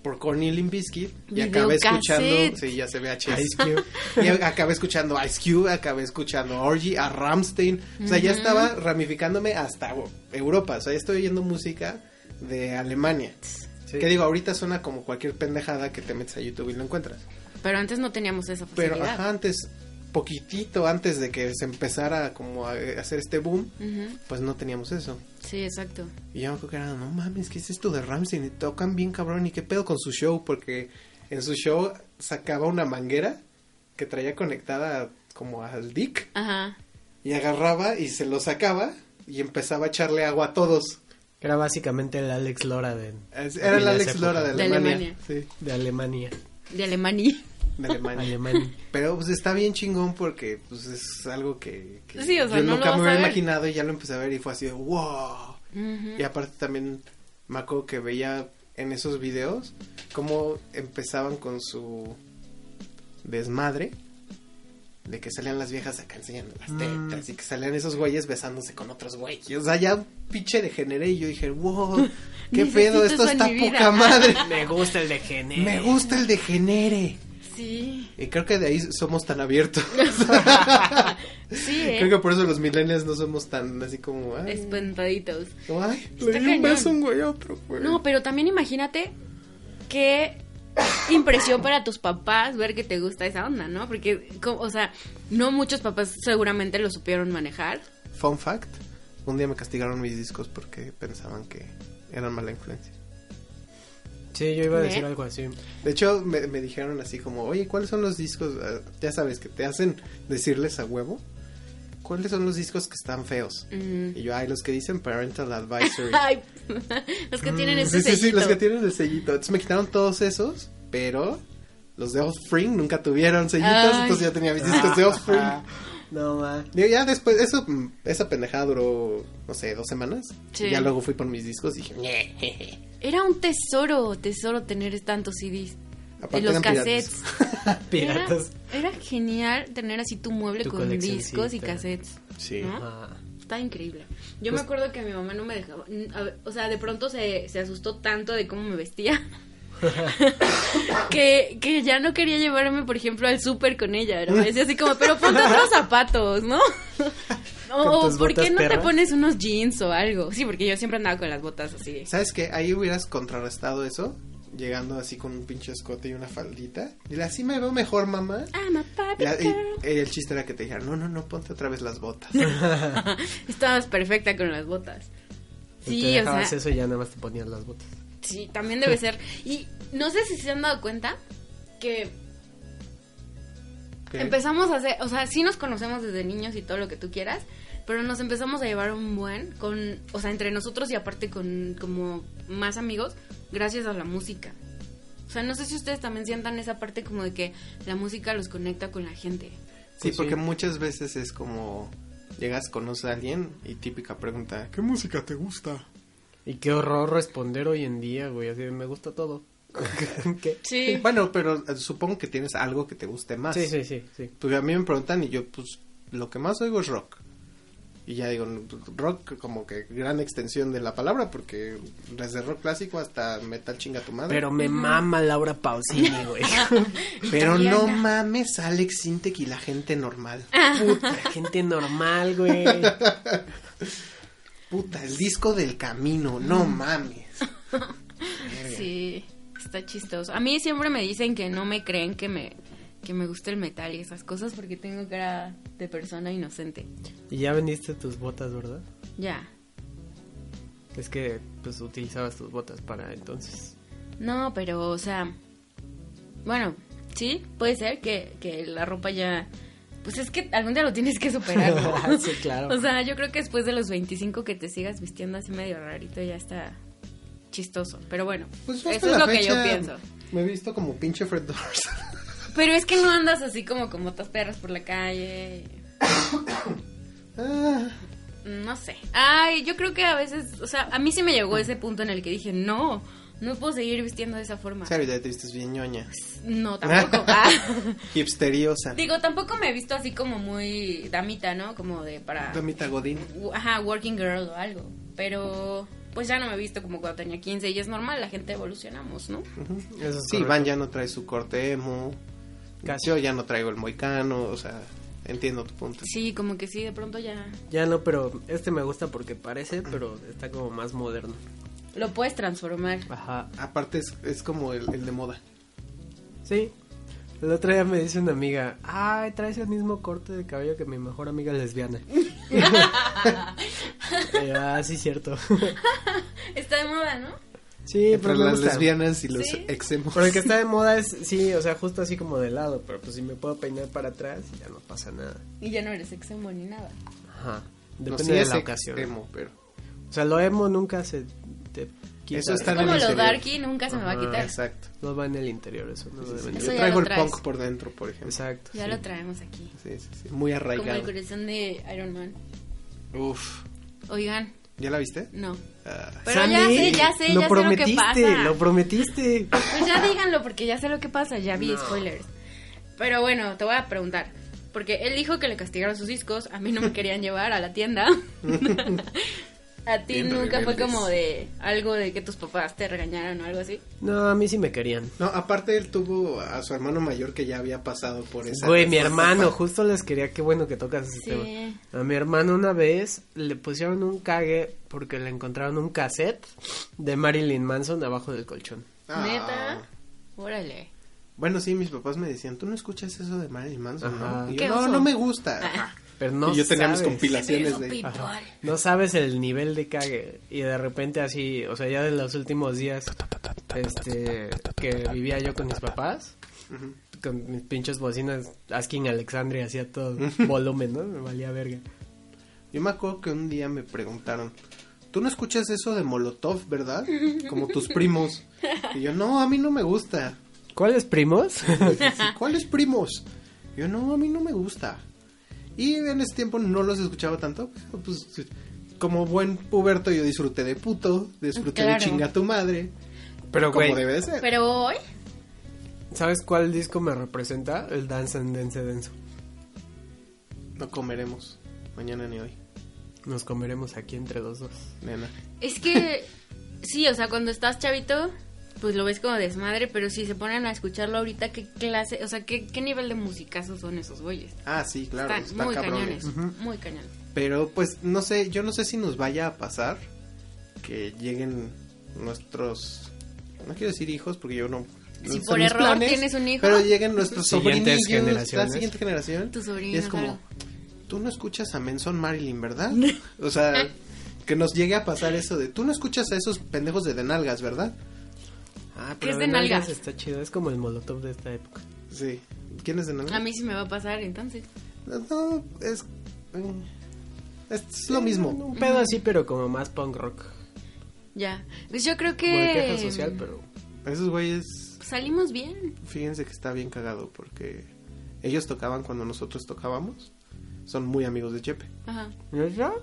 A: por Korn y Limp Bizkit y acabé escuchando,
B: Videocassette.
A: sí, ya se ve
C: Ice Cube.
A: y a- acabé escuchando Ice Cube, acabé escuchando Orgy, a Ramstein. O sea, ya
B: Ujú.
A: estaba ramificándome hasta o- Europa. O sea, ya estoy oyendo música de Alemania.
C: Sí.
A: Que digo, ahorita suena como cualquier pendejada que te metes a YouTube y lo encuentras.
B: Pero antes no teníamos esa
A: Pero
B: facilidad.
A: ajá, antes, poquitito antes de que se empezara como a eh, hacer este boom,
B: Ujú.
A: pues no teníamos eso.
B: Sí, exacto.
A: Y yo me acuerdo que era, no mames, ¿qué es esto de Ramstein? Y tocan bien cabrón, ¿y qué pedo con su show? Porque en su show sacaba una manguera que traía conectada como al dick
B: Ajá.
A: y agarraba y se lo sacaba y empezaba a echarle agua a todos.
C: Que era básicamente el Alex Lora de,
A: Es- Era el
C: Aquellas
A: Alex
C: épocas.
A: Lora de
B: De
A: Alemania.
B: Alemania.
A: Sí,
C: de Alemania.
B: De Alemania.
A: de Alemania.
C: Alemania.
A: Pero pues está bien chingón porque pues es algo que, que
B: Sí, o sea,
A: yo
B: no lo
A: nunca
B: vas
A: me
B: a
A: hubiera
B: ver.
A: imaginado y ya lo empecé a ver y fue así de wow.
B: Ujú.
A: Y aparte también me acuerdo que veía en esos videos cómo empezaban con su desmadre de que salían las viejas acá enseñando las
C: Mm.
A: tetas y que salían esos güeyes besándose con otros güeyes. O sea, ya pinche degeneré y yo dije, wow, qué
B: Necesito
A: pedo, esto
B: eso en
A: está
B: mi vida".
A: poca madre.
C: Me gusta el de Gene.
A: Me gusta el degenere.
B: Sí.
A: Y creo que de ahí somos tan abiertos.
B: Sí, ¿eh?
A: Creo que por eso los millennials no somos tan así como, ay,
B: Espantaditos.
A: como, ay,
B: Está
A: le di un beso a
B: cañón.
A: un güey a otro, güey.
B: Pues. No, pero también imagínate qué impresión para tus papás ver que te gusta esa onda, ¿no? Porque, co- o sea, no muchos papás seguramente lo supieron manejar.
A: Fun fact, un día me castigaron mis discos porque pensaban que eran mala influencia.
C: Sí, yo iba a decir
B: ¿Eh?
C: algo así.
A: De hecho, me, me dijeron así como, oye, ¿cuáles son los discos? Ah, ya sabes, que te hacen decirles a huevo, ¿cuáles son los discos que están feos?
B: Mm.
A: Y yo, ay, los que dicen Parental Advisory.
B: Ay, los que Ah,
C: Mm,
B: tienen
A: sí,
B: ese
A: sí, sí,
B: sellito.
A: los que tienen el sellito. Entonces me quitaron todos esos, pero los de Offspring nunca tuvieron sellitos,
B: Ay.
A: entonces ya tenía mis discos de Offspring.
C: Ah. No, ma.
A: Digo, ya después, eso, mm, esa pendejada duró, no sé, dos semanas.
B: Sí.
A: Y ya luego fui por mis discos y dije, "Ñe, jeje".
B: Era un tesoro, tesoro tener tantos CDs.
A: Aparte
B: de los
A: eran piratas.
B: cassettes. Era,
C: Piratas.
B: era genial tener así tu mueble
C: Tu
B: con
C: coleccioncita.
B: discos y cassettes.
A: Sí.
B: ¿No?
C: Ah,
B: Está increíble. Yo
C: Pues
B: me acuerdo que mi mamá no me dejaba. n- a ver, O sea, de pronto se, se asustó tanto de cómo me vestía. que, que ya no quería llevarme, por ejemplo, al súper con ella. ¿verdad? Me decía así como, pero ponte otros zapatos, ¿no?
C: Con
B: O,
C: tus
B: ¿por qué
C: botas
B: no te
C: perras.
B: pones unos jeans o algo? Sí, porque yo siempre andaba con las botas así.
A: ¿Sabes qué? Ahí hubieras contrarrestado eso, llegando así con un pinche escote y una faldita. Y así me veo mejor, mamá.
B: I'm a Barbie
A: Y, a- y-
B: girl.
A: y el chiste era que te dijeran, no, no, no, ponte otra vez las botas.
B: Estabas perfecta con las botas.
C: y te
B: Sí, o sea.
C: dejabas eso y ya nada más te ponías las botas.
B: Sí, también debe ser. Y no sé si se han dado cuenta que
A: ¿Qué?
B: empezamos a hacer, o sea, sí nos conocemos desde niños y todo lo que tú quieras, Pero nos empezamos a llevar un buen, con, o sea, entre nosotros y aparte con como más amigos, gracias a la música. O sea, no sé si ustedes también sientan esa parte como de que la música los conecta con la gente.
A: Sí, porque muchas veces es como llegas, conoces a alguien y típica pregunta, ¿qué música te gusta?
C: Y qué horror responder hoy en día, güey. Así de, me gusta todo. ¿Qué?
B: Sí.
A: Bueno, pero eh, supongo que tienes algo que te guste más.
C: Sí, sí, sí, sí.
A: Porque Pues a mí me preguntan y yo, pues, lo que más oigo es rock. Y ya digo, pues, rock como que gran extensión de la palabra, porque desde rock clásico hasta metal chinga tu madre.
C: Pero me mama Laura Pausini, güey.
A: Pero no
B: Italiana.
A: mames, Alex Sintek y la gente normal.
C: Puta, gente normal, güey.
A: Puta, el disco del camino, no
B: Mm.
A: mames. Verga.
B: Sí, está chistoso. A mí siempre me dicen que no me creen que me, que me gusta el metal y esas cosas porque tengo cara de persona inocente.
C: Y ya vendiste tus botas, ¿verdad?
B: Ya.
C: Es que, pues, utilizabas tus botas para entonces.
B: No, pero, o sea, bueno, sí, puede ser que, que la ropa ya... Pues es que algún día lo tienes que superar. ¿no?
C: Sí, claro.
B: O sea, yo creo que después de los 25 que te sigas vistiendo así medio rarito ya está chistoso. Pero bueno,
A: Pues yo
B: eso
A: hasta la
B: es lo que yo
A: fecha
B: pienso.
A: Me he visto como pinche Fred Durst.
B: Pero es que no andas así como con botas perras por la calle.
A: Ah,
B: No sé. Ay, yo creo que a veces, o sea, a mí sí me llegó ese punto en el que dije, no, no puedo seguir vistiendo de esa forma.
A: Sabe, ya te vistes bien ñoña.
B: No, tampoco. Ah.
A: Hipsteriosa.
B: Digo, tampoco me he visto así como muy damita, ¿no? Como de para...
A: Damita Godín.
B: Ajá, working girl o algo. Pero pues ya no me he visto como cuando tenía 15 y es normal, la gente evolucionamos, ¿no?
C: Eso es
A: Sí,
C: correcto.
A: Iván ya no trae su corte emo.
C: Casi.
A: Yo ya no traigo el moicano, o sea, entiendo tu punto.
B: Sí, como que sí, de pronto ya
C: Ya no, pero este me gusta porque parece, pero está como más moderno.
B: lo puedes transformar.
C: Ajá.
A: Aparte es, es como el, el de moda.
C: Sí. El otro día me dice una amiga, ay, traes el mismo corte de cabello que mi mejor amiga lesbiana. Y yo, ah, sí, cierto.
B: Está de moda, ¿no?
C: sí,
A: Entre
C: pero me
A: las
C: gusta.
A: lesbianas y los
B: Sí.
A: exemos.
C: Pero el que está de moda es, sí, o sea, justo así como de lado, pero pues si me puedo peinar para atrás, ya no pasa nada.
B: Y ya no eres exemo ni nada.
C: Ajá.
A: No,
C: Depende
A: sí
C: de
A: es
C: la ocasión.
A: emo, pero
C: O sea, lo emo nunca se te quita.
A: Eso está
B: Es
A: en el
B: como lo
A: interior.
B: darky, nunca se me va a
C: Ajá,
B: quitar.
A: Exacto.
C: No va en el interior, eso no debe
A: Yo
C: venir.
B: Eso ya
A: traigo el
B: lo traes.
A: punk por dentro, por ejemplo.
C: Exacto.
B: Ya
C: sí.
B: lo traemos aquí.
A: Sí, sí, sí. Muy
B: Como el
A: arraigado.
B: corazón de Iron Man.
A: Uf.
B: Oigan,
A: ¿Ya la viste?
B: no.
A: Ah,
B: Pero
C: Sammy,
B: ya sé, ya sé, ya
C: lo
B: sé lo que
C: prometiste,
B: pasa.
C: Lo prometiste.
B: Pues ya díganlo porque ya sé lo que pasa, ya vi spoilers. Pero bueno, te voy a preguntar. Porque él dijo que le castigaron sus discos, a mí no me querían llevar a la tienda. a ti
A: Bien
B: nunca fue
A: rebeldes.
B: como de algo de que tus papás te regañaron o algo así.
C: No, a mí sí me querían.
A: No, aparte él tuvo a su hermano mayor que ya había pasado por esa.
C: Güey, mi hermano, justo les quería, qué bueno que tocas ese
B: Sí.
C: tema. A mi hermano una vez le pusieron un cague porque le encontraron un cassette de Marilyn Manson abajo del colchón.
A: Ah.
B: Neta. Órale.
A: Bueno, sí, mis papás me decían, tú no escuchas eso de Marilyn Manson,
C: Ajá.
A: ¿no? Y
B: Qué
A: yo, no,
B: oso.
A: no me gusta.
B: Ah.
C: Pero no
A: y yo tenía mis
C: sabes.
A: compilaciones de...
B: Pero, people.
C: No sabes el nivel de cague. Y de repente así, o sea, ya de los últimos días este, que vivía yo con mis papás,
A: Ujú.
C: con mis pinches bocinas, Asking Alexandria hacía todo volumen, ¿no? Me valía verga.
A: Yo me acuerdo que un día me preguntaron, tú no escuchas eso de Molotov, ¿verdad? Como tus primos. Y yo, no, a mí no me gusta.
C: ¿Cuáles primos?
A: Sí, ¿Cuáles primos? Yo, no, a mí no me gusta. Y en ese tiempo no los escuchaba tanto. pero, Pues, como buen puberto yo disfruté de puto, disfruté de
B: Claro.
A: chinga tu madre.
C: Pero,
A: Como
C: güey,
A: debe de ser.
B: Pero hoy,
C: ¿sabes cuál disco me representa? El Dance and Dance Denso.
A: No comeremos mañana ni hoy,
C: Nos comeremos aquí entre los dos.
A: nena.
B: es que sí, o sea, cuando estás chavito, pues lo ves como desmadre, pero si se ponen a escucharlo ahorita, ¿qué clase, o sea, qué, qué nivel de musicazos son esos güeyes?
A: Ah, sí, claro,
B: están
A: están
B: muy
A: cabrones.
B: cañones, muy cañones.
A: Pero pues no sé, yo no sé si nos vaya a pasar que lleguen nuestros, no quiero decir hijos porque yo no... no
B: Si
A: están
B: por
A: mis
B: error tienes un hijo.
A: Pero lleguen nuestros
C: Siguientes
A: sobrinillos, la
C: generaciones.
A: siguiente generación.
B: Tus
A: y es
B: sobrinos,
A: como,
B: algo.
A: tú no escuchas a Manson Marilyn, ¿verdad? o sea, que nos llegue a pasar eso de, tú no escuchas a esos pendejos de denalgas, ¿verdad?
C: Ah,
B: pero es de de nalgas nalgas?
C: Está chido, es como el molotov de esta época.
A: Pues Sí. ¿Quién es de
B: A mí sí me va a pasar entonces.
A: No, es... eh, Es lo mismo.
C: Un pedo así, pero como más punk rock.
B: Ya. Pues yo creo
C: Como de queja
B: que.
C: social, pero.
A: Esos güeyes,
B: Salimos bien.
A: fíjense que está bien cagado porque ellos tocaban cuando nosotros tocábamos. Son muy amigos de Chepe.
B: Ajá.
C: ¿Ya?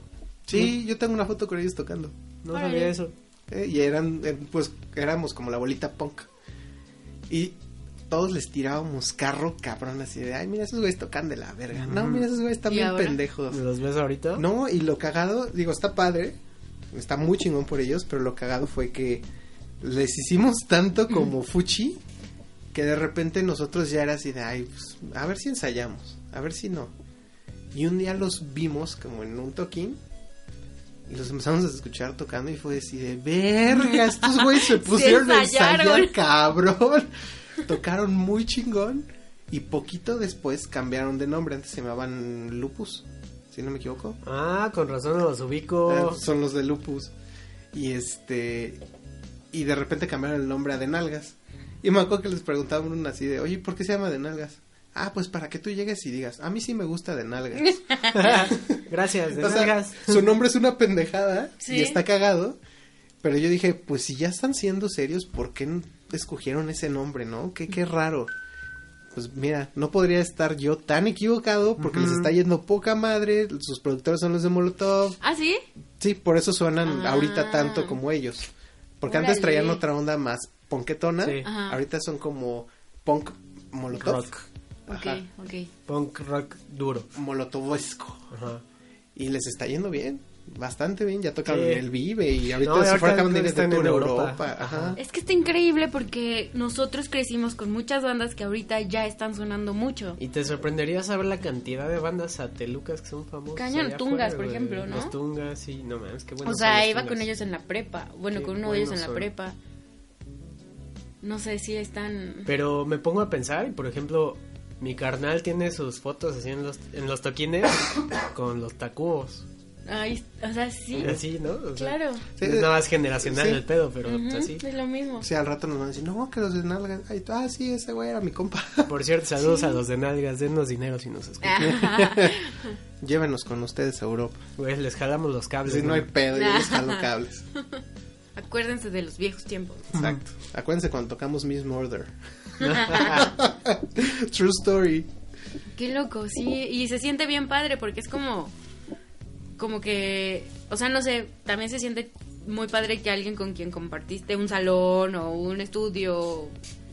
A: Sí, yo tengo una foto con ellos tocando.
C: No
B: Órale.
C: sabía eso.
A: Eh, y eran, eh, pues, éramos como la bolita punk. Y todos les tirábamos carro, cabrón, así de, ay, mira, esos güeyes tocan de la verga. No,
C: Ujú.
A: mira, esos güeyes están
B: ¿Y
A: bien
B: ahora?
A: pendejos.
C: ¿Los ves ahorita?
A: No, y lo cagado, digo, está padre, está muy chingón por ellos, pero lo cagado fue que les hicimos tanto como fuchi que de repente nosotros ya era así de, ay, pues, a ver si ensayamos, a ver si no. Y un día los vimos como en un toquín y los empezamos a escuchar tocando y fue así de, verga, estos güeyes se pusieron a
B: ensayaron".
A: ensayar, cabrón. Tocaron muy chingón y poquito después cambiaron de nombre, antes se llamaban Lupus, si no me equivoco.
C: Ah, con razón los
A: Ah,
C: ubico.
A: Son los de Lupus. Y este. Y de repente cambiaron el nombre a De Nalgas. Y me acuerdo que les preguntaban así de, oye, ¿por qué se llama De Nalgas? Ah, pues para que tú llegues y digas, a mí sí me gusta De Nalgas.
C: Gracias, de
A: O sea,
C: nalgas.
A: su nombre es una pendejada
B: Sí.
A: y está cagado. Pero yo dije, pues si ya están siendo serios, ¿por qué n- escogieron ese nombre, no? Qué, qué raro. Pues mira, no podría estar yo tan equivocado porque les
C: Ujú.
A: está yendo poca madre. Sus productores son los de Molotov.
B: ¿Ah, sí?
A: Sí, por eso suenan
B: Ah.
A: ahorita tanto como ellos. Porque antes
B: Órale.
A: traían otra onda más punketona.
C: Sí.
B: Ajá.
A: Ahorita son como punk molotov.
C: Rock.
B: Ok,
A: Ajá.
B: ok.
C: Punk rock duro.
A: Molotovesco.
C: Ajá.
A: Y les está yendo bien. Bastante bien. Ya tocaron
C: Sí.
A: en el Vive y ahorita
C: No, y
A: se
C: ahorita
A: fueron acaban de ir
C: están
A: de
C: en
A: tour a Europa.
C: Europa.
A: Ajá.
B: Es que está increíble porque nosotros crecimos con muchas bandas que ahorita ya están sonando mucho.
C: Y te sorprendería saber la cantidad de bandas satelucas que son famosas.
B: Cañón,
C: allá
B: Tungas,
C: afuera,
B: por
C: güey.
B: ejemplo, ¿no?
C: Los tungas, sí, no mames, qué bueno.
B: o sea, iba con ellos en la prepa. Bueno,
C: Qué
B: con uno de ellos en
C: buenos
B: la
C: son.
B: prepa. No sé si están.
C: Pero me pongo a pensar, y por ejemplo, mi carnal tiene sus fotos así en los, en los toquines con los tacubos.
B: Ay, o sea, sí.
C: Así, ¿no? O sea,
B: Claro.
A: Sí,
C: es nada más generacional
A: sí.
C: el pedo, pero
B: Ujú,
C: pues, así.
B: Es lo mismo.
A: O sea, al rato nos van a decir, no, que los de nalgas. Ay, tú- ah, sí, ese güey era mi compa.
C: Por cierto, saludos a los de nalgas, dennos dinero si nos escuchan.
A: Llévenos con ustedes a Europa.
B: Ah.
C: Güey, les jalamos los cables.
A: Si no hay pedo, yo
B: Nah.
A: les jalo cables.
B: Acuérdense de los viejos tiempos.
A: Exacto. Acuérdense cuando tocamos Miss Murder. True story.
B: Qué loco, sí. Y se siente bien padre porque es como. Como que. O sea, no sé. También se siente muy padre que alguien con quien compartiste un salón o un estudio,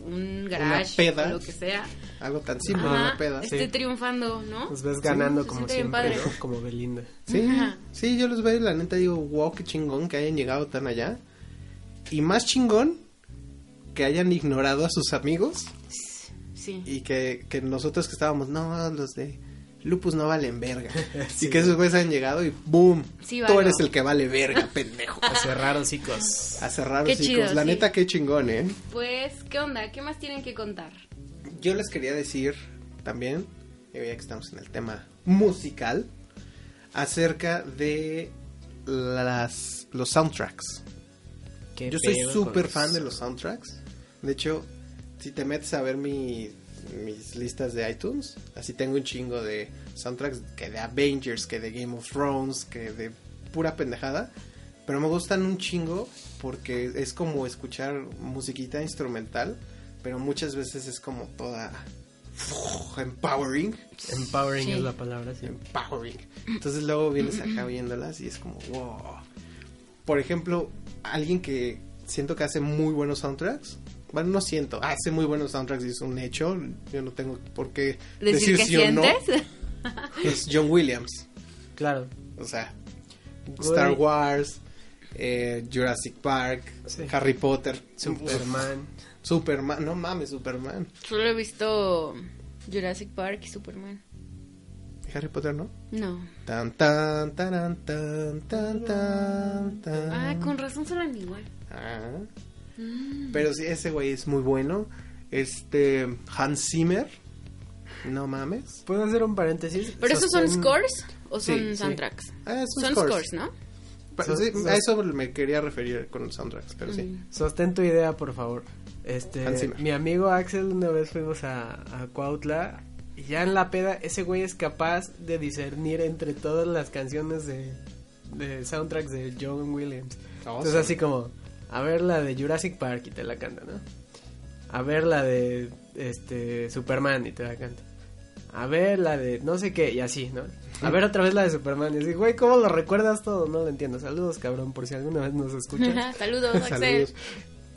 B: un garage,
A: peda.
B: o lo que sea.
A: Algo tan simple,
B: ajá,
A: una peda.
B: esté
C: sí. Pues
B: triunfando, ¿no?
C: Nos ves ganando
B: se
C: como
B: siente bien
C: siempre,
B: padre.
C: ¿no? Como Belinda.
A: Sí,
B: Ajá.
A: sí, yo los veo y la neta digo, wow, qué chingón que hayan llegado tan allá. Y más chingón que hayan ignorado a sus amigos
B: Sí.
A: y que, que nosotros que estábamos, no, los de Lupus no valen verga.
C: Sí.
A: Y que esos güeyes han llegado y boom,
B: Sí,
A: tú
B: valió.
A: eres el que vale verga, pendejo.
C: Cerrar hocicos.
A: A cerrar
B: Qué
A: hocicos.
B: chido,
A: la
B: sí.
A: neta, qué chingón, ¿eh?
B: Pues, ¿qué onda? ¿Qué más tienen que contar?
A: Yo les quería decir también, digo, ya que estamos en el tema musical, acerca de las, los soundtracks.
C: Qué
A: Yo soy
C: pedo con
A: súper
C: los-
A: fan de los soundtracks. De hecho, si te metes a ver mi- mis listas de iTunes, así tengo un chingo de soundtracks que de Avengers, que de Game of Thrones, que de pura pendejada. Pero me gustan un chingo porque es como escuchar musiquita instrumental, pero muchas veces es como toda empowering.
C: Empowering
B: Sí.
C: es la palabra, sí.
A: Empowering. Entonces luego vienes acá viéndolas y es como, wow. Por ejemplo, alguien que siento que hace muy buenos soundtracks. Bueno, no siento, hace muy buenos soundtracks y es un hecho. Yo no tengo por qué decir,
B: ¿Decir, que
A: sí
B: sientes?
A: o no. Es John Williams.
C: Claro.
A: O sea,
C: Güey.
A: Star Wars, eh, Jurassic Park,
C: Sí.
A: Harry Potter,
C: Superman.
A: Superman, no mames, Superman.
B: Solo he visto Jurassic Park y Superman.
A: Harry Potter, ¿no?
B: No.
A: Tan, tan, taran, tan, tan, tan, tan.
B: Ah, con razón suenan igual.
A: Este,
C: ¿Puedo hacer un paréntesis?
B: ¿Pero esos son
C: Sostén-
B: scores o
A: Sí,
B: son
A: sí.
B: soundtracks?
A: Ah, son,
B: Son
A: scores.
B: scores, ¿no?
A: Pero
C: Son-
A: sí,
C: son-
A: a eso me quería referir con los soundtracks, pero sí.
B: Mm.
C: Sostén tu idea, por favor. Este,
A: Hans Zimmer.
C: mi amigo Axel, una vez fuimos a, a Cuautla Y ya en la peda, ese güey es capaz de discernir entre todas las canciones de, de soundtracks de John Williams.
A: Oh,
C: Entonces, así como, a ver la de Jurassic Park y te la canta, ¿no? A ver la de este Superman y te la canta. A ver la de no sé qué y así, ¿no? A ver otra vez la de Superman. Y así, güey, ¿cómo lo recuerdas todo? No lo entiendo. Saludos, cabrón, por si alguna vez nos escuchas.
B: Saludos, Axel.
A: Saludos.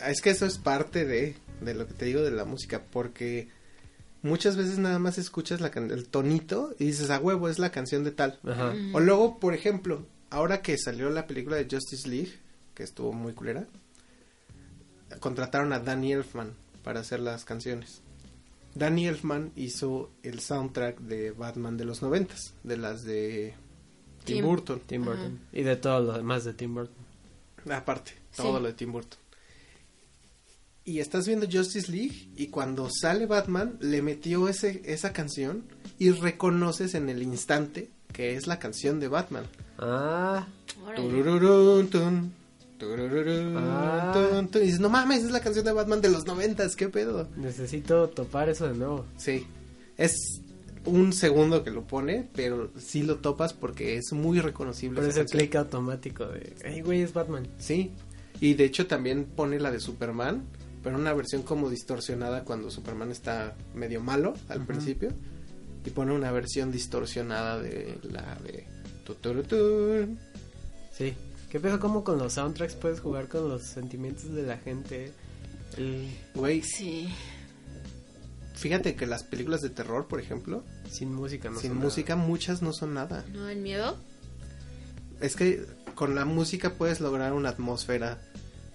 A: Es que eso es parte de, de lo que te digo de la música, porque muchas veces nada más escuchas la can- el tonito y dices, a huevo, es la canción de tal.
C: Ajá.
A: O luego, por ejemplo, ahora que salió la película de Justice League, que estuvo muy culera, contrataron a Danny Elfman para hacer las canciones. Danny Elfman hizo el soundtrack de Batman de los noventas, de las de Tim,
B: Tim.
A: Burton.
C: Tim Burton. Y de todo lo demás de Tim Burton.
A: Aparte,
B: Sí.
A: todo lo de Tim Burton. Y estás viendo Justice League y cuando sale Batman le metió ese, esa canción y reconoces en el instante que es la canción de Batman.
C: Ah,
B: Órale.
A: Turururun, tun, turururun,
C: Ah.
A: tun, tun. Y dices, no mames, es la canción de Batman de los noventas, qué pedo.
C: necesito topar eso de nuevo.
A: Sí, es un segundo que lo pone, pero sí lo topas porque es muy reconocible.
C: Pero
A: esa
C: ese
A: canción.
C: clic automático de, hey, güey, es Batman.
A: Sí, y de hecho también pone la de Superman, pero una versión como distorsionada cuando Superman está medio malo al
C: Ujú.
A: principio. Y pone una versión distorsionada de la de... tuturutun.
C: Sí. ¿Qué pedo como con los soundtracks puedes jugar con los sentimientos de la gente? El
A: Güey,
B: Sí.
A: fíjate que las películas de terror, por ejemplo,
C: sin música, no
A: sin
C: son nada.
A: música muchas no son nada.
B: ¿No el miedo?
A: Es que con la música puedes lograr una atmósfera,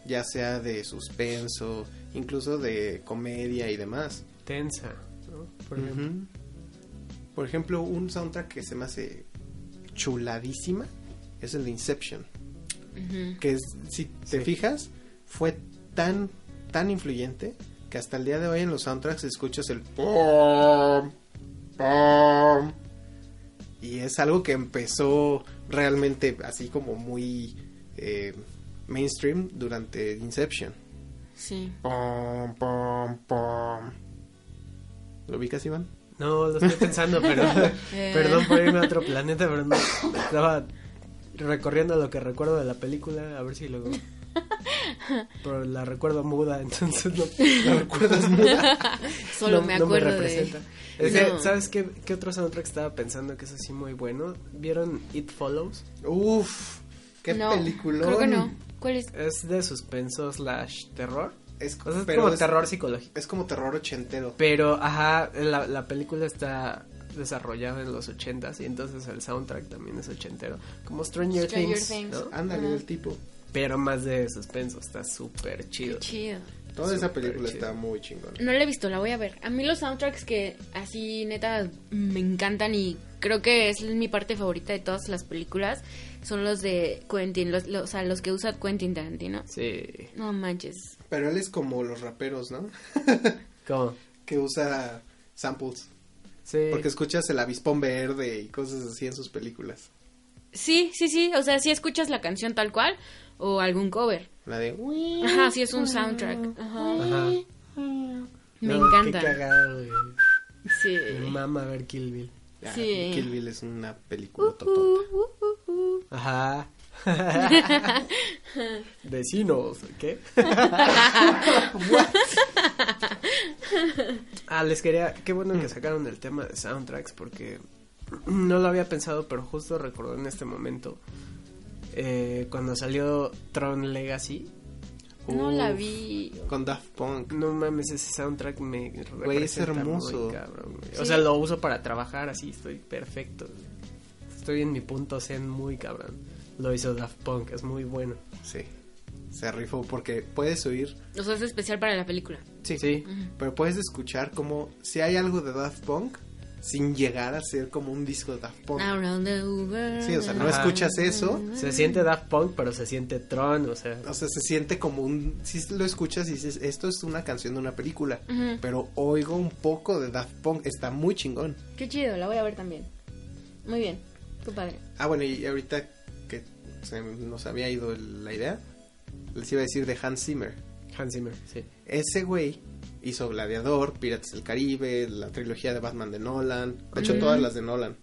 A: ya sea de suspenso, incluso de comedia y demás.
C: Tensa, ¿no? Por
A: Ujú.
C: ejemplo.
A: Por ejemplo, un soundtrack que se me hace chuladísima es el de Inception,
B: Ujú.
A: que es, si te
C: Sí.
A: fijas, fue tan, tan influyente que hasta el día de hoy en los soundtracks escuchas el pom, pom, y es algo que empezó realmente así como muy eh, mainstream durante Inception.
B: Sí.
A: Pom, pom, pom. ¿Lo ubicas, Iván?
C: No, lo estoy pensando, pero
B: Eh.
C: perdón por irme a otro planeta, pero no, estaba recorriendo lo que recuerdo de la película, a ver si luego... Pero la recuerdo muda, entonces no,
A: ¿La recuerdas muda?
B: Solo
C: no-
B: me
C: no
B: acuerdo
C: representa.
B: de...
C: Es que,
B: No.
C: ¿sabes qué, qué otro soundtrack estaba pensando que es así muy bueno? ¿Vieron It Follows?
A: Uf, qué
B: no,
A: peliculón.
B: Creo que no. ¿Cuál es?
C: Es de suspenso slash terror.
A: Es,
C: O sea, es
A: pero
C: como
A: es-
C: terror psicológico.
A: Es como terror ochentero.
C: Pero, ajá, la, la película está desarrollada en los ochentas y entonces el soundtrack también es ochentero. Como Stranger,
B: Stranger
C: Things,
B: Things.
C: ¿no?
A: Ándale,
B: Ajá.
A: el tipo.
C: Pero más de suspenso, está súper
B: Qué
C: chido.
B: chido.
A: Toda esa
C: Súper
A: película
C: chido.
A: está muy chingona.
B: No la he visto, la voy a ver. A mí los soundtracks que así neta me encantan y creo que es mi parte favorita de todas las películas son los de Quentin, los, los- o sea, los que usa Quentin Tarantino.
C: Sí.
B: No manches.
A: Pero él es como los raperos, ¿no?
C: ¿Cómo?
A: que usa samples.
C: Sí.
A: Porque escuchas el avispón verde y cosas así en sus películas.
B: Sí, sí, sí, o sea, si escuchas la canción tal cual o algún cover.
A: La de...
B: Ajá, sí es un soundtrack. Ajá.
C: Ajá.
B: Me
C: No, Qué
B: encanta.
C: cagado, güey.
B: Sí.
A: Mm,
C: Mi mamá ver Kill Bill.
A: Ah,
B: Sí.
A: Kill Bill es una película totota.
B: Uh, uh, uh, uh.
C: Ajá. Vecinos, ¿qué? ah, les quería, qué bueno que sacaron el tema de soundtracks porque no lo había pensado, pero justo recordé en este momento eh, cuando salió Tron Legacy.
B: No la
A: Uf,
B: vi.
A: Con Daft Punk.
C: No mames, ese soundtrack me
A: Güey, es
C: representa muy
A: hermoso.
C: cabrón, güey.
B: Sí.
C: O sea, lo uso para trabajar así, estoy perfecto. Estoy en mi punto zen muy cabrón. Lo hizo Daft Punk, es muy bueno.
A: Sí. Se rifó porque puedes oír
B: O sea, es especial para la película.
A: Sí.
C: Sí.
A: Pero puedes escuchar como si hay algo de Daft Punk sin llegar a ser como un disco de Daft
C: Ah.
A: Punk.
B: Around the world.
A: Sí, o sea, no
C: Ajá.
A: escuchas eso.
C: Se siente Daft Punk, pero se siente Tron, o sea,
A: O sea, se siente como un... Si lo escuchas y dices, esto es una canción de una película.
B: Ujú.
A: Pero oigo un poco de Daft Punk. Está muy chingón.
B: Qué chido, la voy a ver también. Muy bien, qué padre.
A: Ah, bueno, y ahorita que se nos había ido el- la idea, les iba a decir de Hans Zimmer.
C: Hans Zimmer, sí.
A: Ese güey hizo Gladiador, Piratas del Caribe, la trilogía de Batman de Nolan, de hecho
B: Ujú.
A: todas las de Nolan.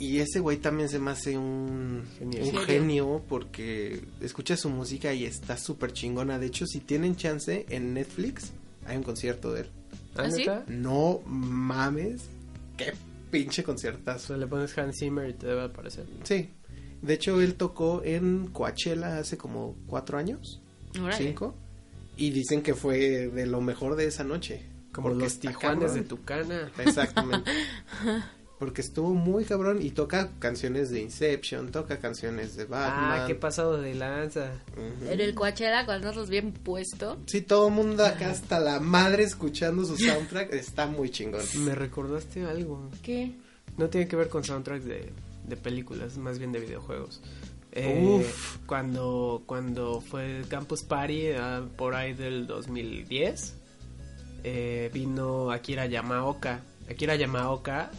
A: Y ese güey también se me hace un
C: Genio.
A: un
B: Genio.
A: genio porque escucha su música y está súper chingona. De hecho, si tienen chance en Netflix, hay un concierto de él.
B: ¿Ah, sí?
C: ¿Neta?
A: No mames, qué pinche
C: O
A: conciertazo.
C: sea, le pones Hans Zimmer y te debe aparecer.
A: Sí. De hecho, él tocó en Coachella hace como cuatro años,
B: Órale.
A: cinco, y dicen que fue de lo mejor de esa noche.
C: Como
A: Porque
C: los
A: está
C: Tijuanes de
A: cabrón.
C: Tucana.
A: Exactamente. Porque estuvo muy cabrón y toca canciones de Inception, toca canciones de Batman.
C: Ah, qué pasado de lanza.
A: Ujú.
B: Pero el Coachella, cuando los bien puesto.
A: Sí, todo el mundo acá hasta la madre escuchando su soundtrack. Está muy chingón.
C: Me recordaste algo.
B: ¿Qué?
C: No tiene que ver con soundtracks de, de películas, más bien de videojuegos. Eh,
A: Uf.
C: Cuando, cuando fue el Campus Party, ah, por ahí del 2010, eh, vino Akira Yamaoka. Akira Yamaoka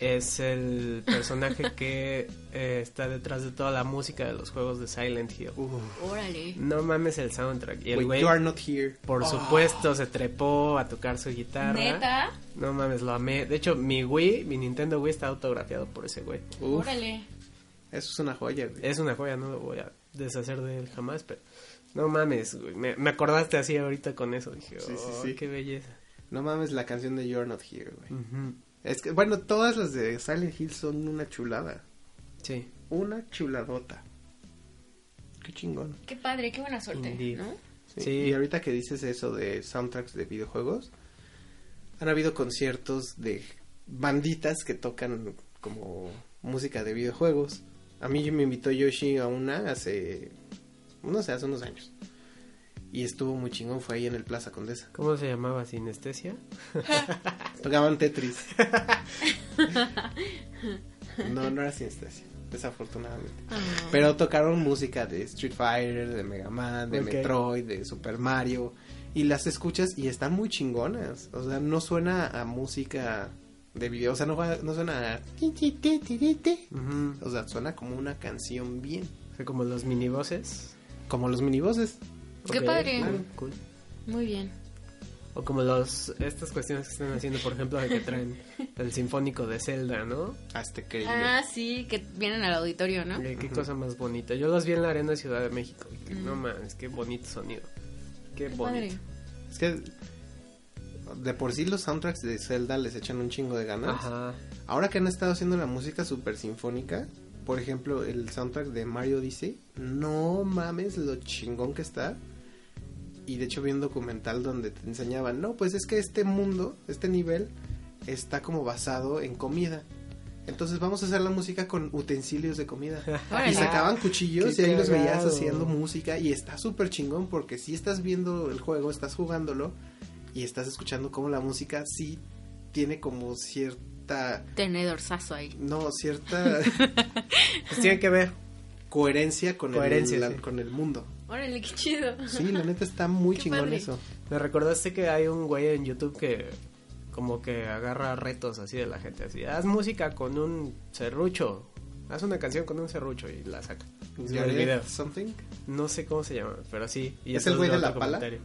C: es el personaje que eh, está detrás de toda la música de los juegos de Silent Hill.
A: Uf.
B: Órale.
C: No mames el soundtrack. Y el
A: Wait,
C: güey,
A: you are not here.
C: por
A: Oh.
C: supuesto, se trepó a tocar su guitarra.
B: ¿Neta?
C: No mames, lo amé. De hecho, mi Wii, mi Nintendo Wii está autografiado por ese güey.
A: Uf,
B: Órale.
A: eso es una joya, güey.
C: Es una joya, no lo voy a deshacer de él jamás, pero... No mames, güey. Me, me acordaste así ahorita con eso. Dije,
A: Sí, sí,
C: "Oh,
A: sí.
C: qué belleza.
A: No mames la canción de You are not here, güey. Es que, bueno, todas las de Silent Hill son una chulada.
C: Sí.
A: Una chuladota. Qué chingón.
B: Qué padre, qué buena suerte,
C: Indeed.
B: ¿no?
A: Sí,
C: Sí.
A: Y ahorita que dices eso de soundtracks de videojuegos, han habido conciertos de banditas que tocan como música de videojuegos. A mí me invitó Yoshi a una hace, no sé, hace unos años. Y estuvo muy chingón, fue ahí en el Plaza Condesa.
C: ¿Cómo se llamaba? ¿Sinestesia?
A: Tocaban Tetris. no, no era sinestesia, desafortunadamente.
B: Ah.
A: Pero tocaron música de Street Fighter, de Mega Man, de
C: Ok.
A: Metroid, de Super Mario. Y las escuchas y están muy chingonas. O sea, no suena a música de video. O sea, no, va- no suena a...
C: Ujú.
A: O sea, suena como una canción bien.
C: O sea, como los minivoces.
A: Como los minivoces.
B: Qué
C: Ok,
B: padre.
C: cool, cool.
B: Muy bien.
C: O como los... Estas cuestiones que están haciendo, por ejemplo, de que traen el sinfónico de Zelda, ¿no?
A: Hasta que...
B: Ah, sí, que vienen al auditorio, ¿no?
C: Oye, qué cosa más bonita. Yo los vi en la arena de Ciudad de México. y que, No mames, qué bonito sonido. Qué,
B: Qué
C: bonito.
B: padre.
A: Es que... De por sí los soundtracks de Zelda les echan un chingo de ganas.
C: Ajá.
A: Ahora que han estado haciendo la música super sinfónica, por ejemplo, el soundtrack de Mario Odyssey, no mames lo chingón que está. Y de hecho vi un documental donde te enseñaban, no, pues es que este mundo, este nivel, está como basado en comida. Entonces vamos a hacer la música con utensilios de comida.
B: Órale.
A: y sacaban cuchillos
C: Qué
A: y ahí los veías
C: cagado.
A: haciendo música y está súper chingón porque si estás viendo el juego, estás jugándolo y estás escuchando cómo la música sí tiene como cierta
B: Tenedorzazo ahí.
A: no cierta
C: Pues tiene que ver.
A: coherencia con
C: Coherencia,
A: el la-
C: sí.
A: con el mundo.
B: Órale, qué chido.
A: Sí, la neta está muy
B: Qué
A: chingón
B: padre.
A: eso.
C: Me recordaste que hay un güey en YouTube que como que agarra retos así de la gente. Así, haz música con un serrucho. Haz una canción con un serrucho y la saca. Y sube el
A: Jared
C: video.
A: something.
C: No sé cómo se llama, pero sí. Y
A: ¿Es
C: eso
A: el güey de
C: otro
A: la pala?
C: comentario.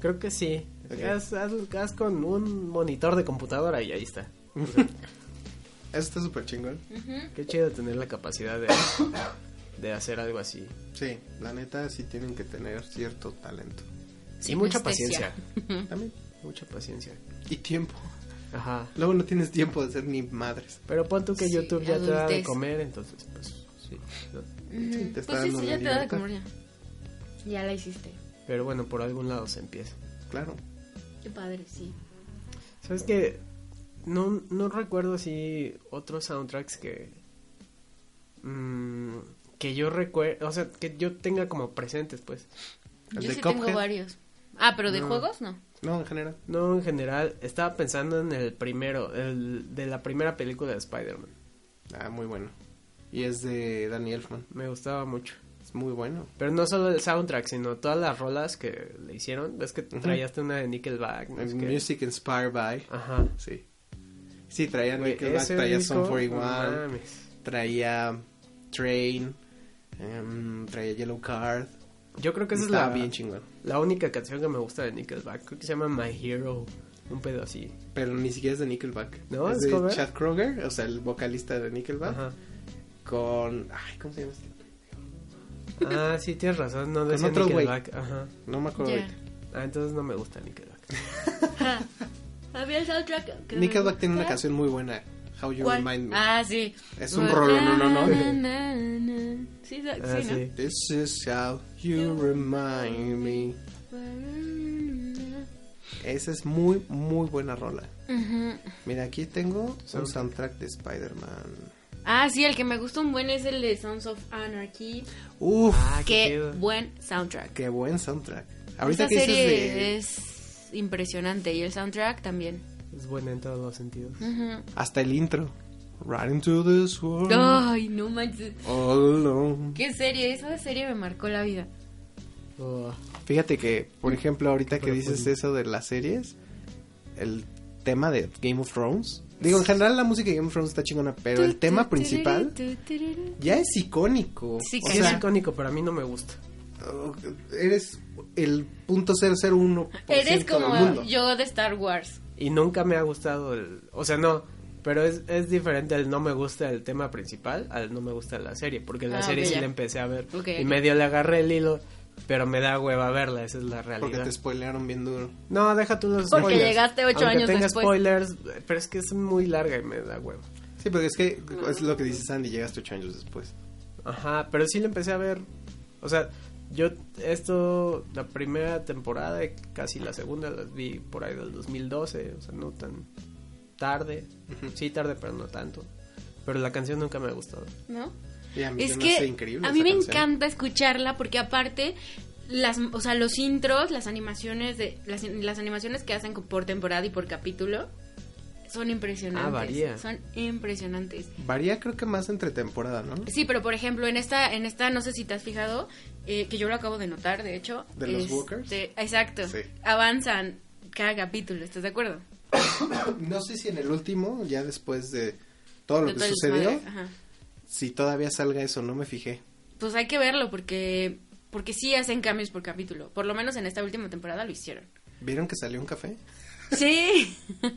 C: Creo que sí.
A: Ok.
C: Haz, haz- haz con un monitor de computadora y ahí está.
A: Eso está súper chingón.
B: Ujú.
C: Qué chido tener la capacidad de, de hacer algo así.
A: Sí, la neta sí tienen que tener cierto talento.
C: y mucha
B: Sinestesia.
C: paciencia.
B: Mm.
A: También.
C: Mucha paciencia.
A: Y tiempo.
C: Ajá.
A: Luego no tienes tiempo de ser ni madres.
C: Pero pon tú que
B: Sí,
C: YouTube ya te da de
B: adultez.
C: comer, entonces, pues, sí. ¿no?
B: Ujú.
A: Sí, te está
B: Pues sí,
A: dando
B: sí,
A: la
B: ya te da de
A: libertad.
B: comer ya. Ya la hiciste.
C: Pero bueno, por algún lado se empieza.
A: Claro.
B: Qué padre, sí.
C: ¿Sabes qué? No, no recuerdo así otros soundtracks que... mm, que yo recuerdo, o sea, que yo tenga como presentes, pues.
A: El
B: Yo
A: de
B: sí
A: Cuphead.
B: tengo varios. Ah, pero de
C: No.
B: juegos no.
A: No, en general.
C: No, en general, estaba pensando en el primero, el de la primera película de Spider-Man.
A: Ah, muy bueno. Y es de Danny Elfman.
C: Me gustaba mucho.
A: Es muy bueno.
C: Pero no solo el soundtrack, sino todas las rolas que le hicieron. Ves que traíaste una de Nickelback. no
A: Eh,
C: sé qué.
A: Music Inspired by.
C: Ajá.
A: Sí. Sí, traía
C: Güey,
A: Nickelback,
C: ese
A: traía
C: disco,
A: Son
C: no
A: 41,
C: mames.
A: traía Train, em, traía Yellow Card.
C: Yo creo que esa es
A: Está
C: la,
A: bien chingón.
C: la única canción que me gusta de Nickelback. Creo que se llama My Hero. Un pedo así.
A: Pero ni siquiera es de Nickelback.
C: ¿No?
A: Es
C: ¿Es
A: de
C: cover?
A: Chad Kroger, o sea, el vocalista de Nickelback.
C: Ajá.
A: Con. Ay, ¿cómo se llama este?
C: Ah, sí, tienes razón. No decía
A: otro güey.
C: Nickelback. Ajá.
A: No me acuerdo
B: Ya.
A: ahorita.
C: Ah, entonces no me gusta Nickelback.
B: Ah, Había el soundtrack. que me
A: Nickelback tiene una
B: gusta.
A: canción muy buena. How You
B: ¿Cuál?
A: Remind Me.
B: Ah, sí.
A: Es un rollo, no, no, no.
B: Na, na, na. Sí, sí,
C: Ah,
B: ¿no?
C: sí.
A: This is how you remind me. Esa es muy, muy buena rola.
B: Ujú.
A: Mira, aquí tengo un
C: Soundtrack.
A: soundtrack de Spider-Man.
B: Ah, sí, el que me gusta un buen es el de Sons of Anarchy.
A: Uf,
C: Ah,
B: Qué
C: pedo.
B: buen soundtrack.
A: qué buen soundtrack. Ahorita
B: Esa
A: que dices
B: serie
A: de...
B: es impresionante y el soundtrack también.
C: Es buena en todos los sentidos.
B: Ujú.
A: Hasta el intro. Right into this world.
B: Ay, no manches.
A: All alone.
B: ¿Qué serie? Esa serie me marcó la vida.
C: Oh,
A: Fíjate que, por ejemplo, ahorita que
C: Pero
A: dices
C: fue-
A: eso de las series, el tema de Game of Thrones. Digo, en general la música de Game of Thrones está chingona, pero el tema principal ya es icónico.
B: Sí,
A: o
C: sí, es
A: sea,
C: icónico, pero a mí no me gusta.
A: eres el punto 001
B: Eres como
A: del mundo.
B: yo de Star Wars.
C: Y nunca me ha gustado el... O sea, no. Pero es, es diferente el no me gusta el tema principal al no me gusta la serie. Porque la
B: Ah,
C: serie
B: ok,
C: sí
B: ya.
C: la empecé a ver.
B: Ok,
C: y
B: ok.
C: medio le agarré el hilo. Pero me da hueva verla, esa es la
A: Porque
C: realidad.
A: te spoilearon bien duro.
C: No, deja tú los
B: Porque
C: spoilers.
B: llegaste ocho
C: Aunque
B: años
C: tenga
B: después.
C: spoilers, pero es que es muy larga y me da hueva.
A: Sí, porque es que es lo que dice Sandy, llegaste ocho años después.
C: Ajá, pero sí la empecé a ver. O sea, yo esto, la primera temporada, y casi la segunda, las vi por ahí del 2012, o sea, no tan tarde. Sí, tarde, pero no tanto. Pero la canción nunca me ha gustado.
B: ¿No?
A: Y a mí
B: Es
A: se me hace
B: que
A: increíble
B: a mí
A: esa
B: me
A: canción.
B: encanta escucharla porque aparte las o sea, los intros, las animaciones de las, las animaciones que hacen por temporada y por capítulo son impresionantes.
C: Ah, varía.
B: Son impresionantes.
A: Varía creo que más entre temporada, ¿no?
B: Sí, pero por ejemplo, en esta en esta no sé si te has fijado eh, que yo lo acabo de notar, de hecho,
A: ¿De los
B: este,
A: walkers?
B: Exacto.
A: Sí.
B: Avanzan cada capítulo, ¿estás de acuerdo?
A: No sé si en el último, ya después de todo lo que
B: Total
A: sucedió,
B: desmadre, ajá.
A: si todavía salga eso, no me fijé.
B: Pues hay que verlo porque porque sí hacen cambios por capítulo. Por lo menos en esta última temporada lo hicieron.
A: ¿Vieron que salió un café?
B: Sí.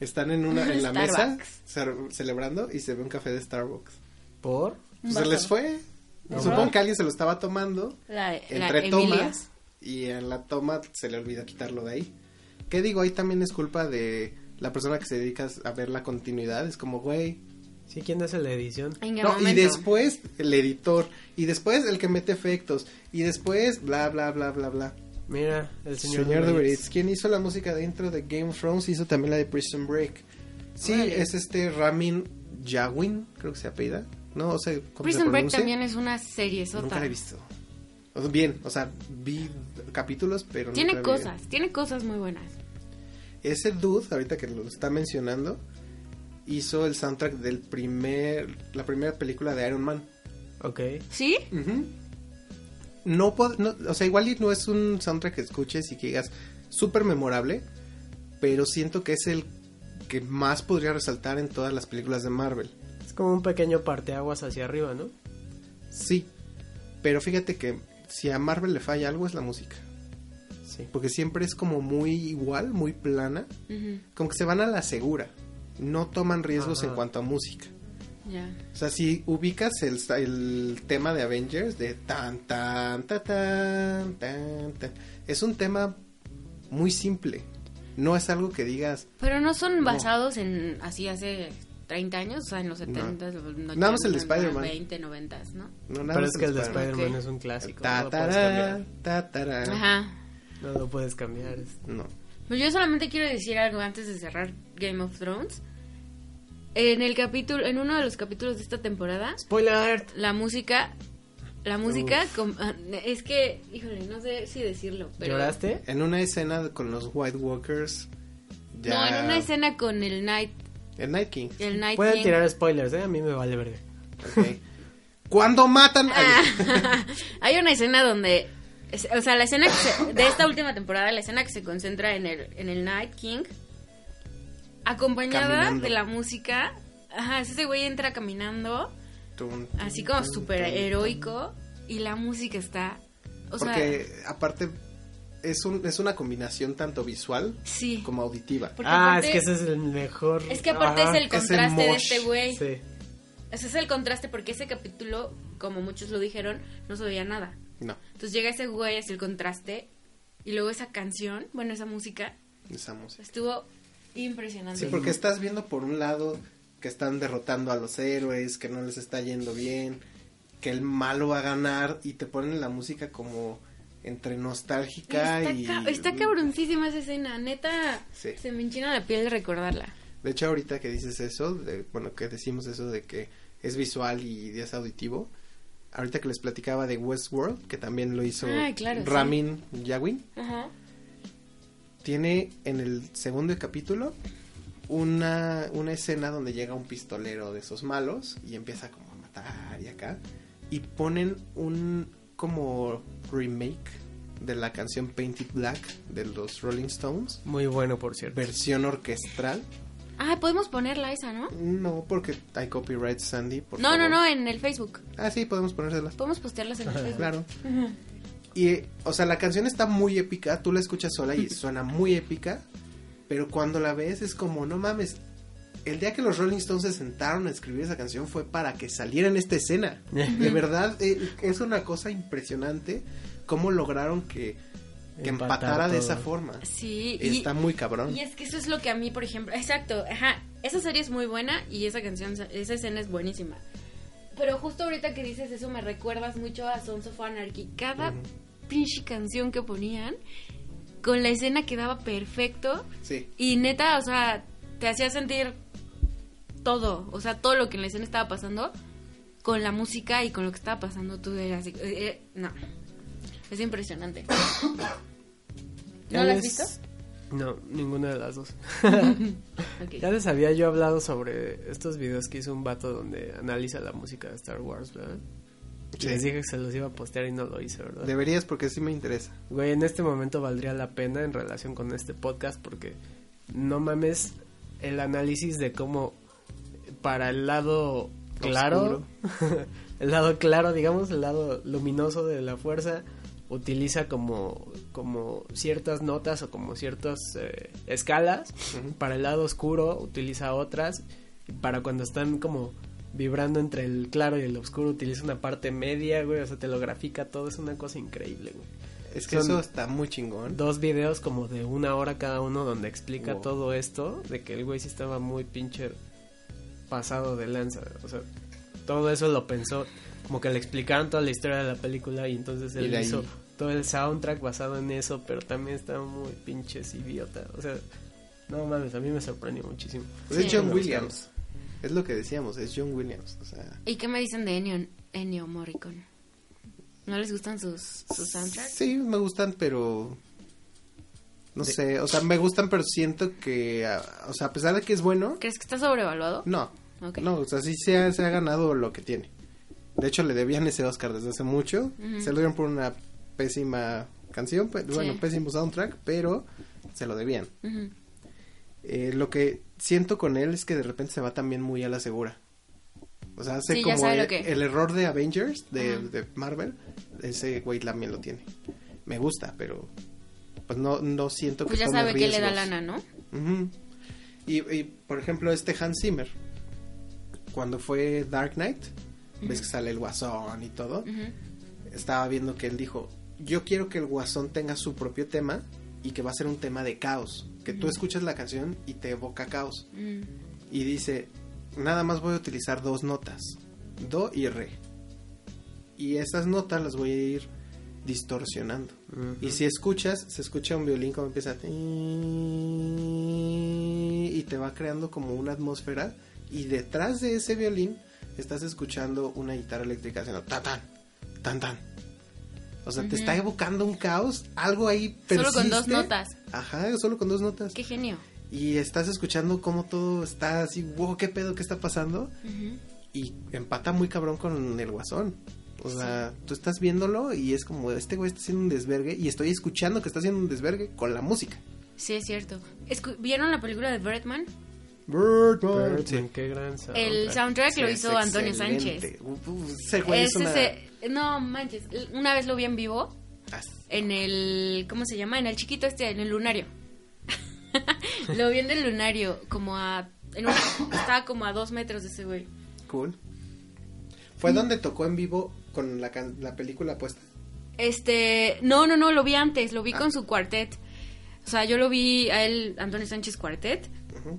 A: Están en una en la mesa
B: Starbucks.
A: ce- celebrando y se ve un café de Starbucks.
C: ¿Por?
A: Pues se
B: Vaso.
A: les fue.
C: No.
A: Supongo que alguien se lo estaba tomando
B: La, la
A: entre
B: Emilia.
A: tomas y en la toma se le olvida quitarlo de ahí. ¿Qué digo? Ahí también es culpa de la persona que se dedica a ver la continuidad. Es como, güey.
C: Sí, ¿quién hace la edición?
B: ¿En qué
A: No, y
B: momento?
A: después el editor. Y después el que mete efectos. Y después bla, bla, bla, bla, bla.
C: Mira, el señor,
A: Señor
C: de
A: de
C: Brits.
A: Brits, quien hizo la música de intro de Game of Thrones, hizo también la de Prison Break. Sí,
B: Órale.
A: es este Ramin Jawin, creo que se apellida. No, o sea, ¿cómo se
B: Prison Break
A: pronuncia?
B: también es una serie sota.
A: Nunca la he visto. O sea, bien, o sea, vi capítulos, pero nunca
B: Tiene
A: la vi.
B: cosas, tiene cosas muy buenas.
A: Ese dude, ahorita que lo está mencionando, hizo el soundtrack del primer, la primera película de Iron Man.
C: Ok.
B: ¿Sí?
A: Ujú. no, pod- no, o sea, igual y no es un soundtrack que escuches y que digas súper memorable, pero siento que es el que más podría resaltar en todas las películas de Marvel.
C: Es como un pequeño parteaguas hacia arriba, ¿no?
A: Sí, pero fíjate que si a Marvel le falla algo es la música,
C: Sí.
A: porque siempre es como muy igual, muy plana,
B: Ujú,
A: como que se van a la segura, no toman riesgos
C: Ajá.
A: en cuanto a música.
B: Ya.
A: O sea, si ubicas el, el tema de Avengers de tan tan ta, tan tan tan, es un tema muy simple. No es algo que digas.
B: Pero no son
A: No.
B: basados en así hace 30 años, o sea, en los 70s, los 80s,
A: Nada más el de Spider-Man.
B: 20, 90, ¿no?
A: No, nada
C: Pero
A: más
C: es que el de
A: Spider-Man.
C: Spider-Man
B: Ok.
C: es un clásico.
A: Ta,
C: No lo puedes
A: tará,
C: cambiar.
A: ta, tará.
B: Ajá.
C: No lo puedes cambiar. es-
A: No.
B: Pues yo solamente quiero decir algo antes de cerrar Game of Thrones. En el capítulo, en uno de los capítulos de esta temporada,
C: Spoiler alert.
B: la música, la música, com- ah, es que, híjole, no sé si decirlo, pero...
C: ¿Lloraste?
A: En una escena con los White Walkers.
B: No,
A: ya-
B: en una escena con el Night,
A: El Night King.
B: el Night
C: Pueden
B: King.
C: tirar spoilers, ¿eh? A mí me vale verga.
A: ok. Cuando matan.
B: Ah.
A: Ay,
B: Hay una escena donde, es- o sea, la escena que se- de esta última temporada, la escena que se concentra en el, en el Night King, acompañada
A: Caminando.
B: de la música, ajá, ese güey entra caminando,
A: tun,
B: así como
A: tun,
B: súper
A: tun, tun.
B: heroico, y la música está O sea,
A: porque aparte es, un, es una combinación tanto visual
B: sí.
A: como auditiva.
B: Porque
C: Ah,
B: aparte-
C: es que ese es el mejor.
B: Es que aparte
C: Ajá.
B: es el
A: es el
B: contraste de
A: mosh,
B: este güey.
C: Sí.
B: Ese es el contraste porque ese capítulo, como muchos lo dijeron, no se veía nada.
A: No,
B: Entonces llega ese güey, es el contraste. Y luego esa canción, bueno, esa música,
A: esa música.
B: estuvo impresionante.
A: Sí, porque estás viendo por un lado que están derrotando a los héroes, que no les está yendo bien, que el malo va a ganar y te ponen la música como entre nostálgica
B: Está,
A: y...
B: ca- está cabroncísima esa escena, neta.
A: Sí.
B: Se me enchina la piel de recordarla.
A: De hecho, ahorita que dices eso, de- bueno, que decimos eso de que es visual y es auditivo, ahorita que les platicaba de Westworld, que también lo hizo
B: Ah, claro, sí.
A: Ramin Yawin,
B: Ajá.
A: tiene en el segundo capítulo una, una escena donde llega un pistolero de esos malos y empieza como a matar y acá. Y ponen un como remake de la canción Painted Black de los Rolling Stones,
C: Muy bueno, por cierto.
A: versión orquestral.
B: Ah, podemos ponerla esa, ¿no?
A: No, porque hay copyright Sandy. por
B: no, no,
A: favor.
B: no, en el Facebook.
A: Ah, sí, podemos ponérselas.
B: Podemos postearlas en el Facebook.
A: Claro. Y, eh, o sea, la canción está muy épica, tú la escuchas sola y suena muy épica, pero cuando la ves es como, no mames, el día que los Rolling Stones se sentaron a escribir esa canción fue para que saliera en esta escena. De verdad, eh, es una cosa impresionante cómo lograron que, que
C: Empatar
A: empatara de
C: todo.
A: esa forma.
B: Sí, y,
A: Está muy cabrón.
B: y es que eso es lo que a mí, por ejemplo, exacto, ajá, esa serie es muy buena y esa canción, esa escena es buenísima. Pero justo ahorita que dices eso me recuerdas mucho a Sons of Anarchy. Cada
A: Ujú.
B: pinche canción que ponían con la escena quedaba perfecto
A: Sí.
B: y neta, o sea, te hacía sentir todo, o sea, todo lo que en la escena estaba pasando con la música y con lo que estaba pasando tú eras así, eh, eh, no. Es impresionante. ¿No la has visto?
C: les- No, ninguna de las dos.
B: Ok.
C: Ya les había yo hablado sobre estos videos que hizo un vato donde analiza la música de Star Wars, ¿verdad? Y
A: Sí.
C: Les dije que se los iba a postear y no lo hice, ¿verdad?
A: Deberías porque sí me interesa.
C: Güey, en este momento valdría la pena en relación con este podcast porque no mames el análisis de cómo para el lado claro, el lado claro, digamos, el lado luminoso de la fuerza utiliza como como ciertas notas o como ciertas eh, escalas,
A: Ujú.
C: para el lado oscuro utiliza otras, y para cuando están como vibrando entre el claro y el oscuro utiliza una parte media, güey, o sea, te lo grafica todo, es una cosa increíble, güey
A: Es que
C: Son-
A: eso está muy chingón.
C: dos videos como de una hora cada uno donde explica
A: Wow.
C: todo esto, de que el güey sí estaba muy pinche pasado de lanza, o sea, todo eso lo pensó, como que le explicaron toda la historia de la película y entonces
A: Y
C: él
A: de ahí-
C: hizo todo el soundtrack basado en eso, pero también está muy pinches idiota, o sea, no mames, a mí me sorprendió muchísimo.
A: Es
B: Sí.
A: John Williams. Es lo que decíamos, es John Williams. O sea,
B: ¿Y qué me dicen de Ennio, Ennio Morricone? ¿No les gustan sus, sus soundtracks?
A: sí, me gustan, pero. No sé, o sea, me gustan, pero siento que. ah, O sea, a pesar de que es bueno,
B: ¿Crees que está sobrevaluado?
A: no.
B: Ok.
A: No, o sea, sí se ha, se ha ganado lo que tiene. De hecho, le debían ese Oscar desde hace mucho.
B: Ujú.
A: Se lo dieron por una pésima canción, pe- bueno, pésimo soundtrack, pero se lo debían.
B: Ujú.
A: Eh, lo que siento con él es que de repente se va también muy a la segura. O sea, hace
B: Sí, ya
A: como
B: sabe
A: el,
B: lo que.
A: el error de Avengers, de,
B: Ajá.
A: de Marvel, ese güey también lo tiene. Me gusta, pero pues no, no siento que
B: Pues ya
A: tome
B: sabe que le da
A: riesgos.
B: lana, ¿no?
A: Ujú. y, y, por ejemplo, este Hans Zimmer, cuando fue Dark Knight, ves que sale el guasón y todo,
B: Ujú.
A: estaba viendo que él dijo, yo quiero que el guasón tenga su propio tema y que va a ser un tema de caos, que tú escuchas la canción y te evoca caos
B: Mm.
A: y dice, nada más voy a utilizar dos notas, do y re. Y esas notas las voy a ir distorsionando.
C: Ujú.
A: Y si escuchas, se escucha un violín como empieza ti- y te va creando como una atmósfera y detrás de ese violín estás escuchando una guitarra eléctrica haciendo tan tan tan tan. O sea, te está evocando un caos, algo ahí
B: Solo con dos
A: persiste.
B: notas.
A: Ajá, solo con dos notas
B: Qué genio.
A: y estás escuchando cómo todo está así, wow, qué pedo, qué está pasando.
B: Ujú.
A: Y empata muy cabrón con el guasón. O sea, tú estás viéndolo y es como, este güey está haciendo un desvergue y estoy escuchando que está haciendo un desvergue con la música.
B: Sí, es cierto. Escu- ¿Vieron la película de Birdman?
A: Birdman.
C: Birdman, qué gran
B: El soundtrack lo hizo Antonio Sánchez.
A: Uh, Ese güey es
B: Ese
A: una-
B: se- No manches, l- una vez lo vi en vivo en el, ¿cómo se llama? En el chiquito este, en el lunario. Lo vi en el lunario, como a, en un- estaba como a dos metros de ese güey.
A: Cool.
B: Mm.
A: ¿Fue donde tocó en vivo con la, can- la película pues, puesta?
B: Este, no, no, no, lo vi antes, lo vi
A: Ah.
B: con su cuartet. O sea, yo lo vi a él, Antonio Sánchez Cuartet.
A: Ujú.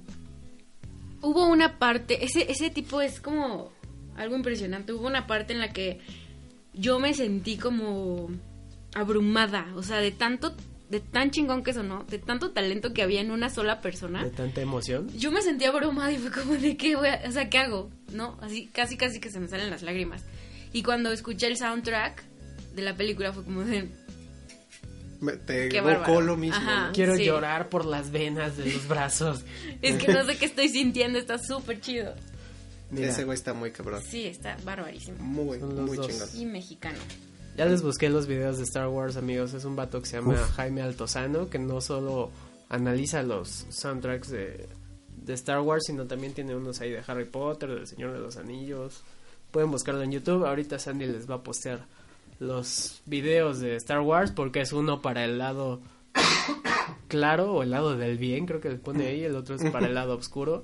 B: Hubo una parte, ese, ese tipo es como algo impresionante. Hubo una parte en la que yo me sentí como abrumada, o sea, de tanto, de tan chingón que sonó, de tanto talento que había en una sola persona.
C: De tanta emoción.
B: Yo me sentía abrumada y fue como de qué voy a- o sea, ¿qué hago? ¿No? Así casi casi que se me salen las lágrimas. Y cuando escuché el soundtrack de la película fue como de
A: Me- Te
B: Qué
A: evocó
B: bárbaro.
A: lo mismo.
B: Ajá.
A: ¿no?
C: Quiero
B: Ah, Sí.
C: llorar por las venas de los brazos.
B: es que no sé qué estoy sintiendo, está súper chido.
C: Mira,
A: Ese güey está muy cabrón.
B: Sí, está barbarísimo.
A: Muy,
C: Son los
A: muy
C: dos.
A: chingón.
B: Y mexicano.
C: ya les busqué los videos de Star Wars, amigos. Es un vato que se llama Jaime Altozano, que no solo analiza los soundtracks de, de Star Wars, sino también tiene unos ahí de Harry Potter, del Señor de los Anillos. Pueden buscarlo en YouTube. Ahorita Sandy les va a postear los videos de Star Wars porque es uno para el lado claro o el lado del bien, creo que le pone ahí, el otro es para el lado oscuro.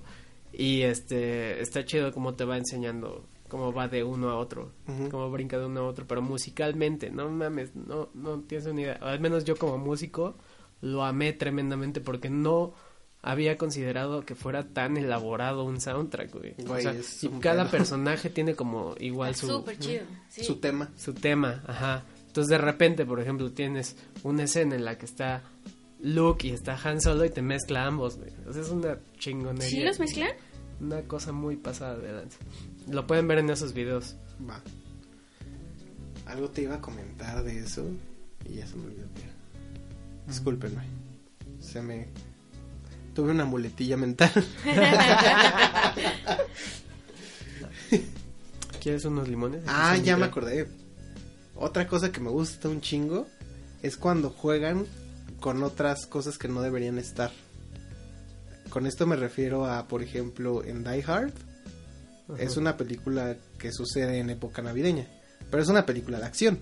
C: Y este está chido cómo te va enseñando, cómo va de uno a otro,
A: Ujú.
C: cómo brinca de uno a otro, pero musicalmente, no mames, no, no tienes ni idea. Al menos yo como músico lo amé tremendamente porque no había considerado que fuera tan elaborado un soundtrack, güey. o
A: Güey,
C: sea,
A: es
C: y
A: un
C: cada
A: pedo.
C: personaje tiene como igual
B: Está
C: su
B: Ah, súper chido. Sí.
A: Su tema.
C: su tema, ajá. Entonces de repente, por ejemplo, tienes una escena en la que está Luke y está Han Solo y te mezcla ambos, güey. O sea, es una chingonería.
B: ¿Sí los mezclan?
C: Una cosa muy pasada de lanza. Lo pueden ver en esos videos.
A: Va. Algo te iba a comentar de eso y ya se me olvidó. tía. Discúlpenme. Se me. Tuve una muletilla mental.
C: ¿Quieres unos limones? Aquí
A: ah,
C: son
A: ya me
C: licor.
A: acordé. Otra cosa que me gusta un chingo es cuando juegan con otras cosas que no deberían estar. Con esto me refiero a, por ejemplo, en Die Hard.
C: Ajá.
A: Es una película que sucede en época navideña. Pero es una película de acción.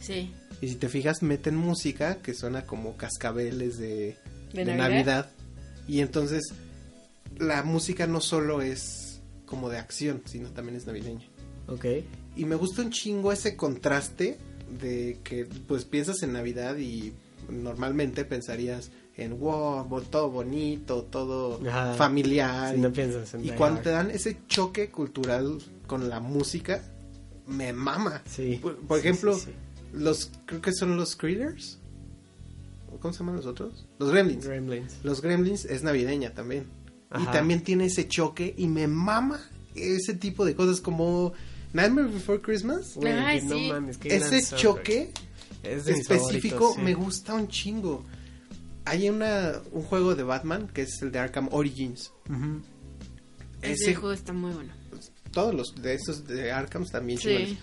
B: Sí.
A: Y si te fijas, meten música que suena como cascabeles de,
B: ¿De
A: de
B: Navidad?
A: Y entonces, la música no solo es como de acción, sino también es navideña.
C: Ok.
A: Y me gusta un chingo ese contraste de que, pues, piensas en Navidad y normalmente pensarías en wow, bo- todo bonito, todo
C: Ajá.
A: familiar.
C: Si no piensas en
A: Ah, y
C: Die
A: cuando
C: Hard.
A: te dan ese choque cultural con la música, me mama.
C: Sí.
A: Por, por
C: Sí,
A: ejemplo,
C: sí, sí.
A: los creo que son los Critters. ¿O ¿Cómo se llaman los otros? Los Gremlins.
C: Gremlins.
A: Los Gremlins es navideña también.
C: Ajá.
A: Y también tiene ese choque y me mama ese tipo de cosas como Nightmare Before Christmas.
C: Güey,
B: Ay,
C: que no
B: sí.
C: mames, qué gran
A: Ese
C: soundtrack.
A: choque
C: Es de mis
A: específico
C: favoritos, sí.
A: me gusta un chingo. Hay una, un juego de Batman que es el de Arkham Origins.
C: Ujú.
B: Ese
A: Ese,
B: juego está muy bueno.
A: todos los de esos de Arkham también chingones.
B: Sí.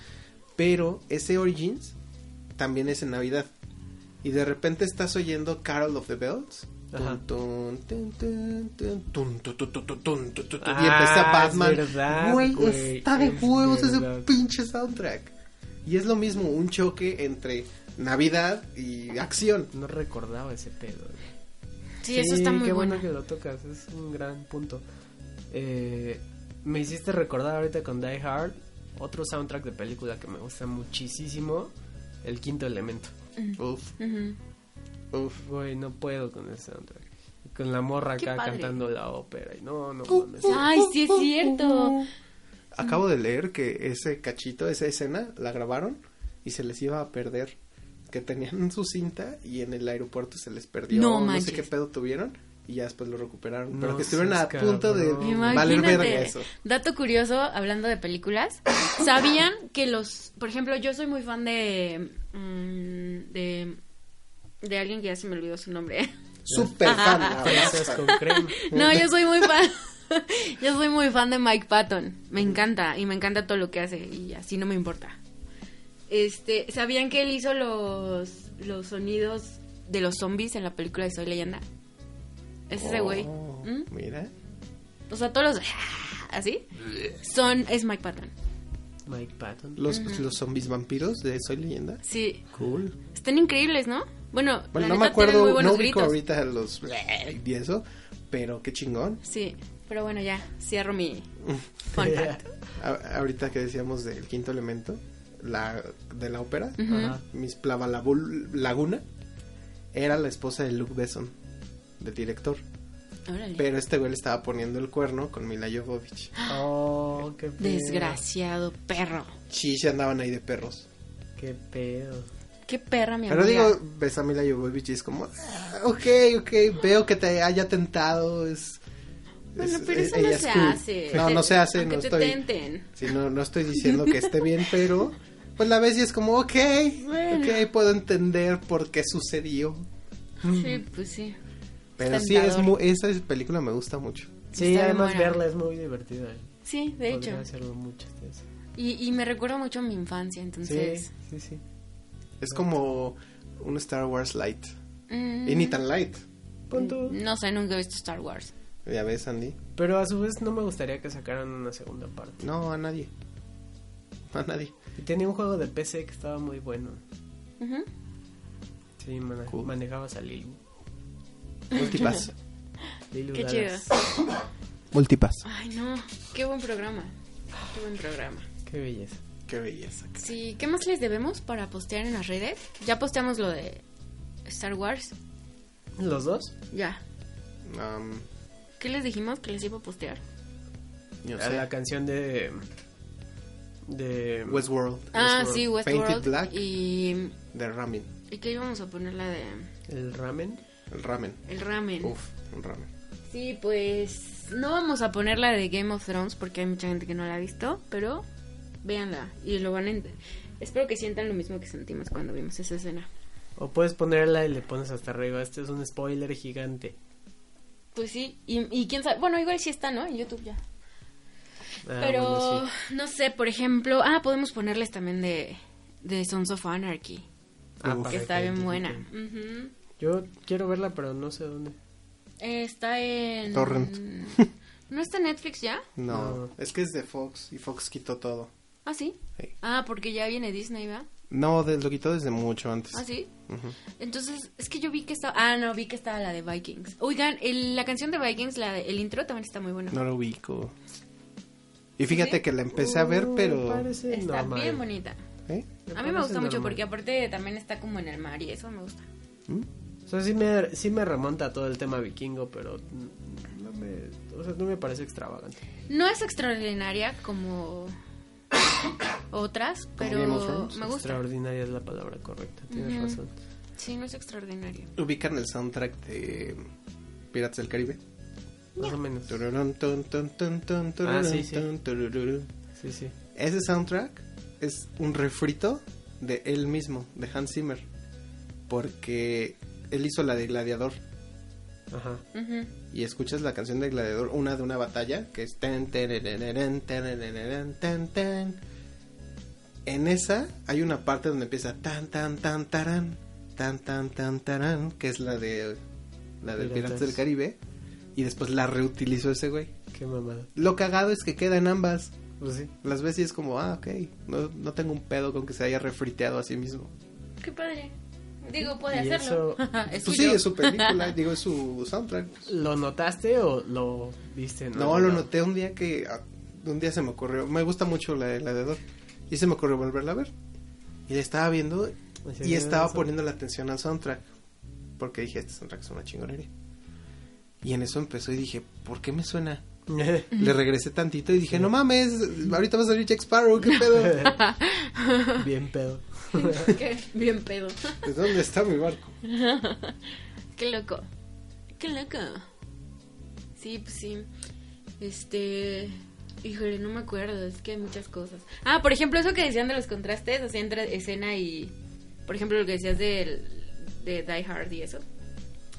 A: Pero ese Origins también es en Navidad. Y de repente estás oyendo Carol of the Bells.
C: Ajá.
A: Tun, tun, tun, tun, tun, tun, tun, tun, tun, tun, tun, tun, Y
C: Ah,
A: empieza
C: es
A: Batman.
C: verdad,
A: Güey,
C: güey,
A: está de
C: es
A: huevos ese
C: verdad.
A: pinche soundtrack. Y es lo mismo, un choque entre Navidad y acción.
C: No recordaba ese pedo. güey.
B: Sí, eso está muy
C: qué
B: bueno.
C: bueno que lo tocas, es un gran punto. Eh, me hiciste recordar ahorita con Die Hard, otro soundtrack de película que me gusta muchísimo, El Quinto Elemento.
A: Uf,
B: Ujú.
A: uf.
C: Güey, no puedo con ese soundtrack. Y Con la morra
B: Qué
C: acá
B: padre. Uh,
C: cantando la ópera y no, no mames.
B: Ay, sí es cierto.
A: Acabo de leer que ese cachito, esa escena, la grabaron y se les iba a perder. Que tenían su cinta y en el aeropuerto se les perdió.
B: No
A: No, sé
B: manches.
A: qué pedo tuvieron y ya después lo recuperaron.
C: No
A: pero que estuvieron a
C: seas
A: punto de
C: cabrón.
A: valer
B: Imagínate.
A: verga eso.
B: Dato curioso, hablando de películas, ¿sabían que los, por ejemplo, yo soy muy fan de mm, de de alguien que ya se me olvidó su nombre.
A: Super fan. la
C: Fresas
A: verdad.
C: con crema.
B: No, yo soy muy fan. Yo soy muy fan de Mike Patton. Me encanta y me encanta todo lo que hace y así no me importa. Este, ¿sabían que él hizo los los sonidos de los zombies en la película de Soy Leyenda? Es ese
A: Oh,
B: güey. ¿Mm?
A: Mira.
B: "Ah", O sea, todos los así son es Mike Patton.
C: Mike Patton.
A: Los, los zombies vampiros de Soy Leyenda.
B: Sí,
A: Cool.
B: están increíbles, ¿no? Bueno,
A: Bueno, no me
B: la neta tienen muy
A: acuerdo, no
B: buenos
A: ubico
B: gritos.
A: ahorita los y eso, pero qué chingón.
B: Sí, pero bueno, ya, cierro mi fun fact.
A: A- ahorita que decíamos del quinto elemento, la de la ópera,
B: Ujú.
C: Ajá.
A: Miss Plavalabul Laguna era la esposa de Luke Besson, del director.
B: Órale.
A: Pero este güey le estaba poniendo el cuerno con Mila Jovovich.
C: Oh, qué pedo.
B: Desgraciado perro.
A: Sí, se andaban ahí de perros.
C: Qué pedo.
B: Qué perra, mi
A: Pero
B: amiga.
A: digo, ves a Mila Jovovich y es como, "Ah, ok, ok, veo que te haya tentado, es...
B: bueno,
A: es-
B: pero
A: e-
B: eso
A: ella
B: no
A: es
B: se
A: cool".
B: hace.
A: No,
B: Te-
A: no se hace,
B: aunque
A: no
B: te
A: estoy...
B: tenten.
A: Sí, no, no estoy diciendo que esté bien, pero pues la ves y es como, ok,
B: Bueno.
A: ok, puedo entender por qué sucedió.
B: Sí, pues sí.
A: Pero
B: Es
A: sí, es
B: tentador.
A: mu- esa es- película me gusta mucho.
B: Está
C: Sí,
B: bien
C: además
B: buena.
C: verla es muy divertida. eh.
B: Sí, de hecho.
C: Podría hacerlo muchas veces.
B: Y, y me recuerda mucho a mi infancia, entonces.
C: Sí, sí, sí.
A: Es como un Star Wars light.
B: mm,
A: Y ni tan light.
C: Punto.
B: No sé, nunca he visto Star Wars.
A: Ya ves, Andy.
C: Pero a su vez no me gustaría que sacaran una segunda parte.
A: No, a nadie. A nadie.
C: Y tenía un juego de PC que estaba muy bueno.
B: Ujú.
C: Sí, mana-
A: Cool.
C: manejabas a Lilu.
A: Multipass.
C: Lilu
B: Qué
C: Dallas.
A: Multipass.
B: Ay, no. Qué buen programa. Qué buen programa.
C: Qué belleza.
A: Qué belleza.
B: Sí, ¿qué más les debemos para postear en las redes? Ya posteamos lo de Star Wars.
C: ¿Los dos?
B: Ya.
A: Um,
B: ¿Qué les dijimos que les iba a postear?
A: yo
C: A la
A: sé.
C: canción de. de.
A: Westworld.
B: Ah,
C: Westworld.
B: sí,
A: Painted
B: Westworld.
A: Black.
B: Y,
A: De ramen.
B: y que íbamos a poner la de
C: El ramen.
A: El ramen.
B: El Ramen.
A: Uf, un ramen.
B: Sí, pues no vamos a poner la de Game of Thrones porque hay mucha gente que no la ha visto, pero véanla y lo van a ent- Espero que sientan lo mismo que sentimos cuando vimos esa escena.
C: O puedes ponerla y le pones hasta arriba. Este es un spoiler gigante.
B: Pues sí, y, y quién sabe, bueno, igual sí está, ¿no? En YouTube ya.
C: Ah,
B: pero
C: bueno,
B: no sé, por ejemplo, ah, podemos ponerles también de de Sons of Anarchy,
C: sí.
A: Uf.
C: Ah, para
B: que está bien
C: identifiquen.
B: buena. Ujú.
C: Yo quiero verla, pero no sé dónde.
B: Eh, Está en
A: Torrent.
B: ¿No está en Netflix ya?
A: No,
C: No.
A: es que es de Fox y Fox quitó todo.
B: Ah, sí.
A: Sí.
B: Ah, porque ya viene Disney, ¿va?
A: No, de- lo quitó desde mucho antes.
B: Ah, sí.
A: Ujú.
B: Entonces, es que yo vi que estaba. Ah, no, vi que estaba la de Vikings. Oigan, el- la canción de Vikings, la, el intro también está muy buena.
A: No lo ubico. Y fíjate
B: ¿Sí?
A: que la empecé a ver,
C: Uh,
A: pero...
C: parece
B: está
C: normal.
B: bien bonita.
A: ¿Eh?
B: A mí me gusta
C: parece
B: mucho
C: normal.
B: porque, aparte, también está como en el mar y eso me gusta.
A: ¿Mm?
C: O sea, sí me, sí me remonta a todo el tema vikingo, pero no me, o sea, no me parece extravagante.
B: No es extraordinaria como otras,
A: Game of
B: pero
A: Thrones?
B: me gusta.
C: Extraordinaria es la palabra correcta, tienes
B: Ujú.
C: razón.
B: Sí, no es extraordinaria.
A: ¿Ubican el soundtrack de Piratas del Caribe?
C: Más o menos.
A: Tururún, tun, tun, tun, tun,
C: Ah,
A: tururún,
C: sí, sí.
A: tun, tururú.
C: Sí, sí.
A: Ese soundtrack es un refrito de él mismo, de Hans Zimmer. Porque él hizo la de Gladiador.
C: Ajá.
B: Ujú.
A: Y escuchas la canción de Gladiador, una de una batalla, que es... tan, tarararán, tarararán, tan, tan. En esa hay una parte donde empieza tan tan tan tarán, tan tan tan tarán, que es la de la de Piratas
C: Piratas.
A: del Caribe, y después la reutilizó ese güey.
C: Qué mamada.
A: Lo cagado es que queda en ambas.
C: Pues sí.
A: Las veces es como, ah, ok, no, no tengo un pedo con que se haya refriteado a sí mismo.
B: Qué padre. Digo, puede
C: Y
B: hacerlo.
C: eso-
B: Es
A: pues
B: suyo.
A: sí, es su película, digo, es su soundtrack. pues.
C: ¿Lo notaste o lo viste? en
A: No,
C: algún
A: lo
C: lado?
A: noté un día que, ah, un día se me ocurrió, me gusta mucho la de Gladiador, y se me ocurrió volverla a ver. Y la estaba viendo
C: Así
A: y
C: que
A: estaba
C: eso.
A: poniendo la atención al soundtrack, porque dije, este soundtrack es una chingonería. Y en eso empezó y dije, ¿por qué me suena? Le regresé tantito y dije, no mames, ahorita va a salir Jack Sparrow, ¿qué pedo?
C: Bien pedo.
B: Qué Bien pedo.
A: ¿De dónde está mi barco?
B: Qué loco. Qué loco. Sí, pues sí. Este. Híjole, no me acuerdo. Es que hay muchas cosas. Ah, por ejemplo, eso que decían de los contrastes, o sea, entre escena y. Por ejemplo, lo que decías del, de Die Hard y eso.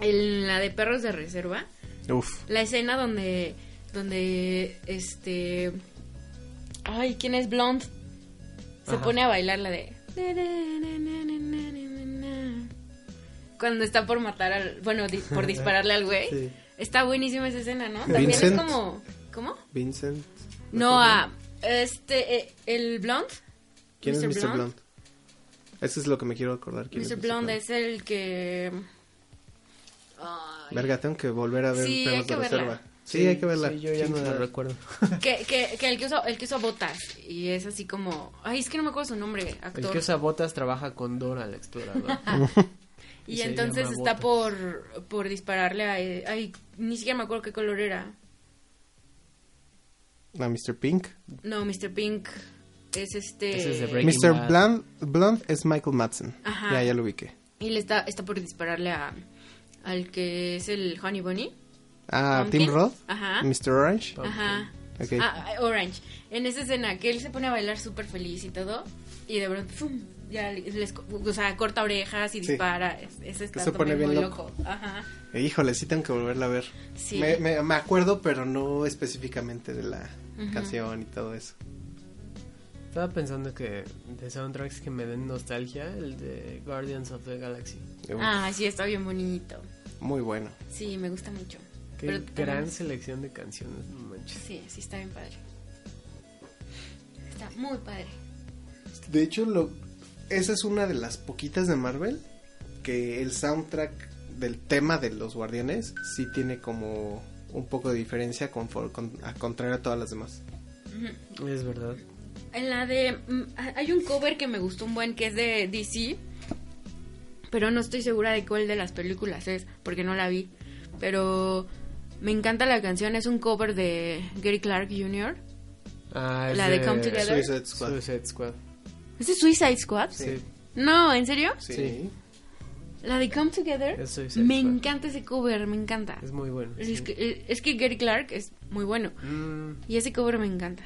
B: En la de Perros de Reserva.
A: Uf.
B: La escena donde. Donde. Este. Ay, ¿quién es Blonde? Se
C: Ajá.
B: pone a bailar la de. Cuando está por matar al. Bueno, di- por dispararle al güey.
C: Sí.
B: Está buenísima esa escena, ¿no? También
A: Vincent.
B: es como. ¿Cómo?
A: Vincent.
B: No, a. Este, eh, el Blonde.
A: ¿Quién
B: Mr.
A: es Mr.
B: Blonde?
A: Blonde? Eso es lo que me quiero acordar. ¿Quién
B: Mr.
A: es
B: Blonde es el que. Ay,
A: Verga, tengo que volver a ver
B: Sí,
A: Perros
B: hay que
A: de
B: verla.
A: Reserva. Sí, hay que verla.
C: Sí, yo ya no la
A: Chingada.
C: recuerdo.
B: que, que, que el que usó, el que usó botas. Y es así como. Ay, es que no me acuerdo su nombre,
C: El
B: actor.
C: que usa botas trabaja con Dora la exploradora.
B: y
C: se
B: entonces
C: llama
B: está
C: Botas.
B: por, por dispararle a. Ay, ni siquiera me acuerdo qué color era.
A: No, Mr. Pink.
B: No, Mr. Pink. Es este.
C: Ese es de Breaking
A: Mr.
C: Bad.
A: Blonde, Blonde es Michael Madsen.
B: Ajá.
A: Ya, ya lo ubiqué.
B: Y le está, está por dispararle a. Al que es el Honey Bunny.
A: Ah,
B: Pumpkin.
A: Tim Roth.
B: Ajá.
A: Mr. Orange.
B: Ajá.
A: Ok.
B: Ah, ah, Orange. En esa escena que él se pone a bailar súper feliz y todo. Y de pronto, ¡fum! Ya les, co- o sea, corta orejas y
A: Sí.
B: dispara. Es- Ese está
A: se pone
B: también
A: bien
B: muy
A: loco.
B: loco. Ajá.
A: Eh, híjole, sí tengo que volverla a ver.
B: Sí.
A: Me, me- me acuerdo, pero no específicamente de la canción y todo eso.
C: Estaba pensando que de soundtracks que me den nostalgia, el de Guardians of the Galaxy.
A: Uf,
B: Ah, sí, está bien bonito.
A: Muy bueno.
B: Sí, me gusta mucho.
C: Qué
B: Pero
C: gran
B: también-
C: selección de canciones, no manches.
B: Sí, sí, está bien padre. Está muy padre.
A: De hecho, lo, esa es una de las poquitas de Marvel que el soundtrack del tema de los guardianes sí tiene como un poco de diferencia con, con- a contrario a todas las demás.
C: Es verdad.
B: En la de. mm, ha- Hay un cover que me gustó un buen que es de DC. Pero no estoy segura de cuál de las películas es, porque no la vi. Pero me encanta la canción. Es un cover de Gary Clark Jr.
C: Ah, es
B: La de Come Together.
A: Suicide Squad.
C: Suicide Squad.
B: ¿Es de Suicide Squad?
C: Sí.
B: No, ¿en serio?
A: Sí.
C: Sí.
B: La de Come Together.
C: Es Suicide
B: Me
C: Squad.
B: encanta ese cover, me encanta.
C: Es muy bueno.
B: Es
C: sí.
B: que, eh, es que Gary Clark es muy bueno.
C: Mm,
B: Y ese cover me encanta.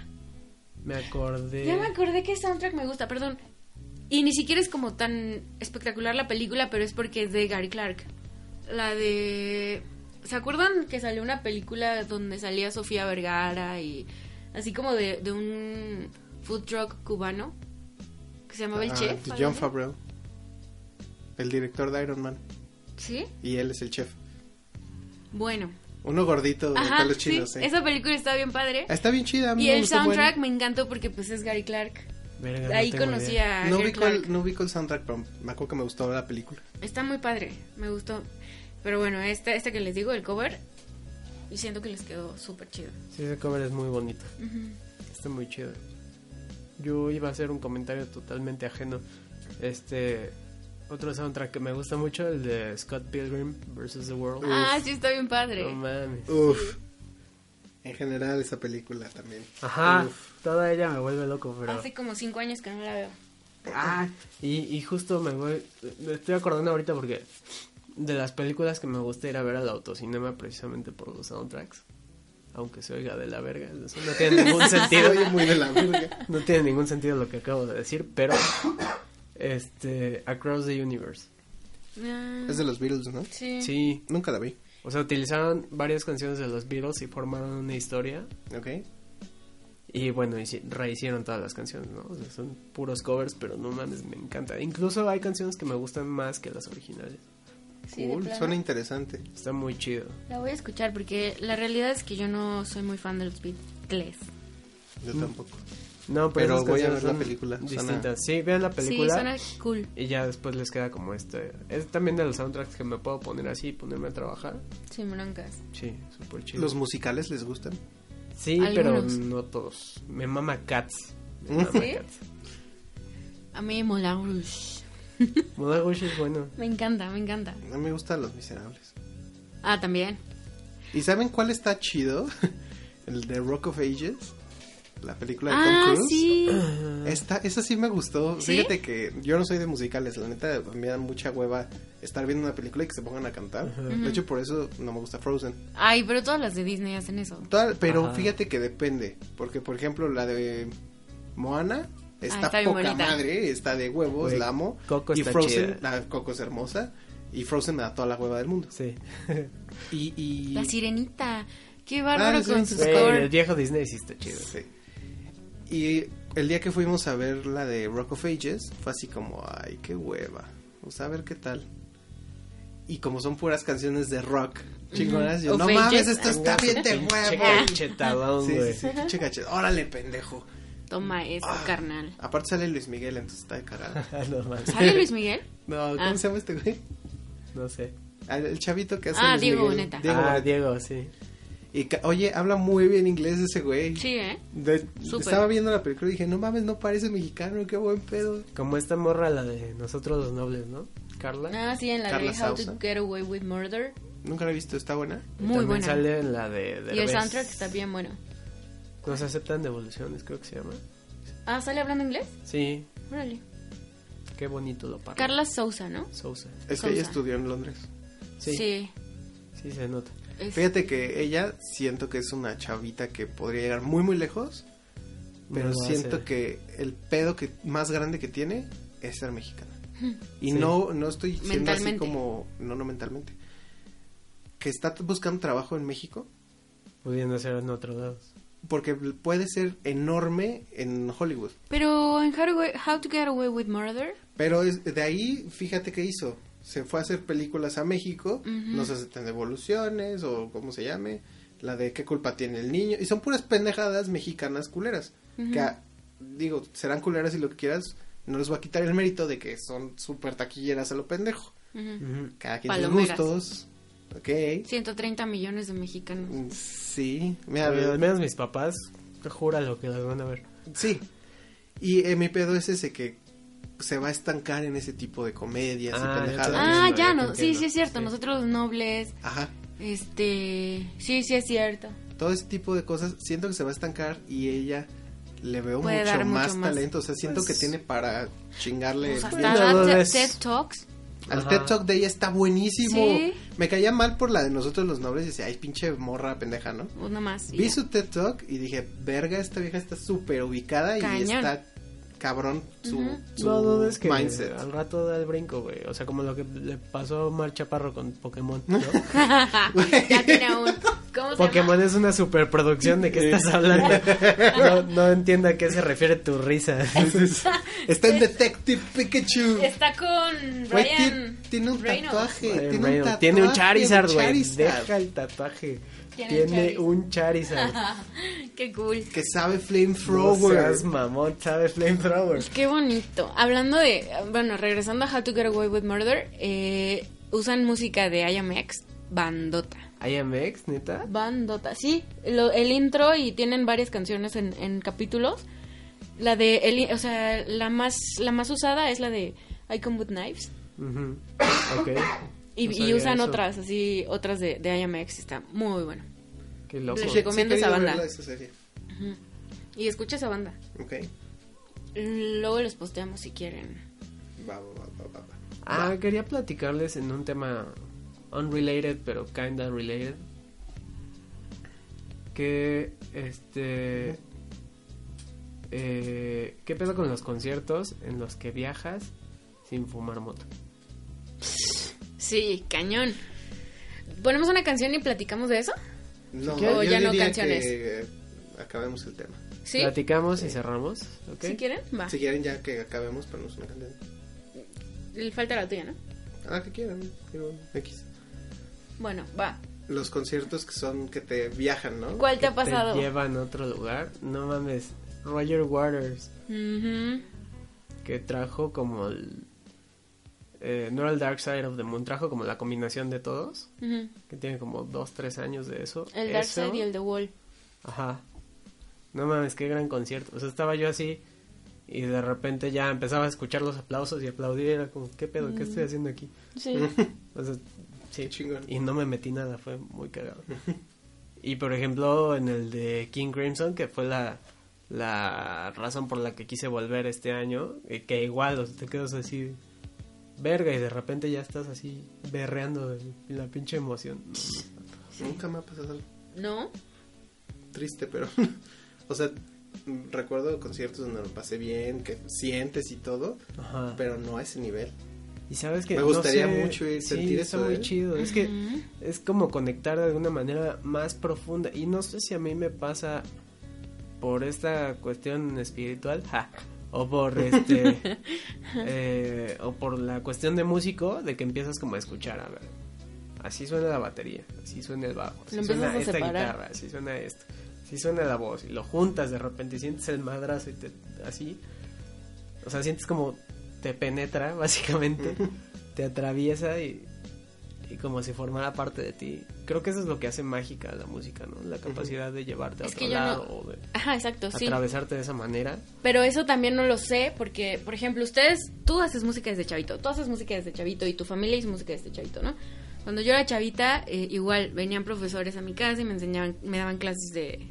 C: me acordé.
B: Ya me acordé que soundtrack me gusta, perdón. Y ni siquiera es como tan espectacular la película, pero es porque es de Gary Clark. La de... ¿Se acuerdan que salió una película donde salía Sofía Vergara y... Así como de, de un food truck cubano? Que se llamaba El
A: Ah,
B: Chef.
A: de
B: algo
A: John
B: así?
A: Favreau. El director de Iron Man.
B: Sí.
A: Y él es el chef.
B: Bueno.
A: Uno gordito de
B: Ajá,
A: pelos
B: sí,
A: chinos. sí.
B: Esa película está bien padre.
A: Está bien chida. a mí
B: Y
A: me
B: el
A: gustó un buen.
B: soundtrack me encantó porque pues es Gary Clark.
C: Verga, no
B: Ahí
C: tengo
B: conocí
C: idea.
B: a
A: No
B: Gary
A: ubico,
B: Clark.
A: el, no ubico el soundtrack, pero me acuerdo que me gustó la película.
B: Está muy padre, me gustó. Pero bueno, este, este que les digo, el cover, y siento que les quedó súper chido.
C: Sí, ese cover es muy bonito. Está muy chido. Yo iba a hacer un comentario totalmente ajeno. Este. Otro soundtrack que me gusta mucho, el de Scott Pilgrim vs. The World.
B: Ah, sí, está bien padre.
C: No mames.
A: Uf. En general, esa película también.
C: Ajá,
A: Uf.
C: toda ella me vuelve loco, pero...
B: Hace como cinco años que no la veo.
C: Ah, y, y justo me voy... Me estoy acordando ahorita porque... De las películas que me gusta ir a ver al autocinema precisamente por los soundtracks. Aunque se oiga de la verga, eso no tiene ningún
A: Se
C: sentido.
A: oye muy de la verga.
C: No tiene ningún sentido lo que acabo de decir, pero... Este... Across the Universe.
B: Ah,
A: Es de los Beatles, ¿no?
B: sí.
C: Sí.
A: Nunca la vi.
C: O sea, utilizaron varias canciones de los Beatles y formaron una historia.
A: Ok.
C: Y bueno, hici- rehicieron todas las canciones, ¿no? O sea, son puros covers, pero no mames, me encanta. Incluso hay canciones que me gustan más que las originales.
B: sí, de
A: cool.
B: plano.
A: Suena interesante.
C: Está muy chido.
B: La voy a escuchar porque la realidad es que yo no soy muy fan de los Beatles.
C: Mm.
A: Yo tampoco.
C: No, pero,
A: Pero
C: esas
A: voy a
C: canciones
A: ver la
C: son
A: película, suena-
C: Distintas. Sí, vean la película.
B: Sí, suena cool.
C: Y ya después les queda como este. Es también de los soundtracks que me puedo poner así y ponerme a trabajar.
B: Sin broncas.
C: Sí, súper chido.
A: ¿Los musicales les gustan?
C: Sí,
B: Algunos.
C: pero no todos. Me mama Cats. Me mama
B: ¿Sí?
C: Cats.
B: A mí Moulin Rouge.
C: Moulin Rouge es bueno.
B: Me encanta, me encanta.
A: No me gustan Los Miserables.
B: Ah, también.
A: ¿Y saben cuál está chido? El de Rock of Ages. La película de
B: Ah,
A: Tom Cruise.
B: sí.
A: Esta, esa sí me gustó.
B: ¿Sí?
A: Fíjate que yo no soy de musicales, la neta me da mucha hueva estar viendo una película y que se pongan a cantar. De hecho, por eso no me gusta Frozen.
B: Ay, pero todas las de Disney hacen eso.
A: Toda- pero
C: Ajá.
A: fíjate que depende, porque por ejemplo la de Moana está,
B: Ah, está bien
A: poca
B: bonita.
A: madre, está de huevos,
C: Güey,
A: la amo.
C: Coco
A: y
C: está
A: Frozen,
C: chida.
A: la Coco es hermosa. Y Frozen me da toda la hueva del mundo.
C: Sí.
A: Y, y-
B: La sirenita. Qué bárbaro
A: Ah, sí,
B: con
A: sí,
B: sus
A: sí.
C: Güey,
B: covers.
C: el viejo Disney sí está chido.
A: Sí. Y el día que fuimos a ver la de Rock of Ages, fue así como, ay, qué hueva. Vamos a ver qué tal. Y como son puras canciones de rock, chingonas, yo,
B: Of
A: no
B: Ages.
A: mames, esto está bien de
C: Pinche
A: huevo.
C: cachetadón,
A: Sí,
C: güey.
A: sí, sí, pinche cachet- Órale, pendejo.
B: Toma eso, carnal.
A: Aparte sale Luis Miguel, entonces está de cagada.
C: Ah, no, man.
B: ¿Sale Luis Miguel?
A: No, ¿cómo
B: Ah.
A: se llama este güey?
C: no sé.
A: Al- El chavito que hace
B: Ah,
A: Luis
B: Diego
A: Miguel.
B: Boneta.
A: Diego
C: ah,
A: Boneta.
C: Diego, sí.
A: Y ca- oye, habla muy bien inglés ese güey.
B: Sí, ¿eh?
A: De-
B: Súper.
A: estaba viendo la película y dije, no mames, no parece mexicano, qué buen pedo.
C: Como esta morra, la de nosotros los nobles, ¿no? Carla.
B: Ah, sí, en la
A: Carla
B: de How
A: Sousa.
B: to Get Away with Murder.
A: Nunca la he visto, está buena.
C: Y
B: Muy
C: también
B: buena.
C: sale en la de
B: Y el
C: Derbez.
B: soundtrack está bien bueno.
C: Nos aceptan devoluciones, creo que se llama.
B: Ah, ¿sale hablando inglés?
C: Sí,
B: Órale.
C: qué bonito lo parla.
B: Carla Sousa, ¿no?
C: Sousa.
A: Es que ella
B: Sousa.
A: estudió en Londres.
C: Sí, sí,
B: Sí.
C: se nota.
B: Es-
A: Fíjate que ella siento que es una chavita que podría llegar muy muy lejos, pero
C: No lo
A: siento
C: hace.
A: que el pedo que más grande que tiene es ser mexicana. Y
C: Sí.
A: no no estoy siendo así
B: Mentalmente.
A: como no no mentalmente. Que está buscando trabajo en México
C: Pudiendo ser en otros lados.
A: porque puede ser enorme en Hollywood,
B: Pero en How to, Get- How to Get Away with Murder,
A: pero es- de ahí fíjate qué hizo. Se fue a hacer películas a México,
B: Ujú.
A: no sé si tiene devoluciones o cómo se llame, la de qué culpa tiene el niño y son puras pendejadas mexicanas culeras.
B: Ujú.
A: que a- digo, serán culeras y lo que quieras, no les va a quitar el mérito de que son súper taquilleras a lo pendejo.
B: ujú,
C: Ujú.
A: Cada quien sus
B: Palomeras.
A: gustos. Ok.
B: 130 millones de mexicanos.
A: Mm, Sí, mira,
C: Pero Al menos mis papás, jura lo que las van a ver.
A: sí. Y eh, mi pedo es ese que se va a estancar en ese tipo de comedias
C: Ah,
A: y pendejadas.
C: ya
B: Ah,
C: entiendo, ya
B: ya
C: te
B: no. Sí,
C: entiendo.
B: sí es cierto.
C: Sí.
B: Nosotros los nobles,
A: Ajá.
B: este... Sí, sí es cierto.
A: Todo ese tipo de cosas, siento que se va a estancar y ella le veo
B: Puede
A: mucho,
B: dar mucho
A: más,
B: más.
A: talento. O sea, siento
C: Pues-
A: que tiene para chingarle.
B: O sea,
C: Bueno,
B: hasta da te-
C: ves.
B: TED Talks.
A: Al
C: Ajá.
A: TED Talk de ella está buenísimo.
B: Sí.
A: Me caía mal por la de nosotros los nobles y decía, ay, pinche morra pendeja, ¿no?
B: Una más. y
A: Vi
B: ya.
A: su TED Talk y dije, verga, esta vieja está súper ubicada y
B: Cañón.
A: está cabrón su,
B: Ujú.
A: su
C: No dudes que
A: mindset.
C: al rato da el brinco, güey. O sea, como lo que le pasó a Mar Chaparro con Pokémon, ¿no?
B: ya tiene un... ¿Cómo se
C: Pokémon es una superproducción, ¿de qué estás hablando? No, no entiendo a qué se refiere tu risa.
A: Está en Detective Pikachu.
B: llama? Está con
A: Güey, ti-
B: Ryan...
A: tiene, un
B: Reynolds.
A: tatuaje,
C: Ryan
A: tiene un
C: Reynolds.
A: tatuaje.
C: Tiene un
A: de
C: Charizard, güey.
A: Charizard.
C: Deja el tatuaje.
B: Tiene
C: Tiene un
B: un
C: Charizard.
B: Qué cool.
A: Que sabe
C: No
A: Flamethrower.
C: seas mamón, sabe Flamethrower.
B: Pues Qué bonito. Hablando de, bueno, regresando a How to Get Away with Murder, eh, usan música de IMX, bandota.
C: IMX, neta.
B: Bandota, sí, lo- el intro y tienen varias canciones en, en capítulos. La de, el i- o sea, la más, la más usada es la de I Come With Knives.
C: Ujú. Ok.
B: Y,
C: No
B: y
C: sabía
B: usan
C: eso.
B: otras, así, otras de, de IMX, está muy bueno.
C: Qué loco.
B: Les recomiendo esa
A: quería
B: banda.
A: verla, esa serie.
B: Y escucha esa banda.
A: Ok.
B: Luego les posteamos si quieren.
A: Va, va, va, va, va, va.
C: Ah, quería platicarles en un tema unrelated, pero kinda related. Que, este... eh, ¿Qué pasa con los conciertos en los que viajas sin fumar moto?
B: Sí, cañón. ¿Ponemos una canción y platicamos de eso?
A: No,
B: quieres. O
A: yo
B: ya no
A: diría
B: canciones.
A: que, eh, acabemos el tema.
B: ¿Sí?
C: Platicamos y cerramos, ¿ok?
B: ¿Sí quieren? Va.
A: Si quieren ya que acabemos, pero no es una canción.
B: Le falta la tuya, ¿no?
A: Ah, que quieran. digo, X.
B: Bueno, va.
A: Los conciertos que son que te viajan, ¿no?
B: ¿Cuál te ha
C: te
B: pasado?
C: llevan a otro lugar. No mames. Roger Waters,
B: Ujú.
C: que trajo como el... eh, no era el Dark Side of the Moon, trajo como la combinación de todos.
B: Ujú.
C: Que tiene como dos, tres años de eso.
B: El Dark
C: Eso,
B: Side y el The Wall.
C: Ajá. No mames, qué gran concierto. O sea, estaba yo así y de repente ya empezaba a escuchar los aplausos y aplaudir. Era como, ¿qué pedo?
B: Mm.
C: ¿Qué estoy haciendo aquí?
B: Sí.
C: O sea, sí.
A: Qué chingón.
C: Y no me metí nada, fue muy cagado. y por ejemplo, en el de King Crimson, que fue la, la razón por la que quise volver este año, eh, que igual o sea, te quedas así, verga, y de repente ya estás así berreando de la pinche emoción.
A: Nunca me ha pasado algo
B: ¿No?
A: triste, pero. o sea, mm, recuerdo conciertos donde lo pasé bien, que sientes y todo,
C: Ajá.
A: pero no a ese nivel.
C: Y sabes que
A: Me
C: no
A: gustaría
C: sé,
A: mucho ir-
C: sí,
A: sentir
C: está
A: eso,
C: muy
A: ¿eh?
C: chido. Es que es como conectar de alguna manera más profunda. Y no sé si a mí me pasa por esta cuestión espiritual ja, o por este eh, o por la cuestión de músico de que empiezas como a escuchar a ver. Así suena la batería, así suena el bajo, así
B: Lo empiezas
C: suena
B: a
C: esta
B: separar.
C: guitarra, así suena esto. Así si suena la voz y lo juntas de repente y sientes el madrazo y te, así, o sea, sientes como te penetra básicamente, te atraviesa y, y como si formara parte de ti. Creo que eso es lo que hace mágica la música, ¿no? La capacidad de llevarte a
B: Es
C: otro
B: que yo
C: lado
B: no-
C: o de
B: Ajá, exacto, sí.
C: atravesarte de esa manera.
B: Pero eso también no lo sé porque, por ejemplo, ustedes, tú haces música desde chavito, tú haces música desde chavito y tu familia hizo música desde chavito, ¿no? Cuando yo era chavita, eh, igual venían profesores a mi casa y me enseñaban, me daban clases de,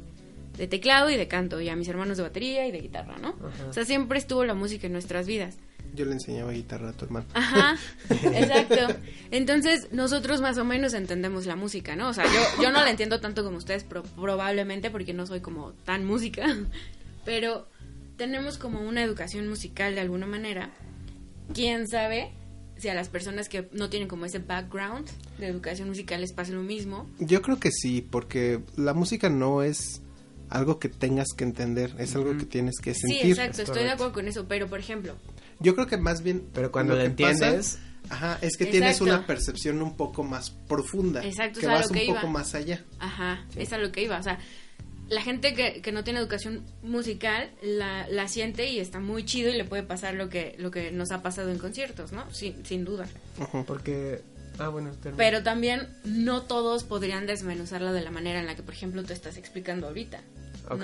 B: de teclado y de canto y a mis hermanos de batería y de guitarra, ¿no?
C: Ajá.
B: O sea, siempre estuvo la música en nuestras vidas.
A: Yo le enseñaba guitarra a tu hermano.
B: Ajá, exacto. Entonces, nosotros más o menos entendemos la música, ¿no? O sea, yo, yo no la entiendo tanto como ustedes, pro- probablemente porque no soy como tan música, pero tenemos como una educación musical de alguna manera. ¿Quién sabe si a las personas que no tienen como ese background de educación musical les pasa lo mismo?
A: Yo creo que sí, porque la música no es algo que tengas que entender, es algo que tienes que sentir.
B: sí, exacto, estoy de
C: correcto.
B: acuerdo con eso, pero por ejemplo,
A: Yo creo que más bien.
C: Pero cuando
A: lo
C: la
A: que pasa-
C: entiendes-
A: ajá, es que tienes
B: Exacto.
A: una percepción un poco más profunda.
B: Exacto,
A: que
B: es a lo
A: vas un
B: que iba.
A: poco más allá.
B: Ajá, es a lo que iba. O sea, la gente que, que no tiene educación musical la, la siente y está muy chido y le puede pasar lo que, lo que nos ha pasado en conciertos, ¿no? Sin, sin duda.
A: Ujú.
C: Porque, ah, bueno, termina.
B: Pero también no todos podrían desmenuzarla de la manera en la que, por ejemplo, tú estás explicando ahorita. ¿no?
C: Ok.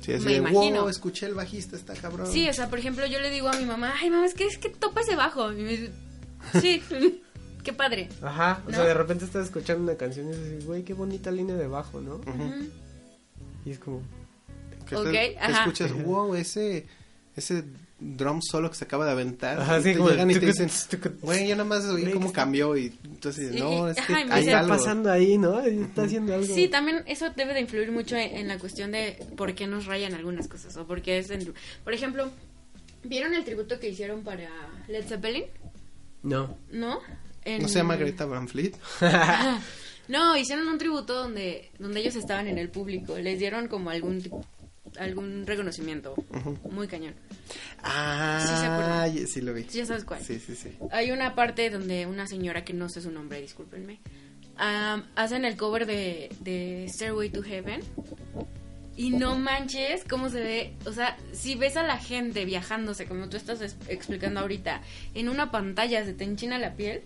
A: Sí, así
B: Me
A: de,
B: imagino.
A: wow, escuché el bajista, está cabrón.
B: Sí, o sea, por ejemplo, yo le digo a mi mamá, ay, mamá, es que es que topa ese bajo. Y me dice, sí, qué padre.
C: Ajá, o
B: ¿No?
C: sea, de repente estás escuchando una canción y dices, güey, qué bonita línea de bajo, ¿no?
A: Ujú.
C: Y es como,
A: Que
B: Ok,
A: te- que
B: ajá.
A: escuchas, wow, ese, ese drum solo que se acaba de aventar.
C: Ajá,
A: y
C: sí,
A: te
C: como-
A: llegan y te
C: tucut,
A: dicen,
C: tucut.
A: güey, yo nada más oí
C: Güey,
A: cómo
C: ¿qué está-
A: cambió. Y entonces,
B: Sí,
A: no, es que
B: ajá, y me
A: hay
B: dicen,
A: algo.
C: pasando ahí, no? Está haciendo algo.
B: Sí, también eso debe de influir mucho en, en la cuestión de por qué nos rayan algunas cosas o por qué es... en- Por ejemplo, ¿vieron el tributo que hicieron para Led Zeppelin?
C: No.
B: ¿No? En-
A: ¿No se llama Greta Van Fleet?
B: No, hicieron un tributo donde, donde ellos estaban en el público. Les dieron como algún tipo- algún reconocimiento muy cañón.
A: Ah,
B: acuerdan.
A: ya- sí lo vi.
B: Sí, ya sabes cuál.
A: Sí, sí, sí.
B: Hay una parte donde una señora, que no sé su nombre, discúlpenme, am, hacen el cover de, de Stairway to Heaven. Y no manches cómo se ve, o sea, si ves a la gente viajándose, como tú estás es- explicando ahorita, en una pantalla se te enchina la piel,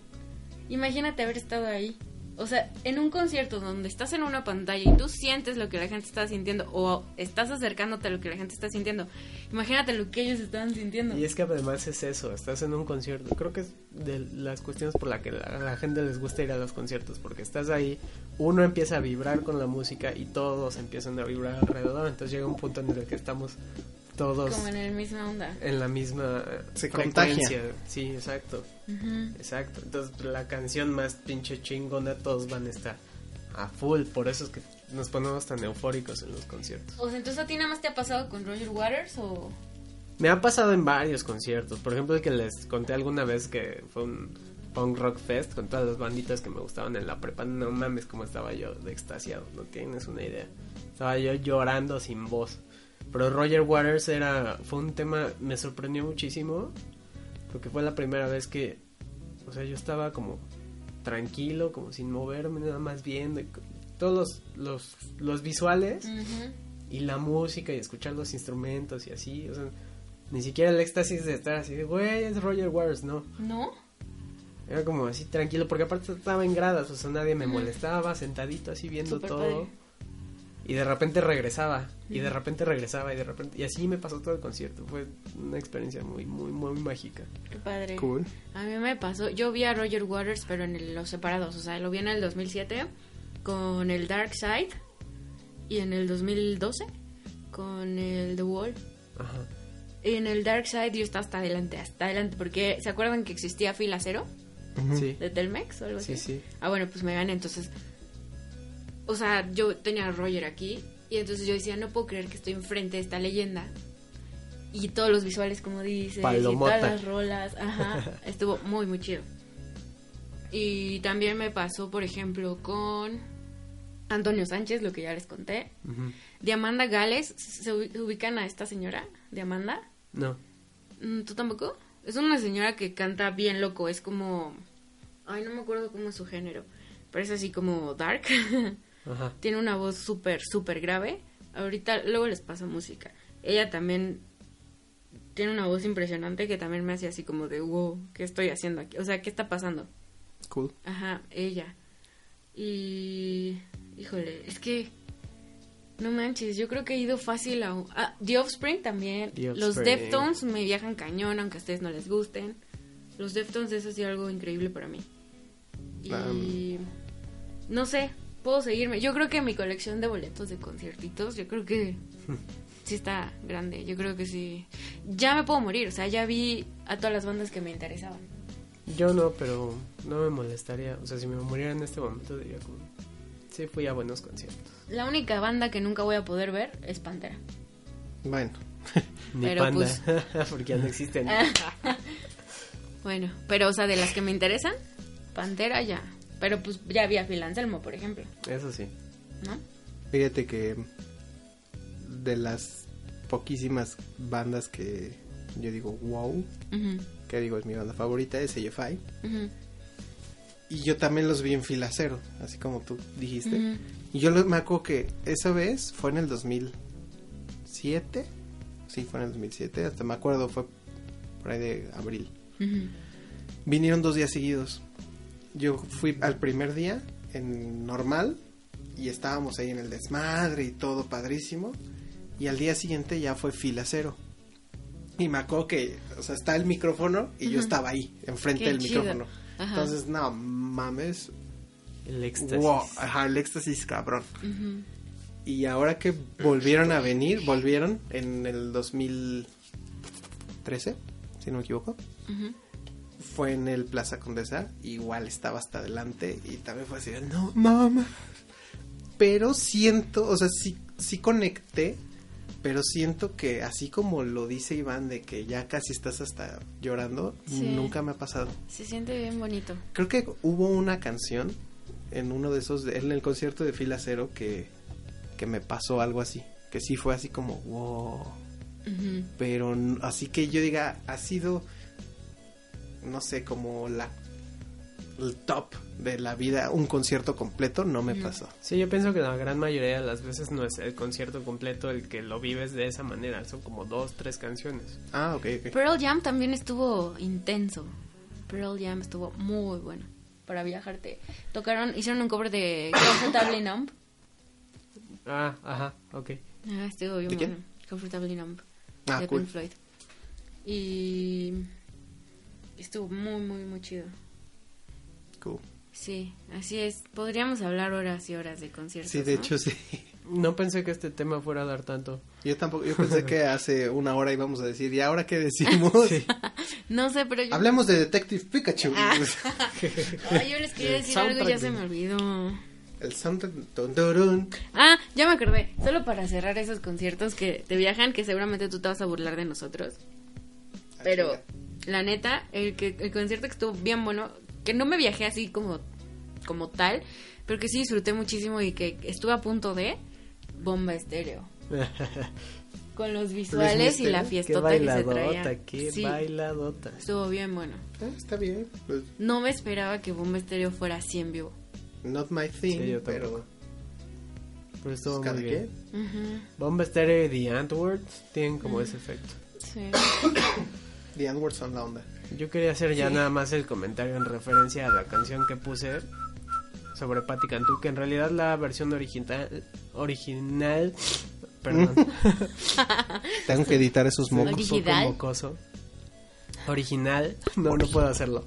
B: imagínate haber estado ahí. O sea, en un concierto donde estás en una pantalla y tú sientes lo que la gente está sintiendo o estás acercándote a lo que la gente está sintiendo, imagínate lo que ellos estaban sintiendo.
C: Y es que además es eso, estás en un concierto. Creo que es de las cuestiones por las que la- a la gente les gusta ir a los conciertos, porque estás ahí, uno empieza a vibrar con la música y todos empiezan a vibrar alrededor. Entonces llega un punto en el que estamos todos
B: Como en el misma onda.
C: en la misma
A: Se
C: frecuencia. Sí, exacto.
B: Ujú.
C: Exacto, entonces pues, la canción más pinche chingona todos van a estar a full, por eso es que nos ponemos tan eufóricos en los conciertos.
B: O sea, entonces a ti nada más te ha pasado con Roger Waters o...
C: Me ha pasado en varios conciertos, por ejemplo el que les conté alguna vez que fue un punk rock fest con todas las banditas que me gustaban en la prepa, no mames como estaba yo de extasiado, no tienes una idea. Estaba yo llorando sin voz. Pero Roger Waters era fue un tema me sorprendió muchísimo porque fue la primera vez que o sea, yo estaba como tranquilo, como sin moverme, nada más viendo y co- todos los, los, los visuales y la música y escuchar los instrumentos y así, o sea, ni siquiera el éxtasis de estar así de, güey, es Roger Waters, no.
B: ¿No?
C: Era como así tranquilo, porque aparte estaba en gradas, o sea, nadie me molestaba, sentadito así viendo
B: Súper
C: todo.
B: padre.
C: Y de repente regresaba, y de repente regresaba, y de repente... Y así me pasó todo el concierto, fue una experiencia muy, muy, muy mágica.
B: Qué padre.
A: Cool.
B: A mí me pasó, yo vi a Roger Waters pero en el- los separados, o sea, lo vi en el 2007 con el Dark Side y en el 2012 con el The Wall.
C: Ajá.
B: En el Dark Side yo estaba hasta adelante, hasta adelante, porque ¿se acuerdan que existía fila cero?
C: Sí.
B: de Telmex o algo
C: Sí,
B: así.
C: sí.
B: Ah, bueno, pues me gané, entonces. O sea, yo tenía a Roger aquí y entonces yo decía, no puedo creer que estoy enfrente de esta leyenda. Y todos los visuales, como dices,
C: Palomota.
B: y todas las rolas, ajá, estuvo muy, muy chido. Y también me pasó, por ejemplo, con Antonio Sánchez, lo que ya les conté.
C: Ujú.
B: De Amanda Gales, ¿se ubi- ubican a esta señora? De Amanda.
C: No.
B: Mm, ¿Tú tampoco? Es una señora que canta bien loco, es como... Ay, no me acuerdo cómo es su género, pero es así como dark.
C: Ajá.
B: Tiene una voz súper, súper grave, Ahorita luego les paso música. Ella también tiene una voz impresionante que también me hace así como de, wow, ¿qué estoy haciendo aquí? O sea, ¿qué está pasando?
A: Cool.
B: Ajá, ella. Y, híjole, es que, no manches, yo creo que he ido fácil a... Ah, The Offspring también.
C: The
B: Los
C: Offspring.
B: Deftones me viajan cañón, aunque a ustedes no les gusten. Los Deftones eso ha sido algo increíble para mí. Y, no sé, puedo seguirme. Yo creo que mi colección de boletos de conciertitos, yo creo que sí está grande. Yo creo que sí. Ya me puedo morir, o sea, ya vi a todas las bandas que me interesaban.
C: Yo no, pero no me molestaría. O sea, si me muriera en este momento, diría como. Sí, fui a buenos conciertos.
B: La única banda que nunca voy a poder ver es Pantera.
A: Bueno,
C: Ni
B: Pero,
C: panda, porque ya no existen.
B: Bueno, pero o sea, de las que me interesan, Pantera ya. Pero pues ya vi a Phil Anselmo, por ejemplo,
C: Eso sí.
B: ¿no?
A: fíjate que de las poquísimas bandas que yo digo wow,
B: Ujú,
A: que digo es mi banda favorita, es AFI.
B: ujú,
A: Y yo también los vi en fila cero, así como tú dijiste.
B: ujú.
A: Y yo lo- me acuerdo que esa vez fue en el 2007. Sí, fue en el 2007. Hasta me acuerdo, fue por ahí de abril.
B: Ujú.
A: Vinieron dos días seguidos. Yo fui al primer día en normal y estábamos ahí en el desmadre y todo padrísimo. Y al día siguiente ya fue fila cero. Y me acuerdo que, o sea, está el micrófono y yo
B: Ujú.
A: estaba ahí, enfrente
B: Qué
A: del
B: chido.
A: micrófono.
B: Ajá.
A: Entonces, no mames.
C: El éxtasis.
A: Wow, ajá, el éxtasis cabrón.
B: Ujú.
A: Y ahora que volvieron a venir, volvieron en el 2013, si no me equivoco.
B: Ujú.
A: Fue en el Plaza Condesa, igual estaba hasta adelante y también fue así, de, no mamá. Pero siento, o sea, sí, sí conecté, pero siento que así como lo dice Iván, de que ya casi estás hasta llorando,
B: Sí.
A: nunca me ha pasado.
B: Se siente bien bonito.
A: Creo que hubo una canción en uno de esos, de- en el concierto de Fila Cero que, que me pasó algo así. Que sí fue así como, wow.
B: Ujú.
A: Pero n- así que yo diga, ha sido, no sé, como la el top de la vida, un concierto completo, no me
B: Ujú.
A: pasó.
C: Sí, yo pienso que la gran mayoría de las veces no es el concierto completo el que lo vives de esa manera. Son como dos, tres canciones.
A: Ah, ok, ok.
B: Pearl Jam también estuvo intenso. Pearl Jam estuvo muy bueno para viajarte. Tocaron, hicieron un cover de Comfortably Numb.
C: Ah, ajá, ok.
B: Ah, estuvo bien
A: ¿De quién?
B: bueno. Comfortably Numb.
A: Ah,
B: de
A: cool.
B: Pink Floyd. Y estuvo muy, muy, muy chido.
A: cool.
B: Sí, así es. Podríamos hablar horas y horas de conciertos.
A: Sí, de
B: ¿no?
A: hecho sí.
C: No pensé que este tema fuera a dar tanto.
A: Yo tampoco, yo pensé que hace una hora íbamos a decir, ¿y ahora qué decimos?
B: No sé, pero yo,
A: Hablemos de Detective Pikachu. Pues,
B: Ah. Ay, yo les quería
C: El
B: decir algo y ya
C: soundtrack
B: se
C: de-
B: me olvidó.
A: El sound. Dun, dun, dun.
B: Ah, ya me acordé. Solo para cerrar esos conciertos que te viajan, que seguramente tú te vas a burlar de nosotros. Pero la neta, el, que, el concierto que estuvo bien bueno, que no me viajé así como, como tal, pero que sí disfruté muchísimo y que estuve a punto de bomba estéreo. Con
A: Pues,
B: los visuales y la
A: Misterio,
C: qué
B: fiestota que se traía.
C: bailadota, qué
B: sí,
C: bailadota.
B: estuvo bien bueno.
A: Ah, está bien. pues,
B: No me esperaba que bomba estéreo fuera así en vivo.
A: Not my thing,
C: Sí, yo
A: pero pues,
C: tampoco. Pero Pues estuvo
A: cada
C: muy bien.
A: quien.
B: Ujú,
C: Bomba Stereo y The Antwoord tienen como ese efecto.
B: sí.
A: Pues, The N-word son la onda.
C: Yo quería hacer ya
B: Sí.
C: nada más el comentario en referencia a la canción que puse sobre Patti Cantú, que en realidad la versión original, original, perdón,
A: Tengo que editar esos
C: Estoy
A: mocos.
C: un poco
B: Original.
C: mocoso. Original, no, no puedo hacerlo.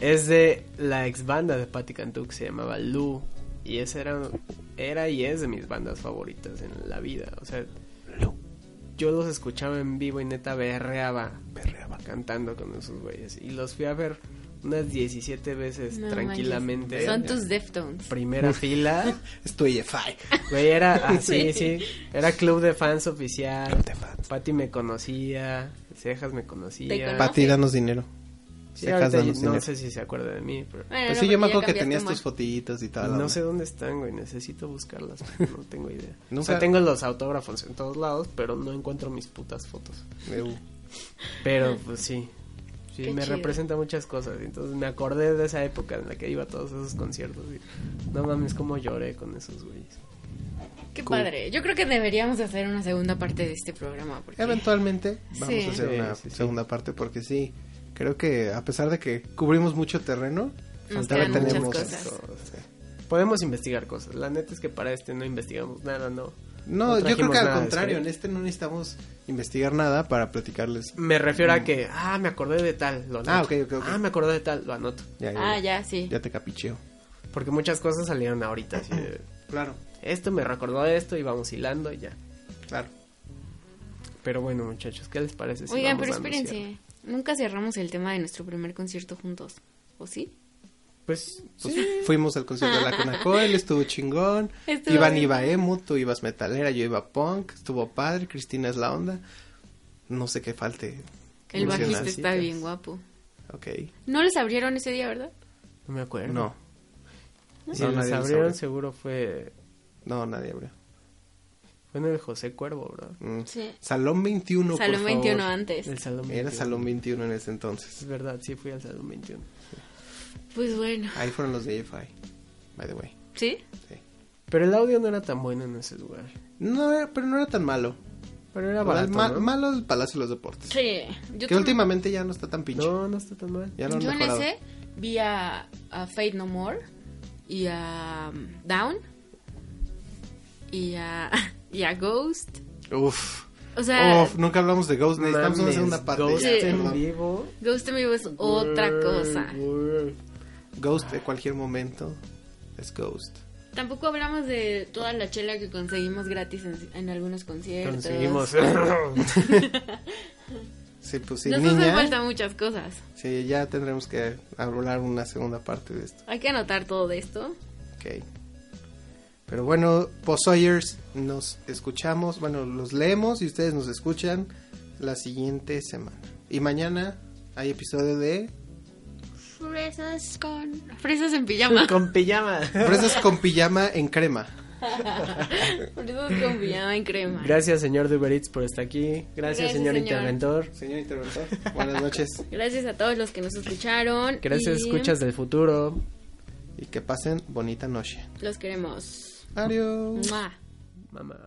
C: es de la ex banda de Patti Cantú que se llamaba Lou. Y esa era, era y es de mis bandas favoritas en la vida. O sea, yo los escuchaba en vivo y neta berreaba, berreaba cantando con esos güeyes. Y los fui a ver unas 17 veces
B: No
C: tranquilamente.
B: manches. Son tus Deftones.
C: Primera fila.
A: Estoy EFI.
C: Güey, era así, sí. Era club de fans oficial.
A: Club de fans.
C: Patty me conocía. Cejas me conocía.
B: Te conoce.
A: Pati, danos dinero.
C: Sí,
A: Cejas,
C: ahorita
A: danos
C: no
A: dinero.
C: sé si se acuerda de mí, pero.
B: Bueno,
A: Pues
B: no,
A: sí, yo
B: porque
A: me
B: ya
A: acuerdo que
B: cambiaste
A: tenías
B: humor.
A: tus fotitos y tal.
C: No sé dónde están, güey. Necesito buscarlas. pero No tengo idea. O
A: Nunca-
C: sea, tengo los autógrafos en todos lados, pero no encuentro mis putas fotos.
A: Eh,
C: Pero, pues sí. Sí,
B: Qué
C: me
B: chido.
C: representa muchas cosas. Entonces me acordé de esa época en la que iba a todos esos conciertos. Y, no mames, cómo lloré con esos güeyes.
B: Qué padre. Yo creo que deberíamos hacer una segunda parte de este programa. Porque...
A: Eventualmente vamos
B: Sí.
A: a hacer
C: Sí,
A: una
C: sí, sí.
A: segunda parte porque sí, creo que a pesar de que cubrimos mucho terreno,
B: Nos
A: todavía
B: quedan muchas
A: tenemos
B: cosas.
A: sí.
C: Podemos investigar cosas. La neta es que para este no investigamos nada, no.
A: No, yo creo
C: trajimos
A: que al
C: nada de
A: contrario, en
C: experiencia.
A: este no necesitamos investigar nada para platicarles.
C: Me refiero a que, ah, me acordé de tal, lo anoto.
A: Ah, ok, ok, ok.
C: Ah, me acordé de tal, lo anoto.
A: Ya, ya,
B: Ah,
A: ya.
B: ya, sí.
A: Ya te capicheo.
C: Porque muchas cosas salieron ahorita. Así de,
A: Claro,
C: esto me recordó de esto y vamos hilando y ya.
A: claro.
C: Pero bueno, muchachos, ¿qué les parece? si
B: Oigan,
C: vamos
B: pero
C: dando
B: espérense.
C: cierre?
B: Nunca cerramos el tema de nuestro primer concierto juntos. ¿O sí?
C: Pues,
A: Pues fuimos al concierto de la Conacoel, estuvo chingón.
B: Estuvo
A: Iván
B: bien.
A: iba emo, tú ibas metalera, yo iba punk, estuvo padre, Cristina es la onda. No sé qué falte.
B: El bajista
A: mencionar.
B: está bien guapo.
A: Ok.
B: No les abrieron ese día, ¿verdad?
C: no me acuerdo.
A: No,
C: Si
A: No,
C: les
A: nadie les
C: abrieron,
A: abrió.
C: seguro fue,
A: no, nadie abrió.
C: fue en el José Cuervo, ¿verdad?
A: Mm.
B: Sí.
A: Salón 21, por
B: Salón
A: favor.
B: 21 antes.
C: El Salón 21.
A: Era Salón 21 en ese entonces.
C: Es verdad, sí fui al Salón 21.
B: Pues bueno.
A: Ahí fueron los de EFI, by the way.
B: ¿Sí?
A: Sí.
C: Pero el audio no era tan bueno en ese lugar.
A: No, era- pero no era tan malo.
C: Pero era
A: Era
C: barato,
A: mal-
C: ¿no?
A: Malo el Palacio de los Deportes.
B: Sí. Yo,
A: que
B: tam-
A: últimamente ya no está tan pinche.
C: No, no está tan mal.
A: Ya lo han
B: yo en
A: mejorado.
B: ese vi a, a Fate No More y a um, Down y a, y a Ghost.
A: Uf.
B: O sea,
A: Uf, nunca hablamos de Ghost. pues Necesitamos una
C: Mames,
A: segunda parte. este,
C: Ghost
A: ya,
C: en
A: perdón.
C: vivo.
B: Ghost en vivo es otra cosa.
C: Güey.
A: Ghost de cualquier momento es Ghost.
B: Tampoco hablamos de toda la chela que conseguimos gratis en, en algunos conciertos.
C: Conseguimos.
A: Sí, pues sí,
B: Nos hacen
A: niña.
B: falta muchas cosas.
A: Sí, ya tendremos que hablar una segunda parte de esto.
B: Hay que anotar todo de esto.
A: Ok. Pero bueno, Posoyers, nos escuchamos. Bueno, los leemos y ustedes nos escuchan la siguiente semana. Y mañana hay episodio de
B: Fresas con... Fresas en pijama.
C: Con pijama.
A: Fresas con pijama en crema.
B: Fresas con pijama en crema.
C: Gracias, señor de Uber Eats, por estar aquí. Gracias,
B: Gracias,
C: señor,
B: señor.
C: interventor.
A: Señor interventor, buenas noches
B: Gracias a todos los que nos escucharon.
C: Gracias,
B: y
C: escuchas del futuro.
A: y que pasen bonita noche.
B: Los queremos.
A: Adiós.
B: Mua.
C: Mamá.